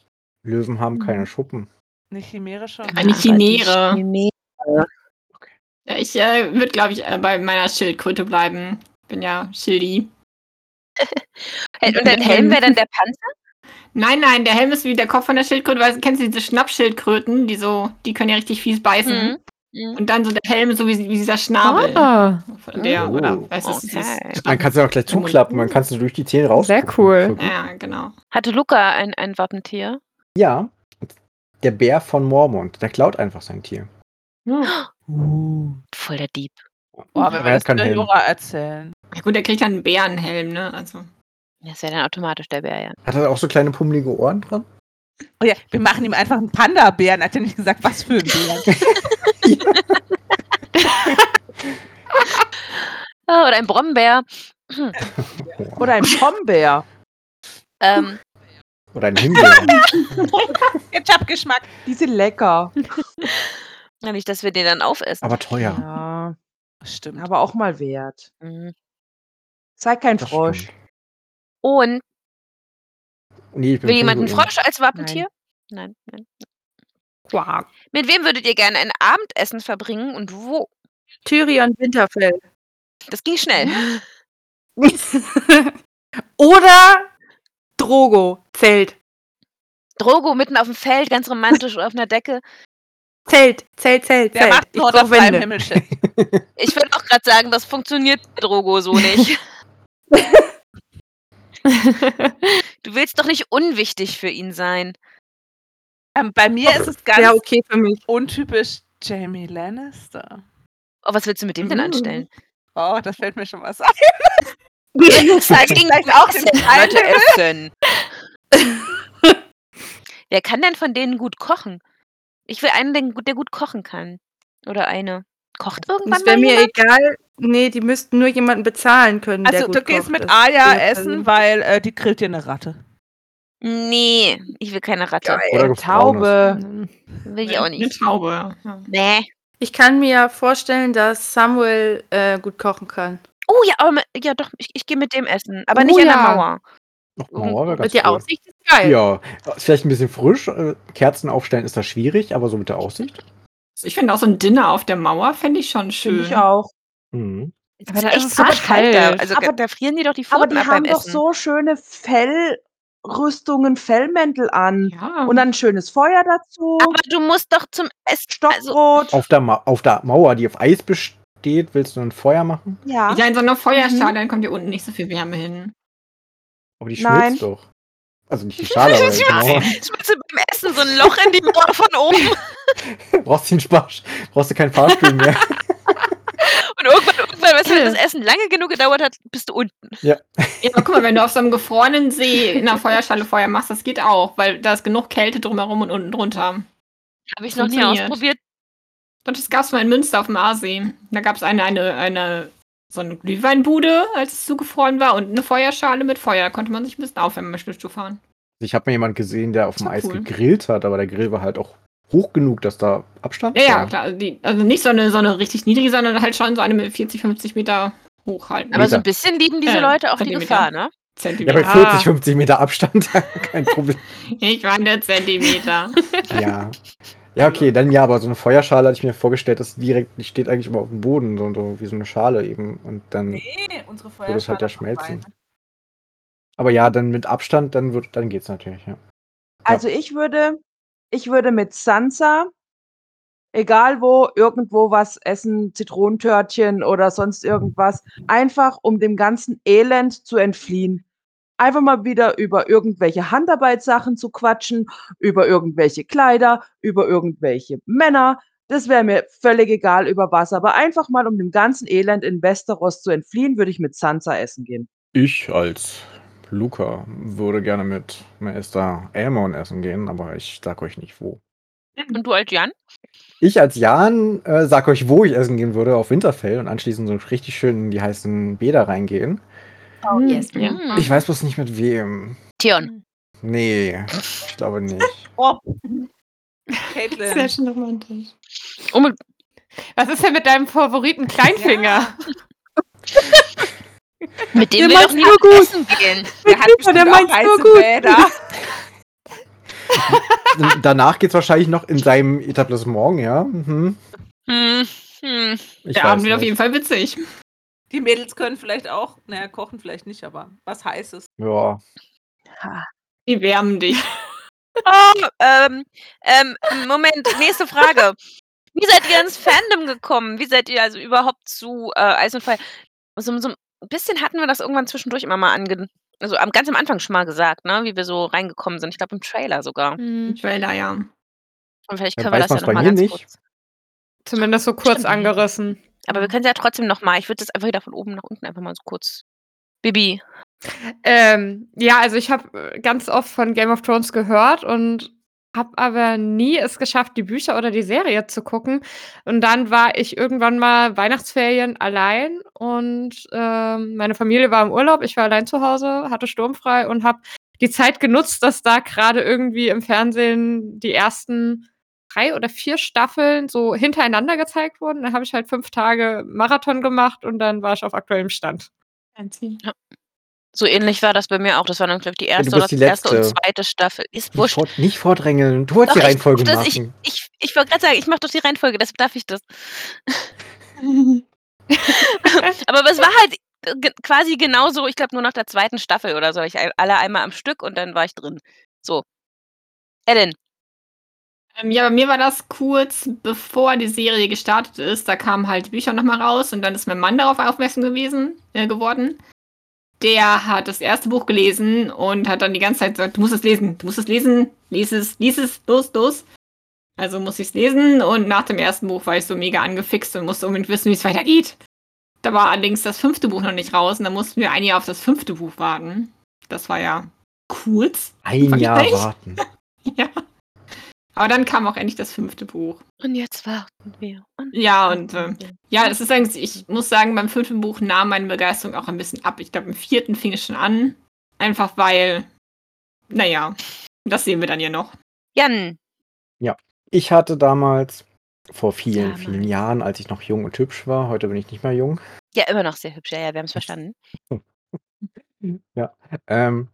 E: Löwen haben keine Schuppen.
D: Eine Chimäre schon.
A: Aber Also, die
C: Chimäre.
A: Chimäre.
C: Ja, Ich äh, würde, glaube ich, äh, bei meiner Schildkröte bleiben. Bin ja Schildi.
A: Und dein Helm wäre dann der Panzer?
C: Nein, nein, der Helm ist wie der Kopf von der Schildkröte, weil kennst du diese Schnappschildkröten, die so, die können ja richtig fies
A: Mhm.
C: beißen.
A: Mhm.
C: Und dann so der Helm, so wie, wie dieser Schnabel
B: Ah,
C: von der,
E: Oh.
C: oder? Weißt du, es ist dieses
A: Okay.
E: Man kann es ja auch gleich zuklappen, man kann es durch die Zähne raus.
B: Sehr cool.
C: Ja, genau.
A: Hatte Luca ein, ein Wappentier?
E: Ja, der Bär von Mormont, der klaut einfach sein Tier. Uh,
A: Voll der Dieb.
D: Oh, aber wenn
E: Aber
D: wir
E: er
D: das
E: hat keinen
D: der
E: Helm.
D: Jura erzählen.
C: Ja, gut, der kriegt dann einen Bärenhelm, ne? Also.
A: Das wäre dann automatisch der Bär, ja.
E: Hat er auch so kleine pummelige Ohren dran?
D: Oh ja, wir machen ihm einfach einen Panda-Bären. Hat er nicht gesagt, was für ein Bären?
A: Ah, oder ein Brombeer.
G: Oder ein Pombeer.
A: Ähm,
E: Oder ein Himbeer.
D: Ketchup-Geschmack.
G: Die sind lecker.
A: ja, nicht, dass wir den dann aufessen.
E: Aber teuer.
G: Ja,
D: Stimmt.
G: aber auch mal wert.
A: Mhm.
G: Sei kein
E: Das
G: Frosch.
E: stimmt.
A: Und
E: Nee, ich bin
A: will jemand einen
E: Pinguin.
A: Frosch als Wappentier? Nein. nein,
B: Quark.
A: Mit wem würdet ihr gerne ein Abendessen verbringen und wo?
F: Tyrion Winterfell.
A: Das ging schnell.
F: Oder Drogo. Zelt.
A: Drogo mitten auf dem Feld, ganz romantisch auf einer Decke.
F: Zelt, Zelt, Zelt,
D: Der
F: Zelt.
D: macht
F: ich
D: nur
F: brauch
D: das im
F: Wände.
D: Himmel
A: Ich würde auch gerade sagen, das funktioniert bei Drogo so nicht. Du willst doch nicht unwichtig für ihn sein.
D: ähm, Bei mir
G: Oh,
D: ist es ganz
F: Wäre okay für mich.
D: untypisch Jamie Lannister.
A: Oh, was willst du mit dem denn anstellen?
D: Oh, das fällt mir schon was
A: Zeig ihm auch essen. Leute, essen. Wer kann denn von denen gut kochen? Ich will einen, den- der gut kochen kann. Oder eine. Kocht
F: Und
A: irgendwann
F: es
A: mal
F: wäre mir
A: jemand?
F: egal. Nee, die müssten nur jemanden bezahlen können. der
D: Also
F: gut
D: du gehst
F: kocht.
D: mit
F: Das
D: Aya
F: wäre
D: essen, weil äh, die grillt dir eine Ratte.
A: Nee, ich will keine Ratte.
E: Oder Taube.
G: Taube.
A: Will ich auch
C: äh, Eine
A: nicht.
C: Taube. Ja.
A: Nee.
F: Ich kann mir vorstellen, dass Samuel äh, gut kochen kann.
A: Oh ja, aber, mit- ja doch, ich, ich gehe mit dem essen. Aber
B: Oh
A: nicht an der
B: ja.
A: Mauer.
E: Noch Mauer wäre ganz
F: mit der
E: cool.
F: Aussicht ist geil.
E: Ja, ist vielleicht ein bisschen frisch. äh, Kerzen aufstellen ist das schwierig, aber so mit der Aussicht.
C: Also, Ich finde auch so ein Dinner auf der Mauer fände ich schon schön.
G: Finde ich auch.
E: Mhm.
A: Es
B: Aber
A: ist
B: da ist
A: echt
B: es super
A: super kalt da.
B: kalt.
A: Also
G: Aber-
A: da frieren die doch die Pfoten
G: Aber die
A: ab
G: haben
A: beim
G: doch
A: Essen.
G: so schöne Fellrüstungen, Fellmäntel an.
C: Ja.
G: Und dann ein schönes Feuer dazu.
D: Ah,
A: aber du musst doch zum Essen. Also,
G: Stockbrot.
E: Auf, der Ma auf der Mauer, die auf Eis besteht, willst du ein Feuer machen?
G: ja.
C: ja, in so einer
A: Mhm.
C: Feuerschale, dann kommt hier unten nicht so viel Wärme hin.
E: Aber die
G: Nein.
E: schmilzt doch. Also nicht die Schale, aber die Mauer.
A: schmeiße beim Essen so ein Loch in die Mauer von oben
E: brauchst, du den Spaß, brauchst du keinen Fahrstuhl mehr.
A: und irgendwann, irgendwann weißt du, wenn das Essen lange genug gedauert hat, bist du unten.
C: Ja, aber guck mal, wenn du auf so einem gefrorenen See in einer Feuerschale Feuer machst, das geht auch, weil da ist genug Kälte drumherum und unten drunter.
A: Habe ich noch nie
C: Funktioniert.
A: ausprobiert.
C: Dort gab es mal in Münster auf dem Aasee. Da gab es eine, eine, eine, so eine Glühweinbude, als es zugefroren war, und eine Feuerschale mit Feuer. Da konnte man sich ein bisschen aufwärmen beim Schlittschuhfahren.
E: Also Ich habe mal jemanden gesehen, der auf dem
C: Das war
E: Eis
C: cool.
E: gegrillt hat, aber der Grill war halt auch hoch genug, dass da Abstand
C: Ja, ja,
E: war.
C: klar. Also, die, also nicht so eine, so eine richtig niedrige, sondern halt schon so eine mit 40, 50 Meter hoch halt.
A: Aber so ein
E: Meter.
A: bisschen lieben diese
C: Äh,
A: Leute auch die
C: Zentimeter.
A: Gefahr, ne?
E: Ja, bei
C: Zentimeter.
E: 40, 50 Meter Abstand, kein Problem.
C: Ich war der Zentimeter.
E: Ja. Ja, okay, dann ja, aber so eine Feuerschale hatte ich mir vorgestellt, das direkt, die steht eigentlich immer auf dem Boden, so, so wie so eine Schale eben. Und dann
D: Nee, unsere
E: würde es halt ja schmelzen. Aber ja, dann mit Abstand, dann wird, dann geht's natürlich, ja.
G: Also ich würde, ich würde mit Sansa, egal wo, irgendwo was essen, Zitronentörtchen oder sonst irgendwas, einfach um dem ganzen Elend zu entfliehen. Einfach mal wieder über irgendwelche Handarbeitssachen zu quatschen, über irgendwelche Kleider, über irgendwelche Männer. Das wäre mir völlig egal über was, aber einfach mal, um dem ganzen Elend in Westeros zu entfliehen, würde ich mit Sansa essen gehen.
E: Ich als Luca würde gerne mit Meister Elmon essen gehen, aber ich sag euch nicht wo.
A: Und du als Jan?
E: Ich als Jan äh, sag euch, wo ich essen gehen würde, auf Winterfell und anschließend so richtig schön in die heißen Bäder reingehen.
F: Oh, yes.
A: Ja.
E: Ich weiß bloß nicht mit wem.
A: Tion.
E: Nee, ich glaube nicht.
D: Caitlin.
C: schon romantisch.
A: Um,
B: Was ist denn mit deinem Favoriten Kleinfinger?
A: mit dem wir
G: Der
A: doch
G: macht's
A: nie
G: nur gut.
A: essen gehen.
D: Der hat
G: Ja,
D: bestimmt
G: der
D: auch
G: meint's
D: heiße
G: nur gut.
D: Bäder.
E: Danach geht's wahrscheinlich noch in seinem Etablissement, ja. Mhm.
A: Hm, hm.
E: Ich
C: Der
E: weiß
C: Abend wird auf
E: nicht.
C: jeden Fall witzig.
D: Die Mädels können vielleicht auch, naja, kochen vielleicht nicht, aber was heißes.
E: Ja.
C: Die wärmen dich.
A: Oh, ähm, ähm, Moment, nächste Frage. Wie seid ihr ins Fandom gekommen? Wie seid ihr also überhaupt zu äh, Eis und Feuer? So, so ein bisschen hatten wir das irgendwann zwischendurch immer mal ange... Also am, ganz am Anfang schon mal gesagt, ne? wie wir so reingekommen sind. Ich glaube im Trailer sogar.
B: Hm,
C: Trailer, ja.
A: Und vielleicht
E: Ja,
A: können wir
E: weiß
A: das ja
E: man's bei
A: nochmal
E: mir
A: ganz
E: nicht.
A: kurz.
B: Zumindest so kurz
A: Stimmt.
B: angerissen.
A: Aber
E: Mhm.
A: wir können es ja trotzdem nochmal. Ich würde das einfach wieder von oben nach unten einfach mal so kurz. Bibi.
B: Ähm, ja, also ich habe ganz oft von Game of Thrones gehört und habe aber nie es geschafft, die Bücher oder die Serie zu gucken. Und dann war ich irgendwann mal Weihnachtsferien allein und ähm, meine Familie war im Urlaub. Ich war allein zu Hause, hatte sturmfrei und habe die Zeit genutzt, dass da gerade irgendwie im Fernsehen die ersten drei oder vier Staffeln so hintereinander gezeigt wurden. Dann habe ich halt fünf Tage Marathon gemacht und dann war ich auf aktuellem Stand.
A: So ähnlich war das bei mir auch. Das war dann, glaube ich, die erste
E: bist
A: oder
E: die
A: erste und
E: Letzte.
A: zweite Staffel. Ist
E: Nicht,
A: wurscht.
E: fort, nicht vordrängeln. Du wolltest
A: Doch,
E: die
A: ich-
E: Reihenfolge
A: das-
E: machen.
A: Ich, ich wollte gerade sagen, ich mache doch die Reihenfolge, deshalb darf ich das. Aber es war halt ge- quasi genauso, ich glaube nur nach der zweiten Staffel oder so. Ich ein- alle einmal am Stück und dann war ich drin. So. Ellen.
C: Ähm, ja, bei mir war das kurz bevor die Serie gestartet ist. Da kamen halt die Bücher nochmal raus und dann ist mein Mann darauf aufmerksam gewesen, äh, geworden. Der hat das erste Buch gelesen und hat dann die ganze Zeit gesagt, du musst es lesen, du musst es lesen, lies es, lies es, los, los. Also muss ich es lesen und nach dem ersten Buch war ich so mega angefixt und musste unbedingt wissen, wie es weitergeht. Da war allerdings das fünfte Buch noch nicht raus und da mussten wir ein Jahr auf das fünfte Buch warten. Das war ja kurz.
E: Ein
C: Fand ich
E: Jahr
C: echt.
E: warten.
C: Ja. Aber dann kam auch endlich das fünfte Buch.
A: Und jetzt warten wir. Und
C: Ja, und äh,
E: ähm,
C: ja, das ist eigentlich, ich muss sagen, beim fünften Buch nahm meine Begeisterung auch ein bisschen ab. Ich glaube, im vierten fing es schon an. Einfach weil, naja, das sehen wir dann ja noch.
A: Jan.
E: Ich hatte damals vor vielen,
A: Damals.
E: vielen Jahren, als ich noch jung und hübsch war, heute bin ich nicht mehr jung,
A: Ja, immer noch sehr hübsch. Ja, ja, wir haben es verstanden.
E: ja, ähm,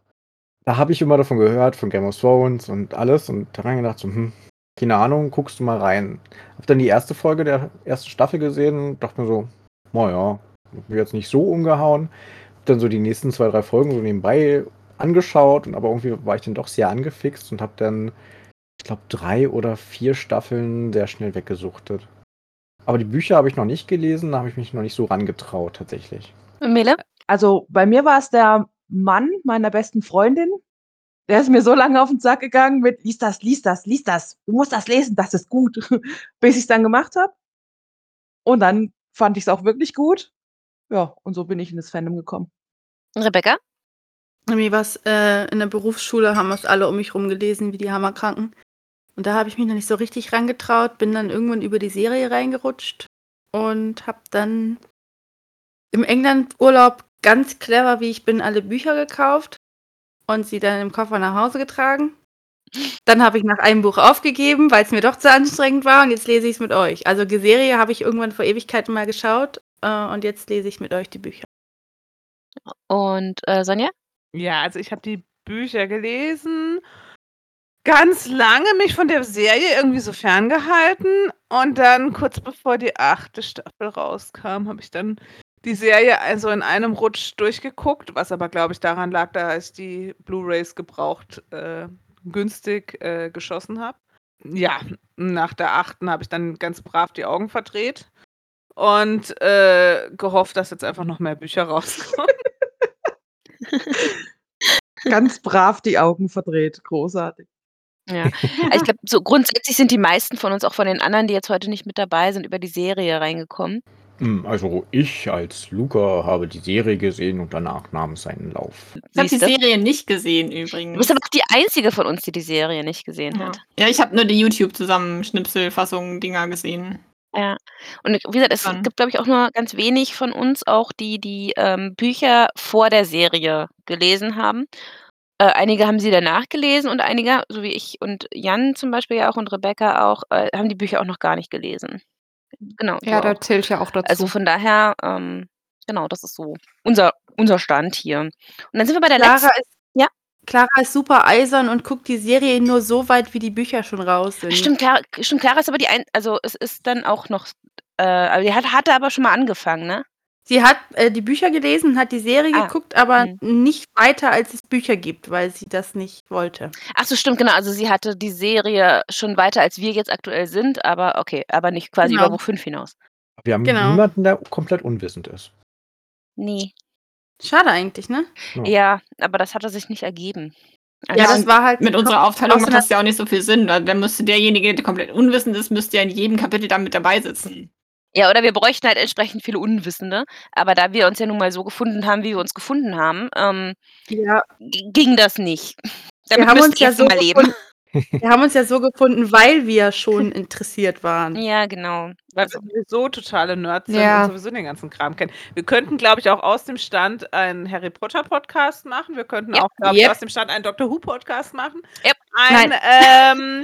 E: da habe ich immer davon gehört, von Game of Thrones und alles und da habe ich gedacht, so, hm, keine Ahnung, guckst du mal rein. Habe dann die erste Folge der ersten Staffel gesehen und dachte mir so, naja, mir jetzt nicht so umgehauen. Hab dann so die nächsten zwei, drei Folgen so nebenbei angeschaut und aber irgendwie war ich dann doch sehr angefixt und habe dann, ich glaube, drei oder vier Staffeln sehr schnell weggesuchtet. Aber die Bücher habe ich noch nicht gelesen, da habe ich mich noch nicht so rangetraut tatsächlich.
A: Und Mele?
G: Also bei mir war es der Mann meiner besten Freundin. Der ist mir so lange auf den Sack gegangen mit, lies das, lies das, lies das. Du musst das lesen, das ist gut. Bis ich es dann gemacht habe. Und dann fand ich es auch wirklich gut. Ja, und so bin ich in das Fandom gekommen.
A: Rebecca?
F: Irgendwie was äh, in der Berufsschule haben wir es alle um mich rum gelesen, wie die Hammerkranken. Und da habe ich mich noch nicht so richtig rangetraut, bin dann irgendwann über die Serie reingerutscht und habe dann im England-Urlaub ganz clever, wie ich bin, alle Bücher gekauft und sie dann im Koffer nach Hause getragen. Dann habe ich nach einem Buch aufgegeben, weil es mir doch zu anstrengend war und jetzt lese ich es mit euch. Also die Serie habe ich irgendwann vor Ewigkeiten mal geschaut äh, und jetzt lese ich mit euch die Bücher.
A: Und äh, Sonja?
D: Ja, also ich habe die Bücher gelesen, ganz lange mich von der Serie irgendwie so ferngehalten und dann kurz bevor die achte Staffel rauskam, habe ich dann die Serie also in einem Rutsch durchgeguckt, was aber glaube ich daran lag, da ich die Blu-rays gebraucht äh, günstig äh, geschossen habe. Ja, nach der achten habe ich dann ganz brav die Augen verdreht und äh, gehofft, dass jetzt einfach noch mehr Bücher rauskommen.
G: Ganz brav die Augen verdreht. Großartig.
A: Ja. Also ich glaube, so grundsätzlich sind die meisten von uns, auch von den anderen, die jetzt heute nicht mit dabei sind, über die Serie reingekommen.
E: Hm, Also ich als Luca habe die Serie gesehen und danach nahm es seinen Lauf.
C: Ich habe die
A: Siehste?
C: Serie nicht gesehen
A: Du
C: übrigens.
A: bist aber auch die einzige von uns, die die Serie nicht gesehen
C: ja.
A: hat.
C: ja, ich habe nur die YouTube-Zusammenschnipsel-Fassung-Dinger gesehen.
A: Ja. Und wie gesagt, es
H: Dann-
A: gibt, glaube ich, auch nur ganz wenig von uns, auch die, die ähm, Bücher vor der Serie gelesen haben. Äh, einige haben sie danach gelesen und einige, so wie ich und Jan zum Beispiel ja auch und Rebecca auch, äh, haben die Bücher auch noch gar nicht gelesen.
C: Hm.
A: Genau.
B: Ja,
A: du
B: da
A: auch.
B: zählt ja auch dazu.
A: Also von daher, ähm, genau, das ist so unser, unser Stand hier. Und dann sind wir bei der letzten.
F: Clara ist,
A: Ja.
F: Clara ist super eisern und guckt die Serie nur so weit, wie die Bücher schon raus sind.
A: Stimmt, Clara, stimmt, Clara ist aber die ein, also es ist dann auch noch, äh, aber die hat, hatte aber schon mal angefangen, ne?
F: Sie hat äh, die Bücher gelesen, hat die Serie
A: Ah,
F: geguckt, aber
A: hm.
F: nicht weiter, als es Bücher gibt, weil sie das nicht wollte.
A: Ach so, stimmt, genau. Also sie hatte die Serie schon weiter, als wir jetzt aktuell sind, aber okay, aber nicht quasi
F: Genau.
A: über Buch 5 hinaus.
E: Wir haben
F: Genau.
E: niemanden, der komplett unwissend ist.
A: Nee.
F: Schade eigentlich, ne?
E: Ja.
A: Ja, aber das hatte sich nicht ergeben.
F: ja,
A: Also-
F: das war halt
H: Mit unserer Aufteilung
F: Außer
H: macht das ja auch nicht so viel Sinn. weil Dann müsste derjenige, der komplett unwissend ist, müsste ja in jedem Kapitel dann mit dabei sitzen.
A: ja, oder wir bräuchten halt entsprechend viele Unwissende. Aber da wir uns ja nun mal so gefunden haben, wie wir uns gefunden haben, ähm,
F: Ja,
A: g- ging das nicht.
F: wir haben
A: müssen
F: uns ja
A: jetzt
F: so
A: mal leben.
F: gefunden. Wir haben uns ja so gefunden, weil wir schon interessiert waren.
A: Ja, genau.
D: Weil
A: Also,
D: wir sowieso totale Nerds sind
B: Ja.
D: und sowieso den ganzen Kram kennen. Wir könnten, glaube ich, auch aus dem Stand einen Harry Potter Podcast machen. Wir könnten
A: Ja.
D: auch, glaube ich,
F: Yep.
D: aus dem Stand einen Doctor Who Podcast machen.
A: Yep.
D: Ein, ähm,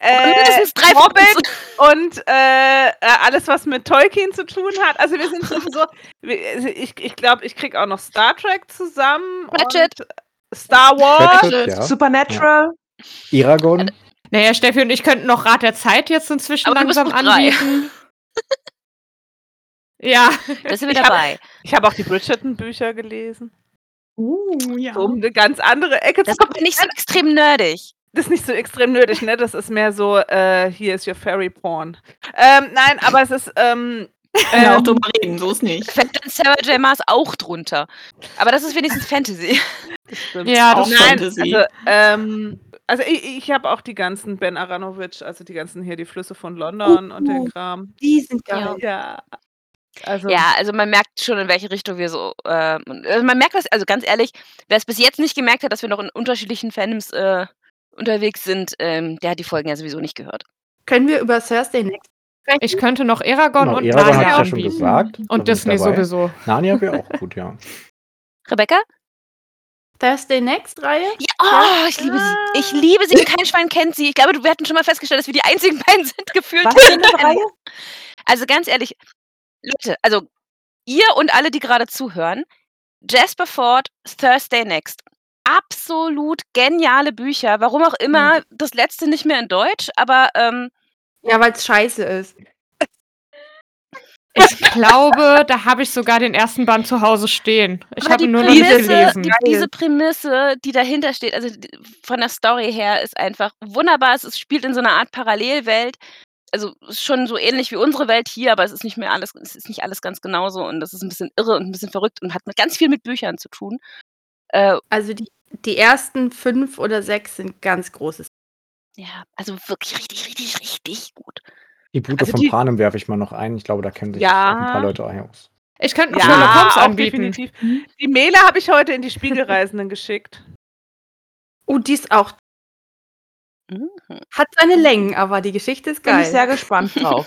A: äh,
D: äh,
A: mindestens drei von
D: Hobbit
A: uns.
D: und äh, äh, alles, was mit Tolkien zu tun hat. Also wir sind sowieso, wir- also ich, ich glaube, ich kriege auch noch Star Trek zusammen.
A: Ratchet.
D: Und Star Wars.
E: Ratchet, ja.
G: Supernatural.
E: Eragon.
B: Naja, Steffi und ich könnten noch Rat der Zeit jetzt inzwischen
A: Aber du bist
B: langsam
A: Buch drei.
B: anbieten. ja.
A: Da sind wir
D: Ich hab-
A: dabei.
D: Ich habe auch die Bridgerton-Bücher gelesen.
B: Uh, ja.
D: So um eine ganz andere Ecke
A: Das
D: zu
A: kommt mir nicht so extrem nerdig.
D: Das ist nicht so extrem nötig, ne? Das ist mehr so, äh, hier ist your fairy porn. Ähm, nein, aber es ist, ähm,
H: Können wir auch
D: ähm,
H: drüber reden, so ist nicht.
A: Fällt dann Sarah J. Maas auch drunter. Aber das ist wenigstens Fantasy.
B: Ja, das
H: Auch
B: stimmt.
D: nein,
H: Fantasy.
D: also, ähm, also ich, ich habe auch die ganzen Ben Aronovich, also die ganzen hier, die Flüsse von London und den Kram.
F: Die sind geil.
D: Oh, Ja. Also,
A: Ja, also man merkt schon, in welche Richtung wir so. ähm, also man merkt das, also ganz ehrlich, wer es bis jetzt nicht gemerkt hat, dass wir noch in unterschiedlichen Fandoms äh, unterwegs sind, ähm, der hat die Folgen ja sowieso nicht gehört.
F: Können wir über Thursday Next sprechen?
B: Ich könnte noch Eragon
E: Genau,
B: und
E: Eragon habe
B: Narnia
E: ich ja schon
B: anbieten.
E: gesagt. Da bin ich
B: und Disney
E: dabei.
B: sowieso.
E: Narnia wäre auch gut, ja.
A: Rebecca?
F: Thursday Next Reihe?
A: Ja, oh, ich liebe sie. Ich liebe sie und kein Schwein kennt sie. Ich glaube, du- wir hatten schon mal festgestellt, dass wir die einzigen beiden sind, gefühlt.
G: Was
A: die
G: für eine
A: kennen.
G: Reihe?
A: Also ganz ehrlich, Leute, also ihr und alle, die gerade zuhören, Jasper Ford, Thursday Next. Absolut geniale Bücher. Warum auch
B: Mhm.
A: immer, das letzte nicht mehr in Deutsch, aber ähm,
F: Ja, weil es scheiße ist.
B: Ich glaube, da habe ich sogar den ersten Band zu Hause stehen. Ich
A: aber
B: habe
A: die
B: ihn nur noch nicht
A: Prämisse,
B: gelesen.
A: die, diese Prämisse, die dahinter steht, also die- von der Story her, ist einfach wunderbar. Es ist, spielt in so einer Art Parallelwelt. Also ist schon so ähnlich wie unsere Welt hier, aber es ist nicht mehr alles, es ist nicht alles ganz genauso und das ist ein bisschen irre und ein bisschen verrückt und hat mit ganz viel mit Büchern zu tun. Äh,
F: Also die, die ersten fünf oder sechs sind ganz großes.
A: Ja, also wirklich richtig, richtig, richtig gut.
E: Die Brute
D: Also
E: von
D: die-
E: Panem werfe ich mal noch ein. Ich glaube, da kennen sich
D: Ja.
E: auch ein paar Leute aus.
B: Ich könnte noch Sherlock
D: ja,
B: Holmes
D: auch
B: anbieten.
D: definitiv. Die Mele habe ich heute in die Spiegelreisenden geschickt.
F: Oh, die ist auch.
A: Mhm.
F: Hat seine Längen, aber die Geschichte ist
G: Bin ich
F: geil.
G: sehr gespannt drauf.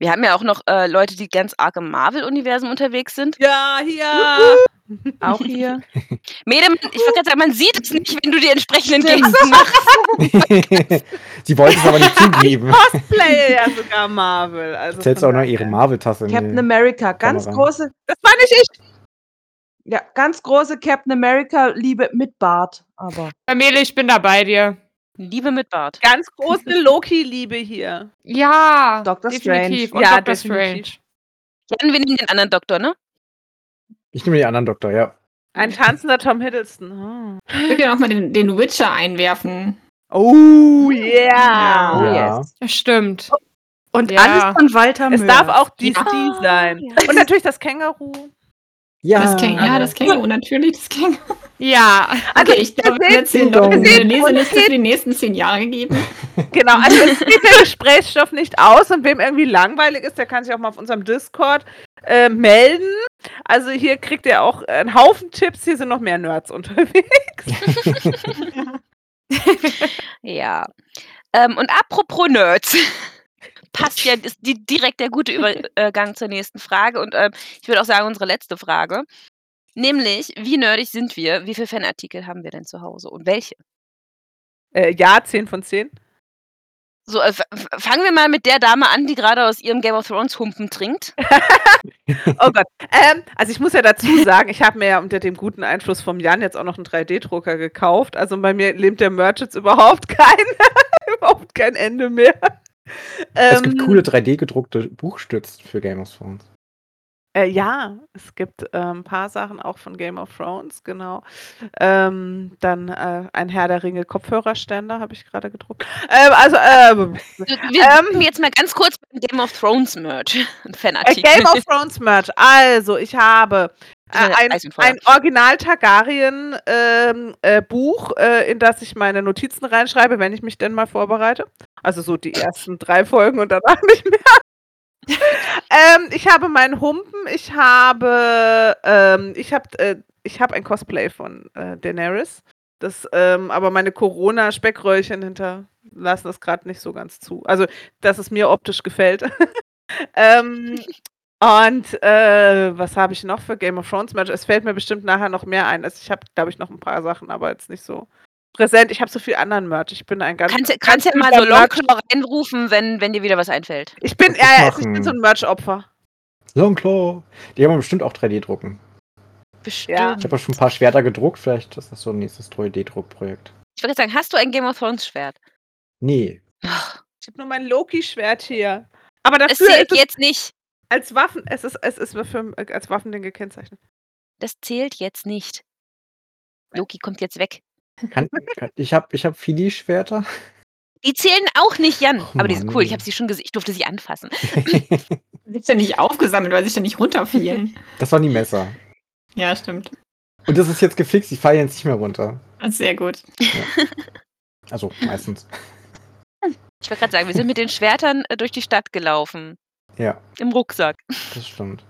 A: Wir haben ja auch noch äh, Leute, die ganz arg im Marvel-Universum unterwegs sind.
D: Ja, hier.
G: Auch hier.
A: Mädem, ich würde gerade sagen, man sieht es nicht, wenn du die entsprechenden Gesten machst.
E: Sie wollte es aber nicht zugeben.
D: Cosplay ja sogar Marvel. Also
E: Jetzt
D: von
E: auch noch
D: daher.
E: ihre Marvel-Tasse. in
G: Captain
E: die-
G: America. Ganz
E: Kamera.
G: große,
D: Das war nicht ich.
G: ja, ganz große Captain America-Liebe mit Bart. Aber
B: Familie, ich bin da bei dir.
A: Liebe mit Bart.
D: Ganz große Loki-Liebe hier.
B: Ja,
G: Dr.
B: definitiv.
G: Strange.
B: Und
D: Ja,
B: Dr.
D: definitiv.
B: Strange.
A: Jan, wir nehmen den anderen Doktor, ne?
E: Ich nehme den anderen Doktor, ja.
D: Ein tanzender Tom Hiddleston. Hm.
H: Wir können auch mal den, den Witcher einwerfen.
D: Oh
A: Ah.
D: yeah!
G: Oh,
E: ja.
G: yes.
B: Das Stimmt.
F: Und
B: Ja.
F: alles von Walter
D: Es
F: Mörs.
D: darf auch die
H: Ja.
D: Steve sein.
A: Ja.
D: Und natürlich das Känguru.
E: Ja,
H: Das Känguru, ja, das Känguru, natürlich das Känguru.
B: Ja,
H: Okay, ich glaube, Also wir haben jetzt den
E: Ding dong.
H: Leuten
E: Wir
H: eine
E: sehen-
H: Leseliste für die nächsten zehn Jahre gegeben.
D: Genau, also es geht der Gesprächsstoff nicht aus und wem irgendwie langweilig ist, der kann sich auch mal auf unserem Discord äh, melden. Also hier kriegt ihr auch einen Haufen Tipps, hier sind noch mehr Nerds unterwegs.
A: Ja. Ähm, und apropos Nerds. passt ja ist die, direkt der gute Übergang zur nächsten Frage und ähm, ich würde auch sagen, unsere letzte Frage. Nämlich, wie nerdig sind wir? Wie viele Fanartikel haben wir denn zu Hause und welche?
D: Äh, ja, 10 von 10.
A: So, äh, f- f- fangen wir mal mit der Dame an, die gerade aus ihrem Game of Thrones Humpen trinkt.
D: Oh Gott. Ähm, also ich muss ja dazu sagen, ich habe mir ja unter dem guten Einfluss vom Jan jetzt auch noch einen 3D-Drucker gekauft. Also bei mir lebt der Merch jetzt überhaupt kein, überhaupt kein Ende mehr.
E: Es gibt
D: Ähm,
E: coole 3D-gedruckte Buchstützen für Game of Thrones.
D: Äh, ja, es gibt äh, ein paar Sachen auch von Game of Thrones, genau. Ähm, dann äh, ein Herr der Ringe Kopfhörerständer habe ich gerade gedruckt. Ähm, also ähm,
A: So, Wir sind jetzt mal ganz kurz beim Game of Thrones Merch und
D: äh,
A: Fanartikel.
D: Game of Thrones Merch. Also ich habe äh,
A: Schnell,
D: ein,
A: Eis und Feuer.
D: ein Original Targaryen ähm, äh, Buch, äh, in das ich meine Notizen reinschreibe, wenn ich mich denn mal vorbereite. Also so die ersten drei Folgen und danach nicht mehr. ähm, ich habe meinen Humpen, ich habe, ähm, ich habe, äh, ich habe ein Cosplay von äh, Daenerys. Das, ähm, aber meine Corona-Speckröllchen hinterlassen das gerade nicht so ganz zu. Also, dass es mir optisch gefällt. ähm, und äh, was habe ich noch für Game of Thrones Match? Es fällt mir bestimmt nachher noch mehr ein. Also ich habe, glaube ich, noch ein paar Sachen, aber jetzt nicht so präsent. Ich habe so viel anderen Merch. Ich bin ein ganz.
A: kannst, ja- kannst ja mal so Longclaw reinrufen, wenn, wenn dir wieder was einfällt.
D: Ich bin,
E: Kannst
D: ja,
E: du
D: ja, ich bin
E: machen.
D: so ein Merch-Opfer.
E: Longclaw. Die haben wir bestimmt auch 3D-drucken.
A: Bestimmt.
E: Ich habe ja schon ein paar Schwerter gedruckt. Vielleicht ist das so ein nächstes 3D-Druckprojekt.
A: Ich würde sagen, hast du ein Game of Thrones Schwert?
E: Nee.
D: Ich habe nur mein Loki-Schwert hier. Aber
A: Es
D: dafür
A: zählt
D: ist es
A: jetzt nicht.
D: als Waffen, es ist, es ist für, als Waffending gekennzeichnet.
A: Das zählt jetzt nicht. Loki kommt jetzt weg.
E: Kann, kann, ich habe ich hab Fili-Schwerter.
A: Die zählen auch nicht, Jan.
E: Och,
A: aber die sind
E: Mann,
A: cool.
E: ey.
A: Ich habe sie schon gesehen. Ich durfte sie anfassen.
H: Sind ja nicht aufgesammelt, weil sie ja nicht runterfielen.
E: das waren die Messer.
H: ja, stimmt.
E: Und das ist jetzt gefixt. Die fallen jetzt nicht mehr runter.
H: Das ist sehr gut.
E: Also meistens.
A: Ich wollte gerade sagen, wir sind mit den Schwertern äh, durch die Stadt gelaufen.
E: Ja,
A: Im Rucksack.
E: das stimmt.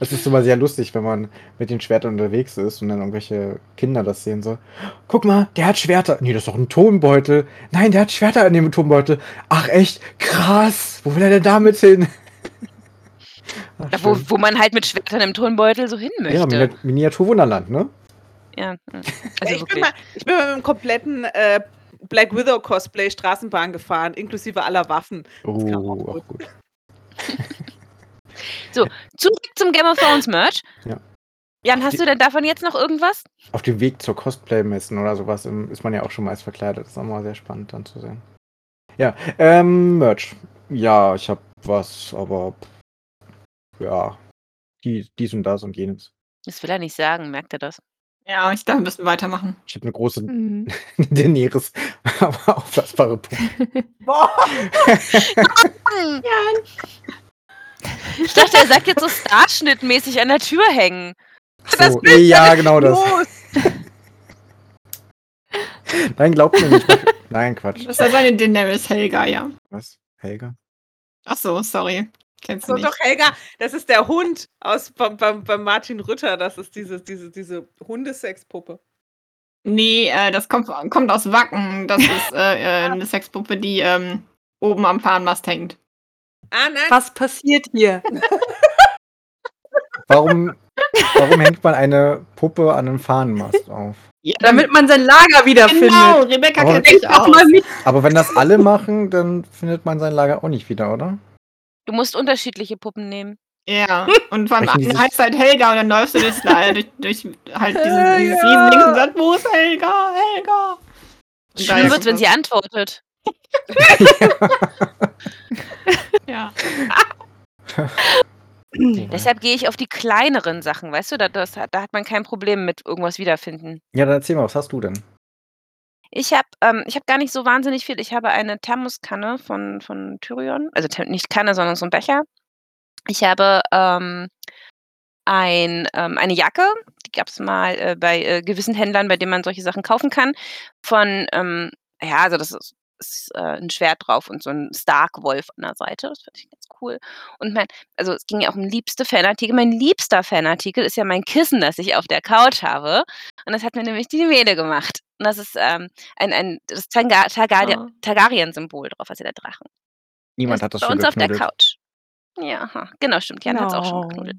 E: Es ist immer sehr lustig, wenn man mit den Schwertern unterwegs ist und dann irgendwelche Kinder das sehen so. Guck mal, der hat Schwerter. Nee, das ist doch ein Tonbeutel. Nein, der hat Schwerter in dem Tonbeutel. Ach echt? Krass. Wo will er denn damit hin? Ach,
A: Da, wo,
E: schön.
A: wo man halt mit Schwertern im Turnbeutel so hin
E: ja,
A: möchte.
E: Mini Miniaturwunderland, ne?
A: Ja, mm.
D: Ja,
A: also
D: ich, bin
A: wirklich.
D: mal, ich bin mal mit einem kompletten äh, Black Widow-Cosplay Straßenbahn gefahren, inklusive aller Waffen. kam auch
E: Oh,
D: gut.
E: auch gut.
A: Zurück zum Game of Thrones Merch.
E: Ja.
A: Jan, hast du denn davon jetzt noch irgendwas?
E: Auf dem Weg zur Cosplay-Messen oder sowas ähm, ist man ja auch schon meist verkleidet. Das ist auch mal sehr spannend dann zu sehen. Ja, ähm, Merch. Ja, ich hab was, aber pff, ja, dies, dies und das und jenes.
A: Das will er nicht sagen, merkt er das?
H: Ja, ich darf ein bisschen weitermachen.
E: Ich habe eine große
B: Mhm.
E: Daenerys, aber auflassbare Puppe.
D: Hm.
A: Ich dachte, er sagt jetzt so Starschnittmäßig an der Tür hängen.
E: Das so, ja, genau das. Nein, glaubt mir nicht. Nein, Quatsch.
H: Das ist ja seine Daenerys Helga, ja.
E: Was? Helga?
H: Ach so, sorry. Kennst du
D: So,
H: nicht.
D: doch, Helga, das ist der Hund aus, beim, beim, beim Martin Rütter. Das ist diese, diese, diese Hundesexpuppe.
H: Nee, äh, das kommt, kommt aus Wacken. Das ist äh, äh, eine Sexpuppe, die ähm, oben am Fahnenmast hängt.
D: Ah, nein.
F: Was passiert hier?
E: Warum, warum hängt man eine Puppe an einem Fahnenmast auf?
H: Ja,
F: Damit man sein Lager wiederfindet.
H: Genau, Rebecca
E: Aber-
H: kennt sich
F: Mach
H: aus.
F: mal mit.
E: Aber wenn das alle machen, dann findet man sein Lager auch nicht wieder, oder?
A: Du musst unterschiedliche Puppen nehmen.
H: Ja, und beim
E: Welchen
H: einen
E: dieses-
H: heißt halt Helga und dann läufst du das da äh, durch, durch halt dieses, dieses
D: Helga!
H: riesen Ding und sagst, wo ist Helga? Helga! Und
A: Schlimm
H: daher
A: wird's,
H: kommt
A: wenn
H: das.
A: sie antwortet.
H: Ja.
A: Deshalb gehe ich auf die kleineren Sachen, weißt du? Da, das, hat- da hat man kein Problem mit irgendwas wiederfinden.
E: Ja, dann erzähl mal, was hast du denn?
A: Ich habe ähm, ich hab gar nicht so wahnsinnig viel. Ich habe eine Thermoskanne von, von Tyrion. Also Ther- nicht Kanne, sondern so ein Becher. Ich habe ähm, ein, ähm, eine Jacke, die gab es mal äh, bei äh, gewissen Händlern, bei denen man solche Sachen kaufen kann. Von, ähm, ja, also das ist, ist äh, ein Schwert drauf und so ein Stark-Wolf an der Seite. Das finde ich ganz cool. Und mein, also es ging ja auch um liebste Fanartikel. Mein liebster Fanartikel ist ja mein Kissen, das ich auf der Couch habe. Und das hat mir nämlich die Mäde gemacht. Und das ist ähm, ein, ein das Tanga- Targaryen- Targaryen-Symbol drauf, also der Drachen.
E: Niemand
A: Der
E: hat das
A: ist bei
E: schon
A: uns auf der
E: geknuddelt.
A: Couch. Ja, aha. genau, stimmt. Jan hat es auch schon
G: No.
A: geknuddelt.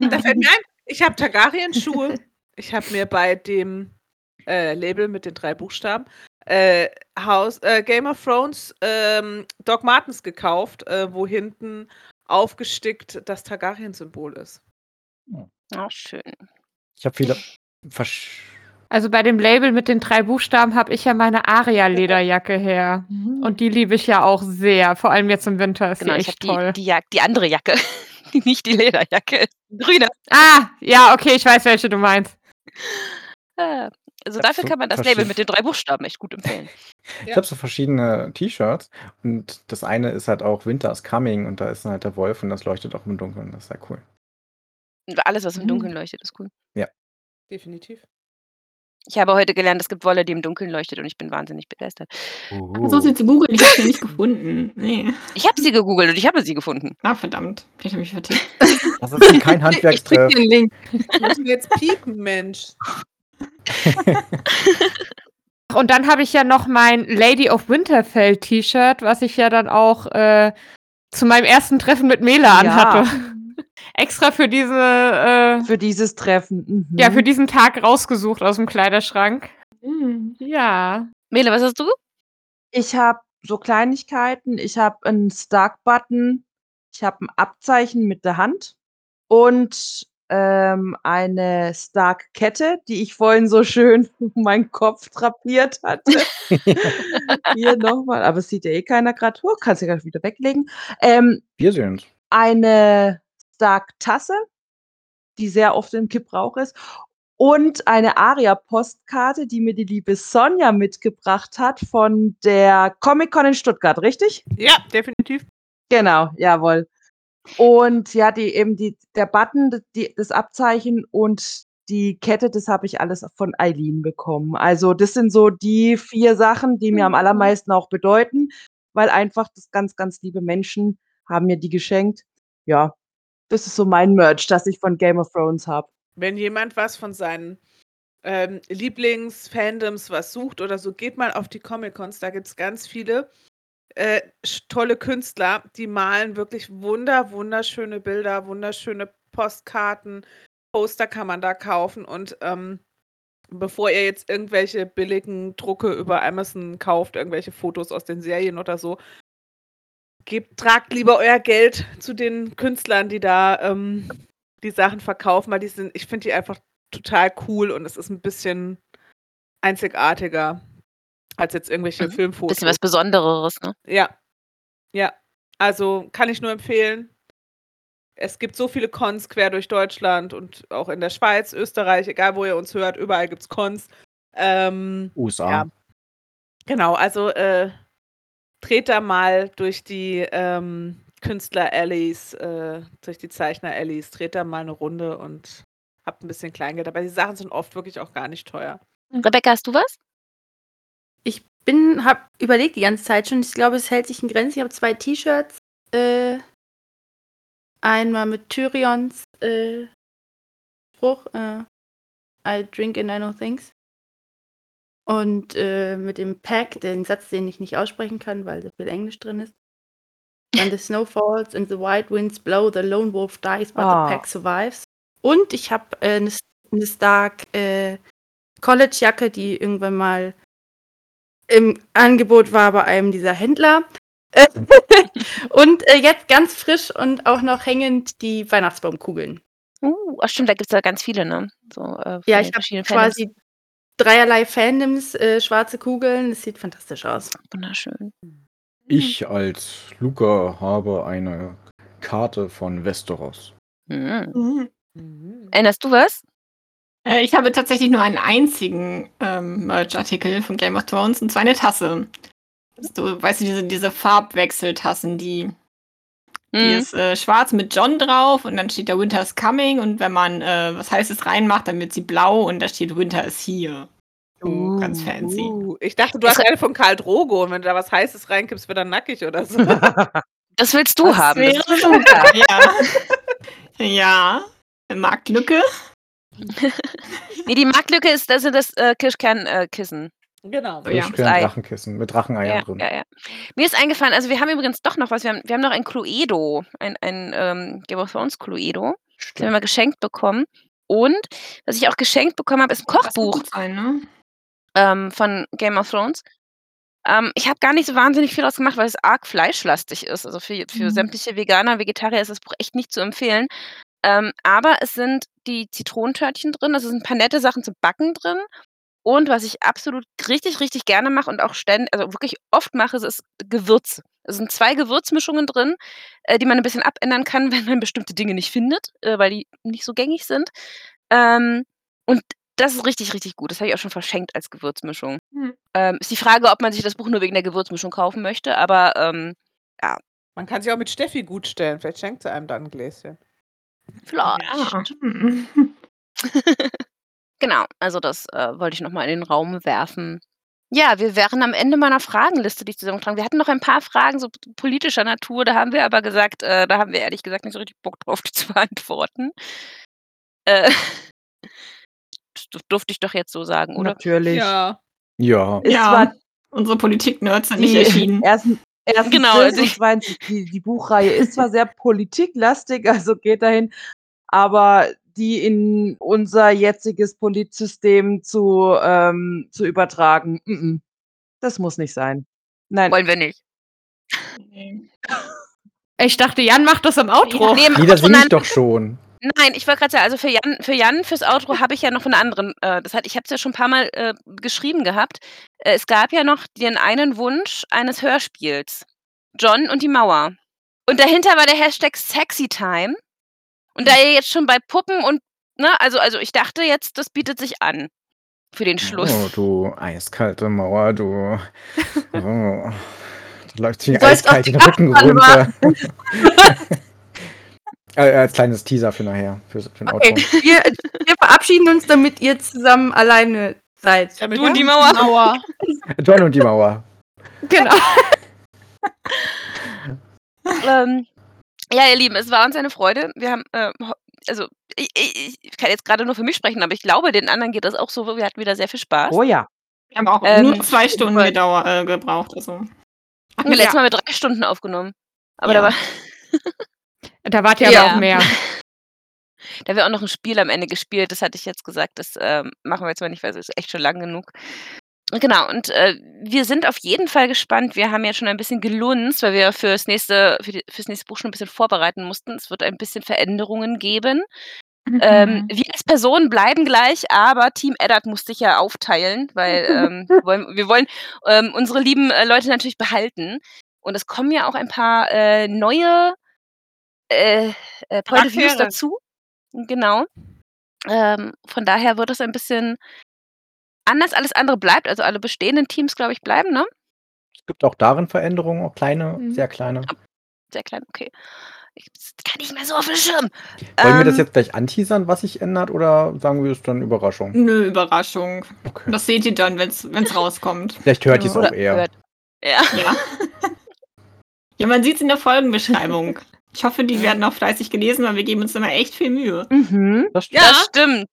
D: Da fällt mir ein, äh, ich habe Targaryen-Schuhe. Ich habe mir bei dem äh, Label mit den drei Buchstaben äh, House, äh, Game of Thrones ähm, Doc Martens gekauft, äh, wo hinten aufgestickt das Targaryen-Symbol ist.
A: Oh, schön.
E: Ich habe viele. Versch
B: Also bei dem Label mit den drei Buchstaben habe ich ja meine Aria-Lederjacke her.
D: Mhm.
B: Und die liebe ich ja auch sehr. Vor allem jetzt im Winter ist
A: Genau,
B: die
A: ich
B: echt
A: habe
B: toll.
A: die, die, Jack- die andere Jacke, die nicht die Lederjacke, ist. Die grüne.
B: Ah, ja, okay, ich weiß, welche du meinst.
A: Äh, Also
E: Ja,
A: dafür
E: so
A: kann man das Label
E: verschieden.
A: mit den drei Buchstaben echt gut empfehlen.
E: Ich habe so verschiedene T-Shirts und das eine ist halt auch Winter is Coming und da ist dann halt der Wolf und das leuchtet auch im Dunkeln. Das ist ja cool.
A: Und Alles, was im Dunkeln leuchtet, ist cool.
D: Definitiv.
A: Ich habe heute gelernt, es gibt Wolle, die im Dunkeln leuchtet und ich bin wahnsinnig begeistert.
H: Versuch's nicht zu googeln, ich habe sie nicht gefunden. Nee.
A: Ich habe sie gegoogelt und ich habe sie gefunden.
H: Ah, verdammt. Vielleicht habe ich mich vertippt.
E: Das ist kein
H: Ich schicke
E: Handwerkstreff.
H: dir einen Link.
D: Müssen wir jetzt piepen, Mensch.
B: Und dann habe ich ja noch mein Lady of Winterfell T-Shirt, was ich ja dann auch äh, zu meinem ersten Treffen mit Mela
G: Ja.
B: anhatte. Extra für diese, äh,
G: Für dieses Treffen. Mhm.
B: ja, für diesen Tag rausgesucht aus dem Kleiderschrank.
H: Hm.
B: Ja.
A: Mele, was hast du?
G: Ich habe so Kleinigkeiten. Ich habe einen Stark-Button. Ich habe ein Abzeichen mit der Hand und ähm, eine Stark-Kette, die ich vorhin so schön um meinen Kopf drapiert hatte. Hier nochmal, aber es sieht ja eh keiner gerade. Oh, kannst du ja gleich wieder weglegen. Ähm,
E: Wir sehen
G: eine Stark-Tasse, die sehr oft im Gebrauch ist, und eine Aria-Postkarte, die mir die liebe Sonja mitgebracht hat von der Comic-Con in Stuttgart, richtig?
D: Ja, definitiv.
G: Genau, jawohl. Und ja, die eben die, der Button, d- die, das Abzeichen und die Kette, das habe ich alles von Eileen bekommen. Also das sind so die vier Sachen, die mir am allermeisten auch bedeuten, weil einfach das ganz, ganz liebe Menschen haben mir die geschenkt. Ja, das ist so mein Merch, das ich von Game of Thrones habe.
D: Wenn jemand was von seinen ähm, Lieblings-Fandoms was sucht oder so, geht mal auf die Comic-Cons. Da gibt es ganz viele äh, sch- tolle Künstler, die malen wirklich wunder, wunderschöne Bilder, wunderschöne Postkarten. Poster kann man da kaufen und ähm, bevor ihr jetzt irgendwelche billigen Drucke über Amazon kauft, irgendwelche Fotos aus den Serien oder so, gebt, tragt lieber euer Geld zu den Künstlern, die da ähm, die Sachen verkaufen, weil die sind, ich finde die einfach total cool und es ist ein bisschen einzigartiger als jetzt irgendwelche
A: Mhm.
D: Filmfotos.
A: Bisschen was Besondereres, ne?
D: Ja. Ja. Also kann ich nur empfehlen. Es gibt so viele Cons quer durch Deutschland und auch in der Schweiz, Österreich, egal wo ihr uns hört, überall gibt es Cons. Ähm,
E: USA.
D: Ja. genau, also äh, dreht da mal durch die ähm, Künstler-Alleys, äh, durch die Zeichner-Alleys, dreht da mal eine Runde und habt ein bisschen Kleingeld. Aber die Sachen sind oft wirklich auch gar nicht teuer.
A: Rebecca, hast du was?
F: Ich bin, hab überlegt die ganze Zeit schon. Ich glaube, es hält sich in Grenzen. Ich habe zwei T-Shirts. Äh, einmal mit Tyrions äh, Spruch. Äh, I drink and I know things. Und äh, mit dem Pack, den Satz, den ich nicht aussprechen kann, weil so viel Englisch drin ist. When the snow falls and the white winds blow, the lone wolf dies, but
G: Ah.
F: the pack survives. Und ich habe äh, eine, eine Stark äh, College-Jacke, die irgendwann mal im Angebot war bei einem dieser Händler. Äh, und äh, jetzt ganz frisch und auch noch hängend die Weihnachtsbaumkugeln.
A: Uh, ach stimmt, da gibt es ja ganz viele, ne? So, äh, von
F: Ja, ich
A: den
F: habe
A: verschiedenen Fandoms.
F: quasi dreierlei Fandoms, äh, schwarze Kugeln. Es sieht fantastisch aus.
A: Wunderschön.
E: Ich als Luca habe eine Karte von Westeros.
A: Mhm.
H: Mhm.
A: Erinnerst du was?
H: Äh, Ich habe tatsächlich nur einen einzigen ähm, Merch-Artikel von Game of Thrones und zwar eine Tasse. So, weißt du, diese, diese Farbwechseltassen, die, die
A: Mhm.
H: ist äh, schwarz mit John drauf und dann steht da Winter is coming und wenn man äh, was Heißes reinmacht, dann wird sie blau und da steht Winter is here. So, ganz fancy.
D: Uh, ich dachte, du hast eine von Karl Drogo und wenn du da was Heißes reinkippst, wird er nackig oder so.
A: Das willst du haben. Das
H: wäre super, ja. ja. Marktlücke.
A: Nee, die Marktlücke ist, das sind das äh, Kirschkernkissen. Äh, Kissen.
D: Genau.
H: Oh, Ja.
E: Ich ein
A: Ei.
E: Drachenkissen mit Dracheneiern
A: Ja,
E: drin.
A: ja, ja. Mir ist eingefallen, also wir haben übrigens doch noch was. Wir haben, wir haben noch ein Cluedo, ein, ein ähm, Game of Thrones Cluedo. Das haben wir
E: Stimmt.
A: mal geschenkt bekommen. Und was ich auch geschenkt bekommen habe, ist ein
H: Das kann
A: Kochbuch
H: gut sein, ne?
A: ähm, von Game of Thrones. Ähm, ich habe gar nicht so wahnsinnig viel draus gemacht, weil es arg fleischlastig ist. Also für, für
H: Mhm.
A: sämtliche Veganer und Vegetarier ist das Buch echt nicht zu empfehlen. Ähm, aber es sind die Zitronentörtchen drin, also es sind ein paar nette Sachen zum Backen drin. Und was ich absolut richtig, richtig gerne mache und auch ständig, also wirklich oft mache, es ist Gewürze. Es sind zwei Gewürzmischungen drin, äh, die man ein bisschen abändern kann, wenn man bestimmte Dinge nicht findet, äh, weil die nicht so gängig sind. Ähm, und das ist richtig, richtig gut. Das habe ich auch schon verschenkt als Gewürzmischung.
H: Hm.
A: Ähm, ist die Frage, ob man sich das Buch nur wegen der Gewürzmischung kaufen möchte, aber ähm,
D: Man kann sich auch mit Steffi gut stellen. Vielleicht schenkt sie einem dann ein Gläschen.
A: vielleicht.
H: Ja. Hm.
A: Genau, also das äh, wollte ich nochmal in den Raum werfen. Ja, wir wären am Ende meiner Fragenliste, die ich zusammengetragen habe. Wir hatten noch ein paar Fragen so p- politischer Natur, da haben wir aber gesagt, äh, da haben wir ehrlich gesagt nicht so richtig Bock drauf, die zu beantworten. Äh, das durf- durfte ich doch jetzt so sagen, oder?
G: Natürlich.
D: Ja.
E: Ja.
G: Es
H: Ja.
G: war
H: Unsere Politik-Nerds sind nicht
G: die
H: erschienen.
G: ersten, ersten
A: Genau,
G: genau,
A: also ich-
G: 22, die, die Buchreihe ist zwar sehr politiklastig, also geht dahin, aber die in unser jetziges Politsystem zu, ähm, zu übertragen, mm -mm, das muss nicht sein. Nein,
A: Wollen wir nicht.
H: Nee.
B: Ich dachte, Jan macht das am Outro.
A: Nee, im
E: Lieder
A: Outro-
E: singe
A: nein,
E: ich doch schon.
A: Nein, ich wollte gerade sagen, also für Jan, für Jan fürs Outro habe ich ja noch einen anderen. Äh, das hat, ich habe es ja schon ein paar Mal äh, geschrieben gehabt. Äh, es gab ja noch den einen Wunsch eines Hörspiels. John und die Mauer. Und dahinter war der Hashtag SexyTime. Und da ihr jetzt schon bei Puppen und, ne, also, also ich dachte jetzt, das bietet sich an. Für den Schluss.
E: Oh, du eiskalte Mauer, du. Oh. Da läuft
F: Du
E: mir
F: sollst auf
E: eiskalt
F: die
E: den Rücken
F: Nachbarn
E: runter. Äh, Als kleines Teaser für nachher, für, für ein
F: Okay,
E: Outro.
F: wir, wir verabschieden uns, damit ihr zusammen alleine seid.
D: Damit
A: Du und die
D: ganzen
A: Mauer.
D: Mauer.
E: Äh, John und die Mauer.
F: Genau.
A: Ähm, ja, ihr Lieben, es war uns eine Freude. Wir haben, äh, ho- also ich, ich, ich kann jetzt gerade nur für mich sprechen, aber ich glaube, den anderen geht das auch so. Wir hatten wieder sehr viel Spaß.
G: oh ja.
H: Wir haben auch
A: Ähm,
H: nur zwei Stunden
F: Fall.
H: gedauert, äh, gebraucht. Also.
A: Hatten wir letztes Mal mit drei Stunden aufgenommen. Aber
H: Ja.
A: da, war,
B: Da wart ihr
A: Ja.
B: aber auch mehr.
A: da wir auch noch ein Spiel am Ende gespielt, das hatte ich jetzt gesagt, das ähm, machen wir jetzt mal nicht, weil es ist echt schon lang genug. Genau, und äh, wir sind auf jeden Fall gespannt. Wir haben ja schon ein bisschen gelunzt, weil wir fürs nächste, für die, fürs nächste Buch schon ein bisschen vorbereiten mussten. Es wird ein bisschen Veränderungen geben. Ähm, wir als Personen bleiben gleich, aber Team Eddard muss sich ja aufteilen, weil ähm, wir wollen, wir wollen ähm, unsere lieben äh, Leute natürlich behalten. Und es kommen ja auch ein paar äh, neue äh, äh, Point of Views
D: Charaktere.
A: dazu. Genau. Ähm, von daher wird es ein bisschen anders. Alles andere bleibt. Also alle bestehenden Teams, glaube ich, bleiben, ne?
E: Es gibt auch darin Veränderungen, auch kleine,
B: Mhm.
E: sehr kleine.
A: Sehr klein, okay. Ich kann nicht mehr so auf den Schirm.
E: Wollen wir das
A: Ähm,
E: jetzt gleich anteasern, was sich ändert, oder sagen wir es dann Überraschung?
H: Nö, Überraschung.
E: Okay.
H: Das seht ihr dann, wenn's wenn's rauskommt.
E: Vielleicht hört ihr es
H: Ja.
E: auch eher.
A: Hört. Ja.
H: Ja. ja, man sieht's in der Folgenbeschreibung. Ich hoffe, die werden auch fleißig gelesen, weil wir geben uns immer echt viel Mühe.
G: Mhm.
E: Das
A: ja, das stimmt.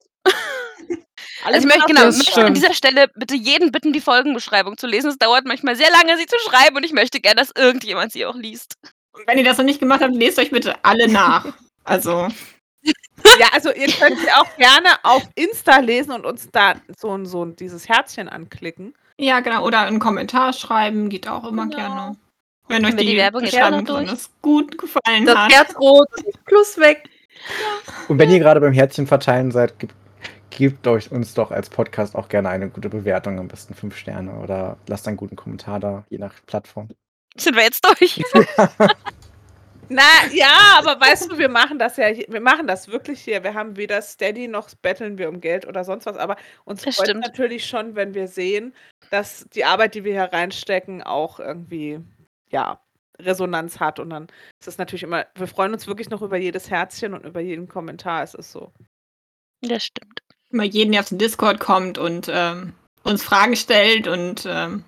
D: Alles
A: Also ich möchte, genau,
B: das
A: möchte an
B: stimmt.
A: dieser Stelle bitte jeden bitten, die Folgenbeschreibung zu lesen. Es dauert manchmal sehr lange, sie zu schreiben und ich möchte gerne, dass irgendjemand sie auch liest.
H: Und wenn ihr das noch nicht gemacht habt, lest euch bitte alle nach. Also,
D: Ja, also ihr könnt sie auch gerne auf Insta lesen und uns da so ein, so ein dieses Herzchen anklicken.
H: ja, genau. Oder einen Kommentar schreiben, geht auch immer
A: Genau.
H: gerne. Wenn euch
A: wir
H: die,
A: die Werbung jetzt auch
H: Beschreibung
A: noch durch?
H: besonders gut gefallen
F: Das
H: hat.
F: Herz rot, Plus weg.
E: Und wenn ihr gerade beim Herzchen verteilen seid, gebt, gebt euch uns doch als Podcast auch gerne eine gute Bewertung, am besten fünf Sterne oder lasst einen guten Kommentar da, je nach Plattform.
A: Sind wir jetzt durch?
D: Na ja, aber weißt du, wir machen das ja, hier- wir machen das wirklich hier. Wir haben weder Steady noch betteln wir um Geld oder sonst was, aber uns
A: Das
D: freut
A: stimmt.
D: natürlich schon, wenn wir sehen, dass die Arbeit, die wir hier reinstecken, auch irgendwie ja Resonanz hat und dann ist es natürlich immer, wir freuen uns wirklich noch über jedes Herzchen und über jeden Kommentar, es ist so.
A: Das stimmt.
H: immer jeden, der auf den Discord kommt und ähm, uns Fragen stellt und ähm,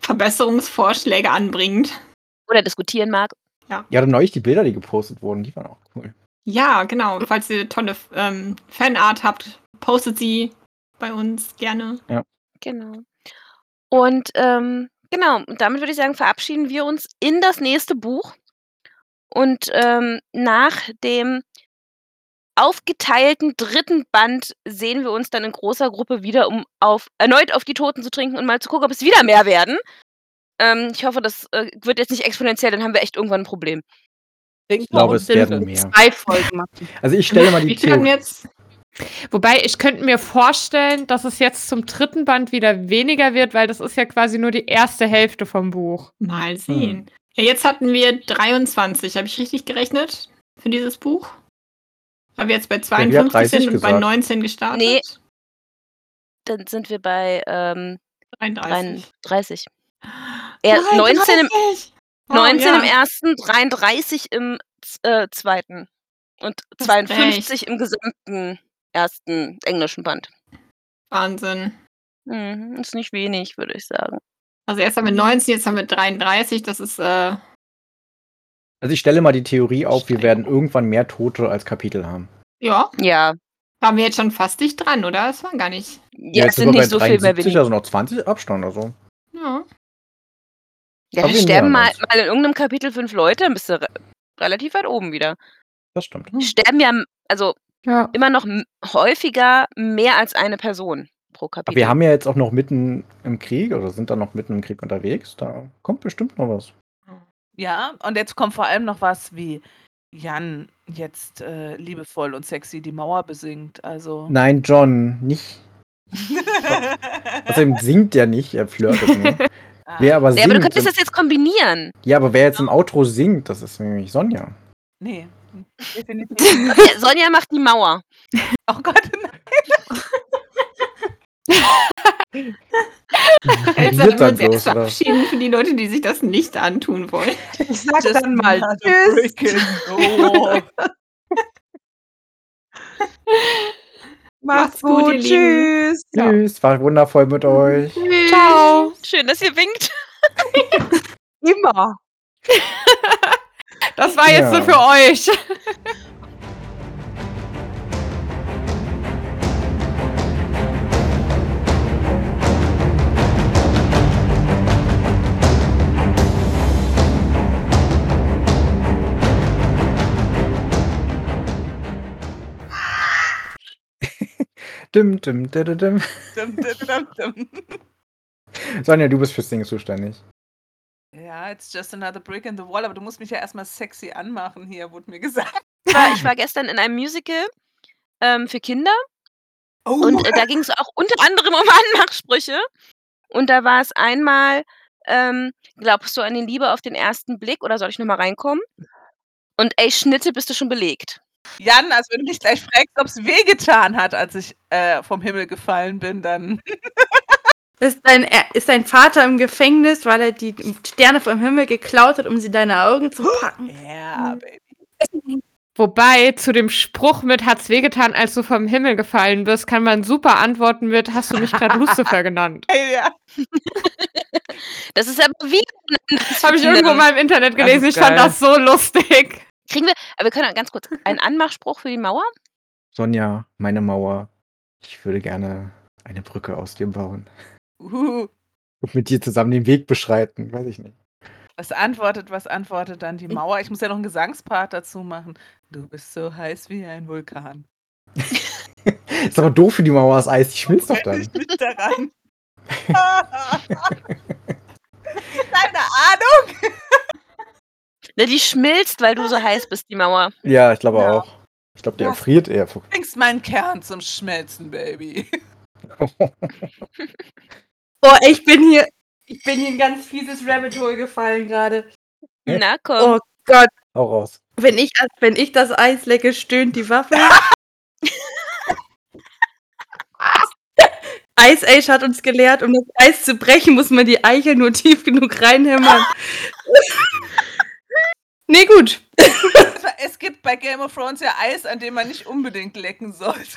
H: Verbesserungsvorschläge anbringt.
A: Oder diskutieren mag.
E: Ja, dann neulich die Bilder, die gepostet wurden, die waren auch cool.
H: Ja, genau. Falls ihr tolle ähm, Fanart habt, postet sie bei uns gerne.
A: Genau. Und ähm, genau, und damit würde ich sagen, verabschieden wir uns in das nächste Buch. Und ähm, nach dem aufgeteilten dritten Band sehen wir uns dann in großer Gruppe wieder, um auf, erneut auf die Toten zu trinken und mal zu gucken, ob es wieder mehr werden. Ähm, ich hoffe, das äh, wird jetzt nicht exponentiell, dann haben wir echt irgendwann ein Problem.
E: Ich glaube, es werden
F: Bestimmt
E: mehr.
F: Zwei Folgen machen.
E: Also ich stelle mal die
H: Wie viel haben
E: Theorie.
H: wir jetzt?
B: Wobei, ich könnte mir vorstellen, dass es jetzt zum dritten Band wieder weniger wird, weil das ist ja quasi nur die erste Hälfte vom Buch.
H: Mal
E: Hm.
H: sehen. Ja, jetzt hatten wir 23. Habe ich richtig gerechnet für dieses Buch? Weil wir jetzt bei
E: hab
H: 52
E: 30
H: sind und bei
E: gesagt.
H: 19 gestartet?
A: Nee. Dann sind wir bei ähm,
H: 33.
A: 33. Er,
C: halt,
A: 19 im,
H: 33. Oh,
A: 19
H: ja.
A: im ersten, 33 im z- äh, zweiten und
H: Hast
A: 52 im gesamten ersten englischen Band.
H: Wahnsinn.
A: Mhm, ist nicht wenig, würde ich sagen.
H: Also erst haben wir 19, jetzt haben wir 33. Das ist, äh,
E: Also ich stelle mal die Theorie auf, wir werden
H: Steigerung.
E: irgendwann mehr Tote als Kapitel haben.
H: ja,
A: Ja,
H: waren wir jetzt schon fast dicht dran, oder? Es waren gar nicht.
A: ja, es
E: sind
A: sind nicht
E: wir bei
A: so viel mehr
E: 73,
A: wenig.
E: Also noch 20 Abstand oder so.
H: Ja.
A: Ja,
E: Aber
A: da
E: wir
A: sterben
E: nähern
A: mal,
E: uns.
A: mal in irgendeinem Kapitel fünf Leute, dann bist du re relativ weit oben wieder.
E: Das stimmt.
A: Sterben ja, m- also
B: Ja.
A: immer noch m- häufiger mehr als eine Person pro Kapitel.
E: Aber wir haben ja jetzt auch noch mitten im Krieg oder sind da noch mitten im Krieg unterwegs. Da kommt bestimmt noch was.
D: Ja, und jetzt kommt vor allem noch was, wie Jan jetzt äh, liebevoll und sexy die Mauer besingt. Also.
E: Nein, John, nicht. Außerdem singt er nicht, er flirtet nur.
D: Ah,
E: Wer aber
A: ja,
E: singt,
A: aber du könntest das jetzt kombinieren.
E: ja, aber wer jetzt im Outro singt, das ist nämlich Sonja.
D: nee. Definitiv.
A: Sonja, Sonja macht die Mauer.
D: Oh Gott,
H: Jetzt
E: wird dann
H: wir uns
E: bloß,
H: erst
E: oder?
H: verabschieden für die Leute, die sich das nicht antun wollen.
G: Ich sag
D: Just
G: dann mal
H: Also,
D: another
G: Tschüss.
D: freaking door.
H: Macht's
G: Macht's
H: gut,
G: gut.
H: ihr Lieben.
G: tschüss.
E: Ja. Tschüss, war wundervoll mit euch.
B: Ciao.
A: Schön, dass ihr winkt.
G: Immer.
B: Das war Ah, jetzt
E: Ja.
B: so für euch.
E: Dim, dim, dim, dim.
D: Dum, dum, dum, dum.
E: Sonja, du bist fürs Singen zuständig.
D: Ja, it's just another brick in the wall, aber du musst mich ja erstmal sexy anmachen hier, wurde mir gesagt.
A: Ich war, ich war gestern in einem Musical ähm, für Kinder und äh, da ging es auch unter anderem um Anmachsprüche. Und da war es einmal, ähm, glaubst du an die Liebe auf den ersten Blick oder soll ich nochmal reinkommen? Und ey, Schnitte bist du schon belegt.
D: Jan, also wenn du mich gleich fragst, ob es wehgetan hat, als ich äh, vom Himmel gefallen bin, dann.
F: Ist dein, er- ist dein Vater im Gefängnis, weil er die Sterne vom Himmel geklaut hat, um sie deine Augen zu packen?
D: Ja, Baby.
B: Wobei, zu dem Spruch mit hat's wehgetan, als du vom Himmel gefallen bist, kann man super antworten mit, hast du mich gerade Lucifer genannt.
D: Ja.
A: Das ist aber wie.
B: Das habe ich irgendwo mal im Internet
D: Das
B: gelesen.
D: ist
B: Ich fand
D: geil.
B: das so lustig.
A: Kriegen wir, aber wir können auch ganz kurz einen Anmachspruch für die Mauer.
E: Sonja, meine Mauer. Ich würde gerne eine Brücke aus dir bauen.
D: Uhu.
E: Und mit dir zusammen den Weg beschreiten. Weiß ich nicht.
D: Was antwortet, was antwortet dann die Mauer? Ich muss ja noch einen Gesangspart dazu machen. Du bist so heiß wie ein Vulkan.
E: Ist aber doof für die Mauer aus Eis. Die schmilzt doch dann.
D: Nicht daran. Keine Ahnung.
A: Na, ne, die schmilzt, weil du so heiß bist, die Mauer.
E: Ja, ich glaube auch. Ich glaube, die
D: Ja.
E: erfriert eher. vor-
D: Du bringst meinen Kern zum Schmelzen, Baby.
F: Boah, ich bin hier. Ich bin hier in ganz fieses Rabbit Hole gefallen gerade.
A: Na komm.
F: Oh Gott,
E: Hau raus.
F: wenn ich, wenn ich das Eis lecke, stöhnt die Waffe. Ice Age hat uns gelehrt, um das Eis zu brechen, muss man die Eichel nur tief genug reinhämmern. nee, gut.
D: Es gibt bei Game of Thrones ja Eis, an dem man nicht unbedingt lecken sollte.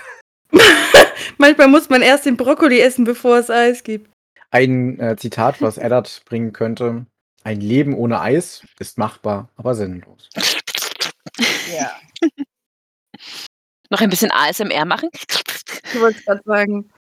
F: Manchmal muss man erst den Brokkoli essen, bevor es Eis gibt.
E: Ein äh, Zitat, was Eddard bringen könnte. Ein Leben ohne Eis ist machbar, aber sinnlos.
D: Ja.
A: Noch ein bisschen ASMR machen.
F: Ich wollte gerade sagen.